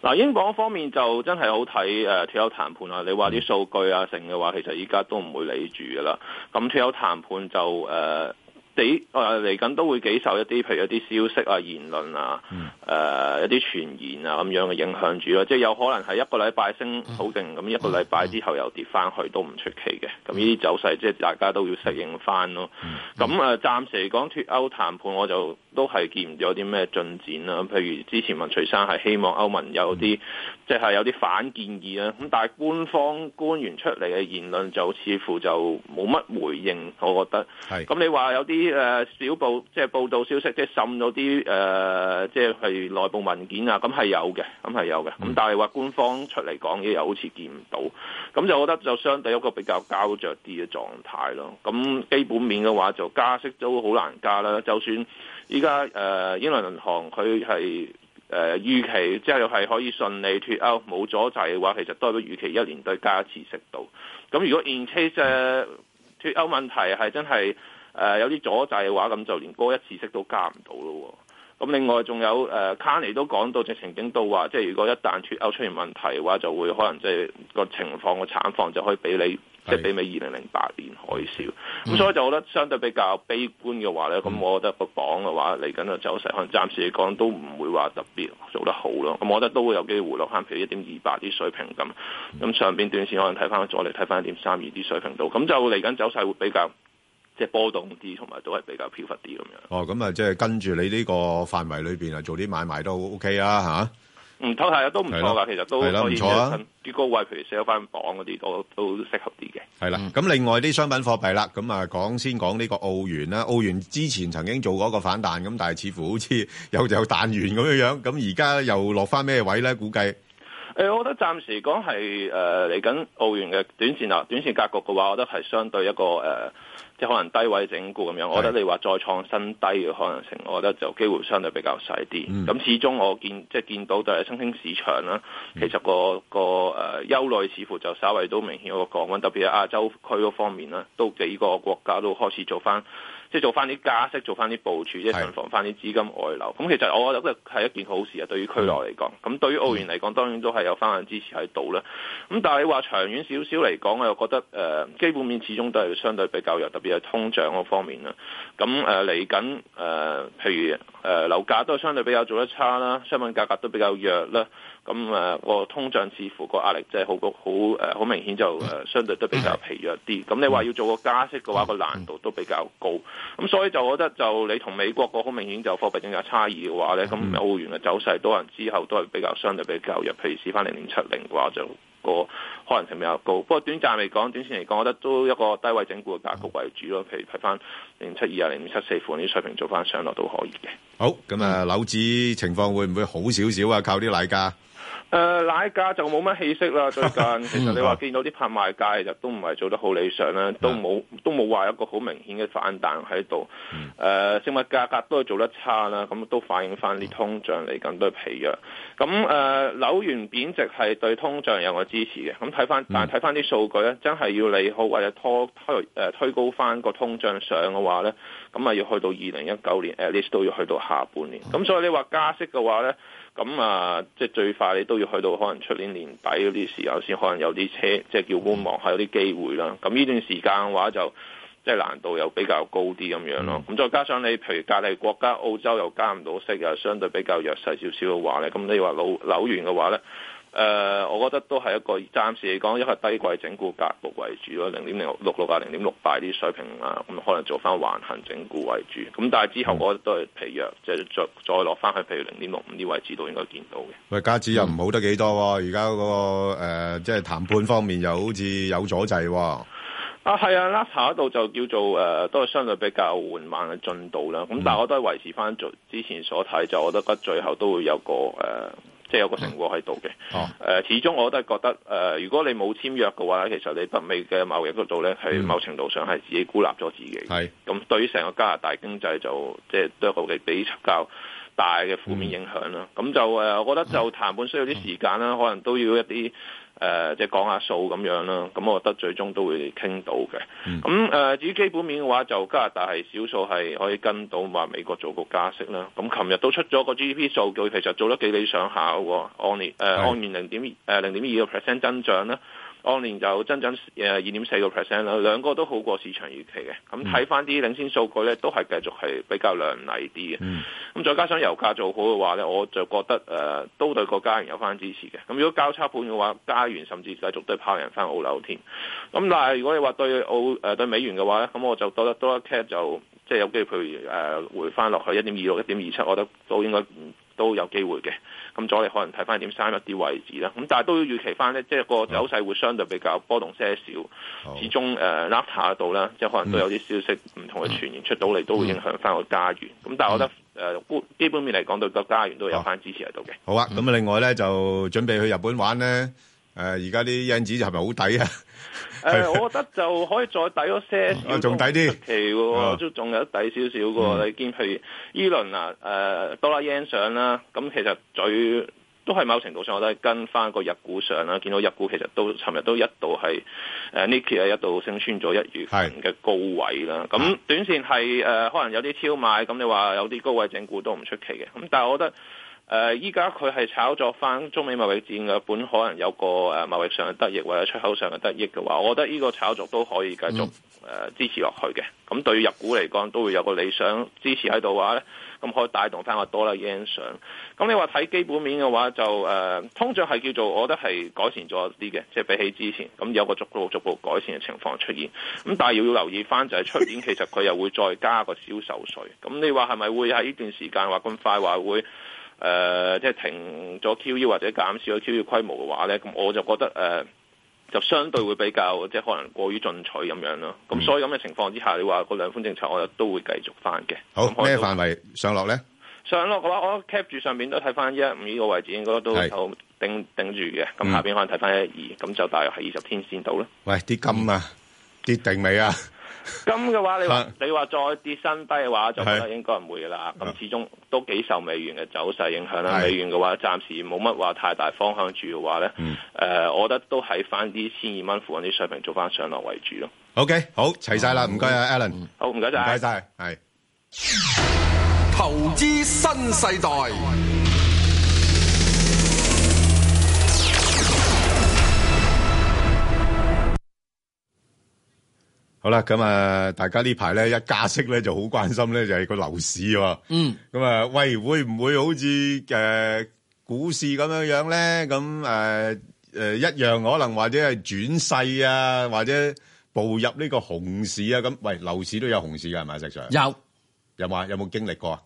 O: 嗱，英鎊方面就真係好睇誒脱歐談判啊！你話啲數據啊成嘅話，其實依家都唔會理住㗎啦。咁脱歐談判就誒。呃幾誒嚟緊都會幾受一啲譬如一啲消息啊、言論啊、誒、一啲傳言啊咁樣嘅影響住咯，即係有可能係一個禮拜升好勁，咁一個禮拜之後又跌翻去都唔出奇嘅。咁呢啲走勢即係大家都要適應翻咯。咁誒、暫時嚟講脱歐談判我就都係見唔到有啲咩進展啦。譬如之前文翠珊係希望歐盟有啲即係有啲反建議啦，咁但係官方官員出嚟嘅言論就似乎就冇乜回應，我覺得。咁你話有啲誒、呃小報即係報道消息，即係滲咗啲誒即係係內部文件啊，咁係有嘅，咁係有嘅。咁但係話官方出嚟講嘢又好似見唔到，咁就我覺得就相對有個比較膠着啲嘅狀態咯。咁基本面嘅話就加息都好難加啦，就算依家誒英倫銀行佢係。誒、預期之後係可以順利脱歐冇阻滯嘅話，其實都係比預期一年對加一次息度。咁如果 in case 誒脱歐問題係真係誒、有啲阻滯嘅話，咁就連嗰一次息都加唔到咯喎。咁另外仲有誒、卡尼都講到直情警到話，即係如果一旦脱歐出現問題嘅話，就會可能即係個情況個慘況就可以俾你。即係媲美二零零八年海嘯，咁、所以就我覺得相對比較悲觀嘅話咧，咁、我覺得個榜嘅話嚟緊嘅走勢，可能暫時嚟講都唔會話特別做得好咯。咁我覺得都會有機會落翻譬如一點二八啲水平咁，咁上邊短線可能睇翻阻力，睇翻一點三二啲水平度，咁就嚟緊走勢會比較即係波動啲，同埋都係比較飄忽啲咁樣。
B: 哦，咁啊，即係跟住你呢個範圍裏邊啊，做啲買賣都 OK 啊，嚇、
O: 唔偷係啊，都唔錯
B: 係咯
O: 㗎，其實都
B: 係咯
O: 可以
B: 唔錯啊
O: 趁啲高位，譬如 sell 翻榜嗰啲，都都適合啲嘅。
B: 係啦，咁另外啲商品貨幣啦，咁啊講先講呢個澳元啦，澳元之前曾經做過一個反彈，咁但係似乎好似有有彈完咁樣樣，咁而家又落翻咩位咧？估計
O: 誒、我覺得暫時講係誒嚟緊澳元嘅短線啊，短線格局嘅話，我覺得係相對一個誒、呃即係可能低位整固咁樣。我覺得你話再創新低嘅可能性，我覺得就機會相對比較細啲。咁、始終我見即係見到就係新興市場啦，其實個個誒、呃、憂慮似乎就稍微都明顯有個降溫，特別係亞洲區嗰方面啦，都幾個國家都開始做翻。即係做翻啲加息，做翻啲部署，即係慎防翻啲資金外流。咁其實我覺得係一件好事啊，對於區內嚟講。咁對於澳元嚟講，當然都係有翻嘅支持喺度啦。咁但係你話長遠少少嚟講，我又覺得誒、呃基本面始終都係相對比較弱，特別係通脹嗰方面啦。咁誒嚟緊誒，譬如誒、呃、樓價都係相對比較做得差啦，商品價格都比較弱啦。咁誒個通脹似乎個壓力即係好高好誒好明顯就誒相對都比較疲弱啲。咁你話要做個加息嘅話，個難度都比較高。咁所以就我覺得就你同美國個好明顯就貨幣政策差異嘅話咧，咁澳元嘅走勢多人之後都係比較相對比較弱，譬如試翻零點七零嘅話就。個可能性比較高，不過短暫嚟講，短線嚟講，我覺得都一個低位整固嘅格局為主咯。譬如睇翻零七二啊、零點七四款啲水平做翻上落都可以嘅。
B: 好，咁啊樓指情況會唔會好少少啊？靠啲奶價
O: 誒、呃奶價就冇乜氣息啦，最近其實你話見到啲拍賣價其實都唔係做得好理想啦，都冇都冇話一個好明顯嘅反彈喺度。誒、食物價格都係做得差啦，咁都反映翻啲通脹嚟緊都係疲弱。咁誒、紐元貶值係對通脹有個支持嘅。咁睇翻但係睇翻啲數據咧，真係要利好或者拖推誒、推高翻個通脹上嘅話咧，咁啊要去到二零一九年 at least 都要去到下半年。咁所以你話加息嘅話咧。咁啊，即係最快你都要去到可能出年年底嗰啲時候先可能有啲車，即係叫觀望下有啲機會啦。咁呢段時間嘅話就即係難度又比較高啲咁樣咯。咁再加上你譬如隔離國家澳洲又加唔到息，又相對比較弱勢少少嘅話咧，咁你話紐紐元嘅話咧，誒、我覺得都係一個暫時嚟講，一個低位整固格局為主咯，零點零六六啊，零點六八啲水平啊，咁可能做翻橫行整固為主。咁但係之後我覺得都係疲弱，即係再再落翻去，譬如零點六五啲位置都應該見到嘅。
B: 喂，家子又唔好得幾多喎，而家嗰個呃即係談判方面又好似有阻滯喎。
O: 啊，係啊 l a s t 嗰度就叫做誒、呃都係相對比較緩慢嘅進度啦。咁但係我都係維持翻做之前所睇，就我覺得最後都會有個誒、呃即係有個成果喺度嘅。
A: 哦
O: 誒、始終我都係覺得誒、呃如果你冇簽約嘅話，其實你北美嘅貿易嗰度咧，係某程度上係自己孤立咗自己。
B: 係
O: 咁，對於成個加拿大經濟就即係都有個比較大嘅負面影響啦。咁、就誒、呃我覺得就談判需要啲時間啦，可能都要一啲。誒、呃即係講下數咁樣啦，咁我覺得最終都會傾到嘅。咁誒、呃至於基本面嘅話，就加拿大係少數係可以跟到話美國做個加息啦。咁琴日都出咗個 GDP 數據，其實做得幾理想下喎，按年誒、呃按年零點誒零點二個 percent 增長啦。按年就增長誒二點四個 percent 啦，兩個都好過市場預期嘅。咁睇翻啲領先數據咧，都係繼續係比較亮麗啲嘅。咁、再加上油價做好嘅話咧，我就覺得誒、呃都對個加元有翻支持嘅。咁如果交叉盤嘅話，加元甚至繼續都係拋人翻澳紐添。咁但係如果你話對澳誒、呃、對美元嘅話咧，咁我就覺得多一 cap 就即係有機會譬如誒、呃回翻落去一點二六、一點二七，我覺得都應該嗯都有機會嘅。咁再你可能睇翻點三一啲位置啦。咁但係都要預期翻咧，即係個走勢會相對比較波動些少。始終誒 n a f t a 度啦，即係可能都有啲消息唔同嘅傳言出到嚟，都會影響翻個加元。咁但係
B: 嗯
O: 我覺得誒基本面嚟講，對個加元都有翻支持喺度嘅。
B: 好啊，咁啊，另外咧就準備去日本玩咧，誒而家啲 yen 紙係咪好抵啊？
O: 誒、呃我覺得就可以再抵咗些少，
B: 啊仲抵啲
O: 都唔出奇嘅
B: 啊
O: 喎，都仲有得抵少少嘅喎。你見譬如依輪啊，誒、多啦 yen 上啦，咁其實最都係某程度上，我都係跟翻個日股上啦。見到日股其實都尋日都一度係誒 n i k e 係一度升穿咗一月份嘅高位啦。咁短線係誒、可能有啲超買，咁你話有啲高位整固都唔出奇嘅。咁但係我覺得。誒呃依家佢係炒作翻中美貿易戰嘅本，可能有個誒貿易上嘅得益或者出口上嘅得益嘅話，我覺得呢個炒作都可以繼續誒、呃支持落去嘅。咁對於入股嚟講，都會有個理想支持喺度嘅話咧，咁可以帶動翻個呃多啦 yen 上。咁你話睇基本面嘅話，就誒、呃通脹係叫做我覺得係改善咗啲嘅，即係比起之前咁有個逐步逐步改善嘅情況出現。咁但係要留意翻就係出年其實佢又會再加個銷售稅。咁你話係咪會喺呢段時間話咁快話會？呃誒、呃即係停咗 QE 或者減少咗 QE 規模嘅話咧，咁我就覺得誒、呃就相對會比較即係可能過於進取咁樣咯。咁所以咁嘅情況之下，你話個量寬政策，我就都會繼續翻嘅。
B: 好
O: 咁可能
B: 咩
O: 都
B: 範圍上落咧？
O: 上落嘅話，我 cap 住上面都睇翻一五呢個位置，應該都有頂頂住嘅。咁下邊可能睇翻一二，咁就大約係二十天線度啦。
B: 喂，啲金啊跌定未啊？
O: 金嘅話，你話
B: 啊
O: 你話再跌新低嘅話，就覺
B: 係啊
O: 得應該唔會㗎啦。咁始終都幾受美元嘅走勢影響啦。
B: 係
O: 美元嘅話，暫時冇乜話太大方向住嘅話咧，誒、
B: 嗯
O: 我覺得都喺翻啲千二蚊附近啲水平做翻上落為主咯。
B: OK，好，齊晒啦，唔該啊，Alan，唔 à,
O: 好，唔該晒。
B: 該晒，係。
M: 投資新世代，
B: 好啦，咁啊，大家呢排咧一加息咧就好關心咧，就係個樓市喎。
A: 嗯，
B: 咁啊，喂，會唔會好似誒股市咁樣樣咧？咁誒誒一樣可能或者係轉勢啊，或者步入呢個熊市啊？咁喂，樓市都有熊市㗎係咪啊，石 Sir？
A: 有
B: 有冇啊？有冇經歷過啊？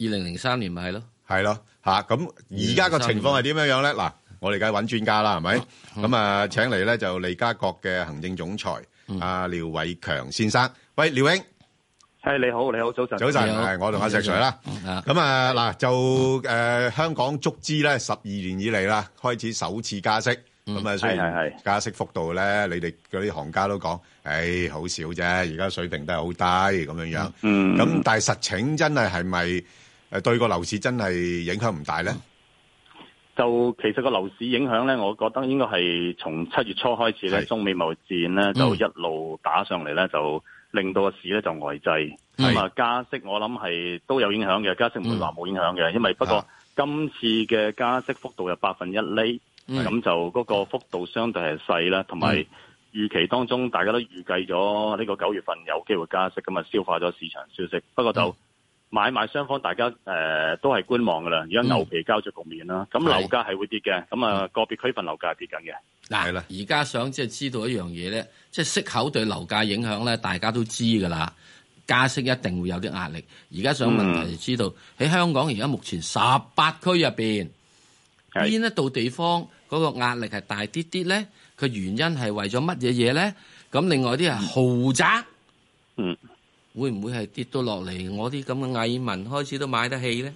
A: 二零零三年咪係咯，
B: 係咯嚇。咁而家個情況係點樣樣咧？嗱，我哋梗係揾專家啦，係
A: 嗯
B: 咪？咁啊，請嚟咧就利嘉閣嘅行政總裁
A: 嗯
B: 阿廖偉強先生。喂，廖永。
Q: 系你好，你好，早晨，
B: 早晨，係我同阿石 Sir 啦。咁啊嗱，就誒香港足資咧，十二年以嚟啦，開始首次加息。咁啊，雖然加息幅度咧，你哋嗰啲行家都講，誒好少啫，而家水平都係好低咁樣樣。
Q: 嗯
B: 咁但係實情真係係咪誒對個樓市真係影響唔大咧？
Q: 就其實個樓市影響咧，我覺得應該係從七月初開始咧，中美貿易戰咧
B: 嗯
Q: 就一路打上嚟咧，就令到個市咧就呆滯。
B: 嗯
Q: 咁啊，加息我諗係都有影響嘅，加息唔會話冇影響嘅，因為不
B: 啊
Q: 過今次嘅加息幅度有百分一厘，
S: 嗯
Q: 咁就嗰個幅度相對係細啦，同
A: 嗯
Q: 埋。預期當中，
A: 嗯
Q: 大家都預計咗呢個九月份有機會加息，咁啊消化咗市場消息。不過就買賣雙方大家誒、呃都係觀望㗎啦，而家牛皮交咗局面啦，咁
A: 嗯係嗯
Q: 樓價係會跌嘅，咁啊個別區份樓價係跌緊嘅。
A: 嗱，而家想即係知道一樣嘢咧，即係息口對樓價影響咧，大家都知㗎啦。加息一定會有啲壓力。而家想問題就知道喺、香港而家目前十八區入邊，邊一度地方嗰個壓力係大啲啲咧？佢原因係為咗乜嘢嘢咧？咁另外啲係豪宅，
Q: 嗯，
A: 會唔會係跌到落嚟？我啲咁嘅蟻民開始都買得起咧？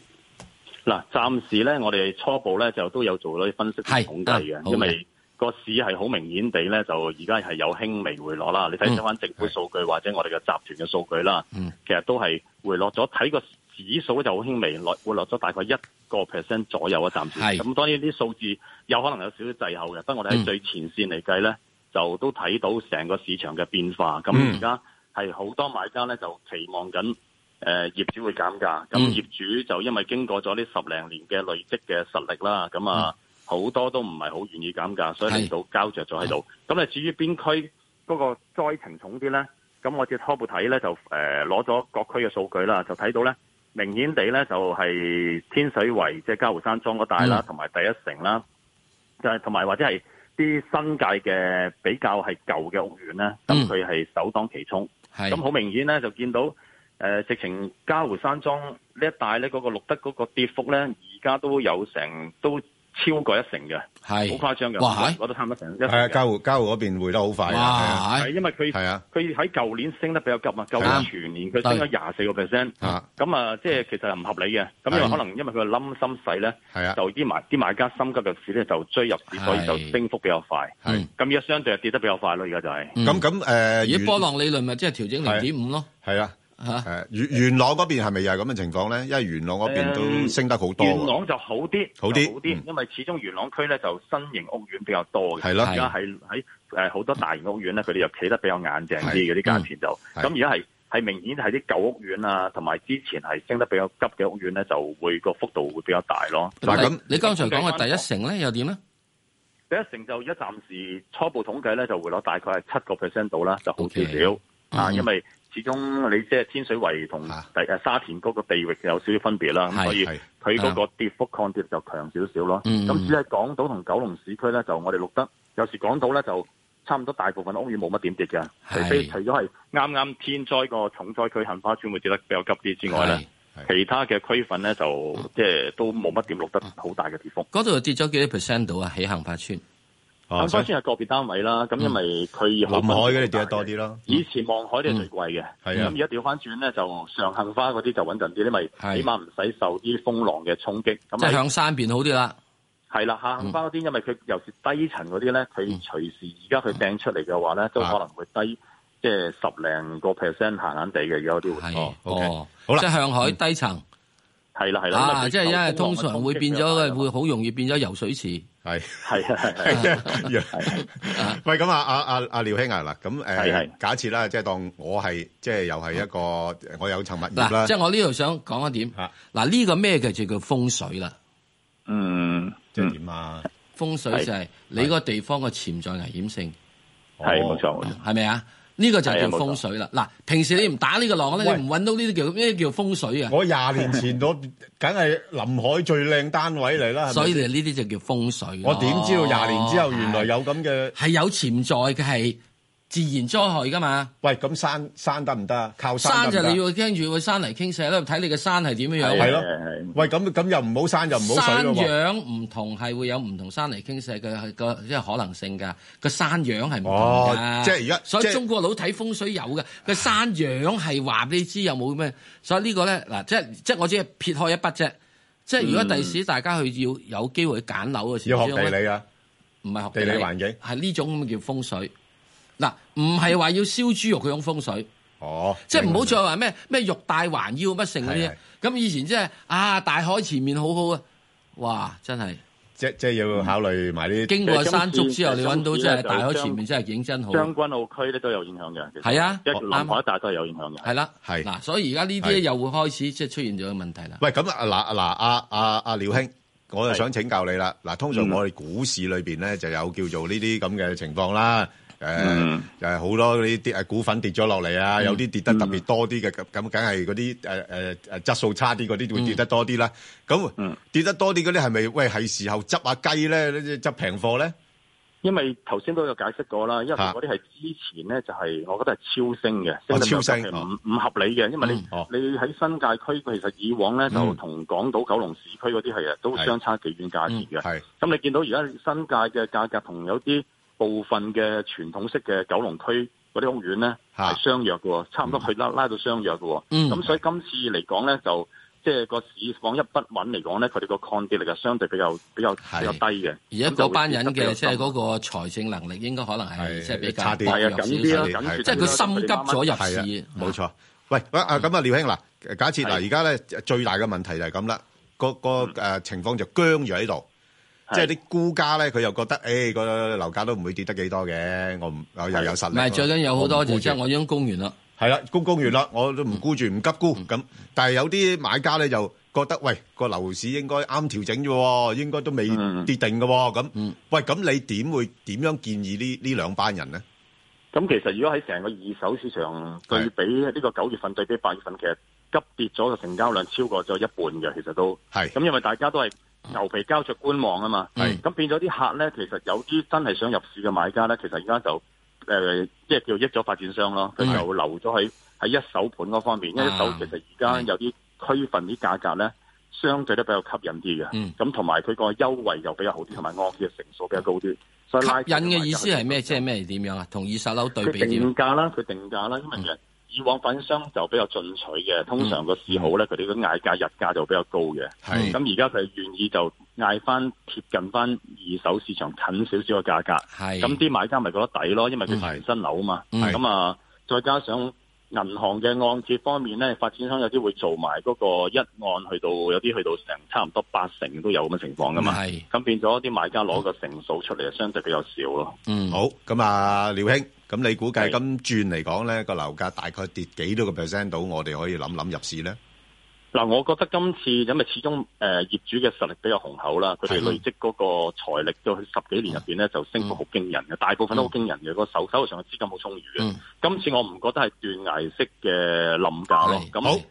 Q: 嗱，暫時咧，我哋初步咧就都有做咗啲分析同統計
A: 啊好
Q: 嘅，
A: 嘅
Q: 因為個市係好明顯地咧，就而家係有輕微回落啦。你睇睇翻政府數據或者我哋嘅集團嘅數據啦，
A: 嗯
Q: 其實都係回落咗。睇個指數就好輕微落，回落咗大概一個 percent 左右啊，暫時。
A: 係
Q: 咁當然啲數字有可能有少少滯後嘅，不過我哋喺最前線嚟計咧，就都睇到成個市場嘅變化。咁
S: 嗯
Q: 而家係好多買家咧就期望緊。誒、業主會減價，咁
S: 嗯
Q: 業主就因為經過咗呢十零年嘅累積嘅實力啦，咁
S: 嗯
Q: 啊好、多都唔係好願意減價，所以令到膠着咗喺度。咁啊你至於邊區嗰個災情重啲咧？咁我只初步睇咧就誒攞咗各區嘅數據啦，就睇到咧明顯地咧就係、天水圍即係嘉湖山莊嗰帶啦
T: 嗯，
Q: 同埋、第一城啦，就係同埋或者係啲新界嘅比較係舊嘅屋苑咧，咁佢係首當其衝。
A: 係
Q: 咁好明顯咧，就見到誒、呃直情嘉湖山莊呢一帶咧，嗰、個錄得嗰個跌幅咧，而家都有成都超過一成嘅，
A: 係
Q: 好誇張嘅，
B: 哇係
Q: 我都差唔多成一成
B: 係啊，
Q: 嘅。
B: 交交嗰邊回得好快啊，
Q: 係因為佢
B: 係啊，
Q: 佢喺舊年升得比較急啊，舊年全年佢升咗廿四個 percent，
B: 啊
Q: 咁啊，即係其實係唔合理嘅。咁因為
B: 係啊
Q: 可能因為佢嘅冧心勢咧
B: 係啊，
Q: 就啲買啲買家心急入市咧，就追入市，所以就
A: 係
Q: 升幅比較快。
B: 係
Q: 咁而家相對係跌得比較快咯，而家就係、
B: 咁咁誒，
A: 而家
B: 元
A: 波浪理論咪即係調整零點五咯。
B: 係啊，誒元元朗嗰邊係咪又係咁嘅情況咧？因為元朗嗰邊都
Q: 誒
B: 升得好多
Q: 元
B: 喎，
Q: 朗就好啲，
B: 好啲嗯
Q: 就好啲，因為始終元朗區咧就新型屋苑比較多嘅。
B: 係咯
Q: 而家喺喺誒好多大型屋苑咧，佢哋又企得比較硬淨啲嘅
B: 係
Q: 啲價錢就。
B: 嗯
Q: 咁而家係係明顯係啲舊屋苑啊，同埋之前係升得比較急嘅屋苑咧，就會個幅度會比較大咯。
A: 你剛才講嘅第一城咧又點咧？
Q: 第一成就而家暫時初步統計咧，就回落大概係七個 percent 到啦，就好少少啊，
A: 嗯啊
Q: 因為始終你即係天水圍同第誒沙田嗰個地域有少少分別啦，
A: 係
Q: 咁所以
A: 係啊
Q: 佢嗰個跌幅抗跌就強少少咯。
A: 嗯
Q: 咁只係港島同九龍市區咧，就我哋錄得有時港島咧就差唔多大部分屋苑冇乜點跌嘅，除非除咗係啱啱天災個重災區杏花村會跌得比較急啲之外咧，其他嘅區份咧就
A: 嗯
Q: 即係都冇乜點錄得好大嘅跌幅。
A: 嗰度又跌咗幾多 percent 到啊？喺杏花村。哦
Q: 咁所以先係個別單位啦，
A: 嗯
Q: 咁因為佢好
B: 臨海嗰啲跌得多啲咯。
Q: 以前望海
A: 嗯
Q: 啲係最貴嘅，
B: 係
Q: 咁
B: 啊
Q: 而家調翻轉咧就上杏花嗰啲就穩陣啲，因為
A: 係
Q: 起碼唔使受啲風浪嘅衝擊。咁
A: 即係
Q: 喺
A: 向山邊好啲啦。
Q: 係啦，下杏花嗰啲，因為佢尤其低層嗰啲咧，
A: 嗯
Q: 佢隨時而家佢掟出嚟嘅話咧，
A: 啊
Q: 都可能會低即係十零個 percent 閒閒地嘅，而家嗰啲會。哦
A: 哦，即係向海低層。
Q: 係啦係啦，
A: 啊，
Q: 佢
A: 即係因為通常會變咗
Q: 受風浪嘅衝擊比較大
A: 嘅，會好容易 變咗游水池。
B: 係
Q: 係 啊 係啊。
B: 喂，咁啊，阿阿阿廖兄啊，嗱，咁
A: 係
B: 誒，假設啦，即係當我係，即係又係一個，我有層物業啦
A: 嗱，即，係我呢度想講一點。嗱，呢個咩嘅就叫風水啦。
Q: 嗯，
B: 即係點啊？
A: 風水就係你個地方嘅潛在危險性。
Q: 係
B: 哦
Q: 冇錯，
A: 係咪啊？呢個就
B: 係
A: 叫
B: 啊冇錯
A: 風水啦。嗱，平時你唔打呢個浪咧，
B: 喂
A: 你唔揾到呢啲叫呢啲叫風水啊。
B: 我廿年前我梗係臨海最靚單位嚟啦，係咪
A: 所以你呢啲就叫風水咯。哦
B: 我點知道廿年之後原來有咁嘅？
A: 係有潛在嘅係自然災害噶嘛？
B: 喂，咁山山得唔得啊？靠
A: 山
B: 得
A: 就
B: 唔得啊
A: 你要跟住個山泥傾瀉啦，睇你嘅山係點樣樣。
B: 係咯，喂，咁咁又唔好山又唔好
A: 山
B: 水咯喎。
A: 樣唔同係會有唔同山泥傾瀉嘅個即係可能性㗎，個山樣係唔同
B: 哦
A: 㗎。
B: 即係而家
A: 所
B: 即
A: 以
B: 係
A: 中國佬睇風水有嘅，個山樣係話俾你知有冇咩。所以呢個咧嗱，即係即係我只係撇開一筆啫。即係如果第時大家去要有機會去揀樓嘅時候，
B: 嗯要學地理啊，
A: 唔係學
B: 地理環境
A: 係呢種咁嘅叫風水。嗱，唔係話要燒豬肉嗰種風水。
B: 哦，
A: 即係唔好再話咩咩玉帶環腰乜剩嗰
B: 係
A: 啲
B: 係。
A: 咁以前即係啊，大海前面好好啊，哇！真係
B: 即即係要考慮埋啲
A: 經過山竹之後，你揾到真係大海前面真係認真好。啊
Q: 將軍澳區咧都有影響嘅，其實
A: 係啊
Q: 一南
A: 啱
Q: 海一帶都係有影響嘅。
A: 係啦，
B: 係
A: 嗱，所以而家呢啲
B: 係
A: 又會開始即係出現咗個問題啦。
B: 喂，咁啊嗱嗱阿阿阿廖兄，我就想請教你啦。嗱，通常
A: 嗯
B: 我哋股市裏邊咧就有叫做呢啲咁嘅情況啦。誒、誒誒好多呢啲誒股份跌咗落嚟啊，有啲跌得特別多啲嘅，咁咁梗係嗰啲誒誒誒質素差啲嗰啲會跌得多啲啦。咁跌得多啲嗰啲係咪喂係時候執下雞咧，執平貨咧？
Q: 因為頭先都有解釋過啦，因為嗰啲係之前咧就係、是、我覺得係超升嘅，
B: 哦
Q: 升得比較
B: 超升
Q: 急嘅
B: 哦
Q: 唔唔合理嘅，因為你、
A: 哦
B: 嗯
Q: 你喺新界區其實以往咧就
B: 嗯
Q: 同港島、九龍市區嗰啲係啊都
B: 係嗯
Q: 相差幾遠價錢嘅。
B: 係
Q: 咁你見到而家新界嘅價格同有啲部分嘅傳統式嘅九龍區嗰啲屋苑咧係相若嘅喎，差唔多
B: 嗯
Q: 去拉拉到相若嘅喎。咁、
S: 嗯
Q: 所以今次嚟講咧就即係個市況一不穩嚟講咧，佢哋個抗跌力係相對比較比較比較低嘅。
A: 而家
Q: 咁就
A: 嗰
Q: 會
A: 班
Q: 跌
A: 人
Q: 得比較
A: 嘅即係
Q: 深
A: 嗰個財政能力應該可能係即係比較
B: 差啲，
A: 薄弱
B: 係啊
A: 少少
B: 緊啲啦緊住
A: 即係佢心急咗入
B: 係
A: 市
B: 啊。冇錯。喂，喂啊咁啊，廖兄嗱，假設嗱，而家咧最大嘅問題就係咁啦，個個誒情況就僵住喺度，即係啲估家咧，佢又覺得誒個樓價都唔會跌得幾多嘅，我唔我啊又有實
A: 唔
B: 力。
A: 係最緊有好
B: 我
A: 多
B: 唔沽
A: 就即係
B: 住
A: 我已經供完啦。
B: 係啦，供供完啦，我都唔沽住，唔急沽咁。但係有啲買家咧就覺得，喂個樓市應該啱調整啫喎，應該都未跌定嘅喎。咁，喂咁你點會點樣建議呢呢兩班人咧？
Q: 咁其實如果喺成個二手市場對比呢個九月份對比八月份，其實急跌咗嘅成交量超過咗一半嘅，其實都
B: 係。
Q: 咁因為大家都係牛皮膠着觀望啊嘛，
B: 係。
Q: 咁變咗啲客咧，其實有啲真係想入市嘅買家咧，其實而家就誒，即係叫益咗發展商咯，佢
S: 係
Q: 就留咗喺喺一手盤嗰方面，因為一手
S: 啊
Q: 其實而家有啲區份啲價格咧。相對都比較吸引啲
A: 嗯
Q: 嘅，咁同埋佢個優惠又比較好啲，同埋按揭嘅成數比較高啲，所以
A: 吸
Q: 拉
A: 引嘅意思係咩？即係咩點樣啊？同二手樓對比
Q: 佢
A: 點
Q: 定
A: 啊？
Q: 價啦，佢定價啦，因為其實以往發展商就比較進取嘅，通常個市好咧，佢哋嘅嗌價日價就比較高嘅。
B: 係
Q: 咁而家佢願意就嗌翻貼近翻二手市場近少少嘅價格。
A: 係
Q: 咁啲買家咪覺得抵咯，因為佢係新樓啊嘛。
B: 係
Q: 咁啊，再加上銀行嘅按揭方面咧，發展商有啲會做埋嗰個一按去到有啲去到成差唔多八成都有咁嘅情況噶嘛。
A: 係
Q: 咁變咗啲買家攞個成數出嚟，相對比較少咯。
A: 嗯，
B: 好咁啊，廖兄，咁你估計今轉嚟講咧個樓價大概跌幾多個 percent 到？我哋可以諗諗入市咧？
Q: 嗱，我覺得今次因為始終誒、呃、業主嘅實力比較雄厚啦，佢哋
B: 係
Q: 累積嗰個財力到十幾年入邊咧，就升幅好驚人嘅，大部分都好驚人嘅，個手手頭上嘅資金好充裕嘅。今次我唔覺得係斷崖式嘅冧價咯。咁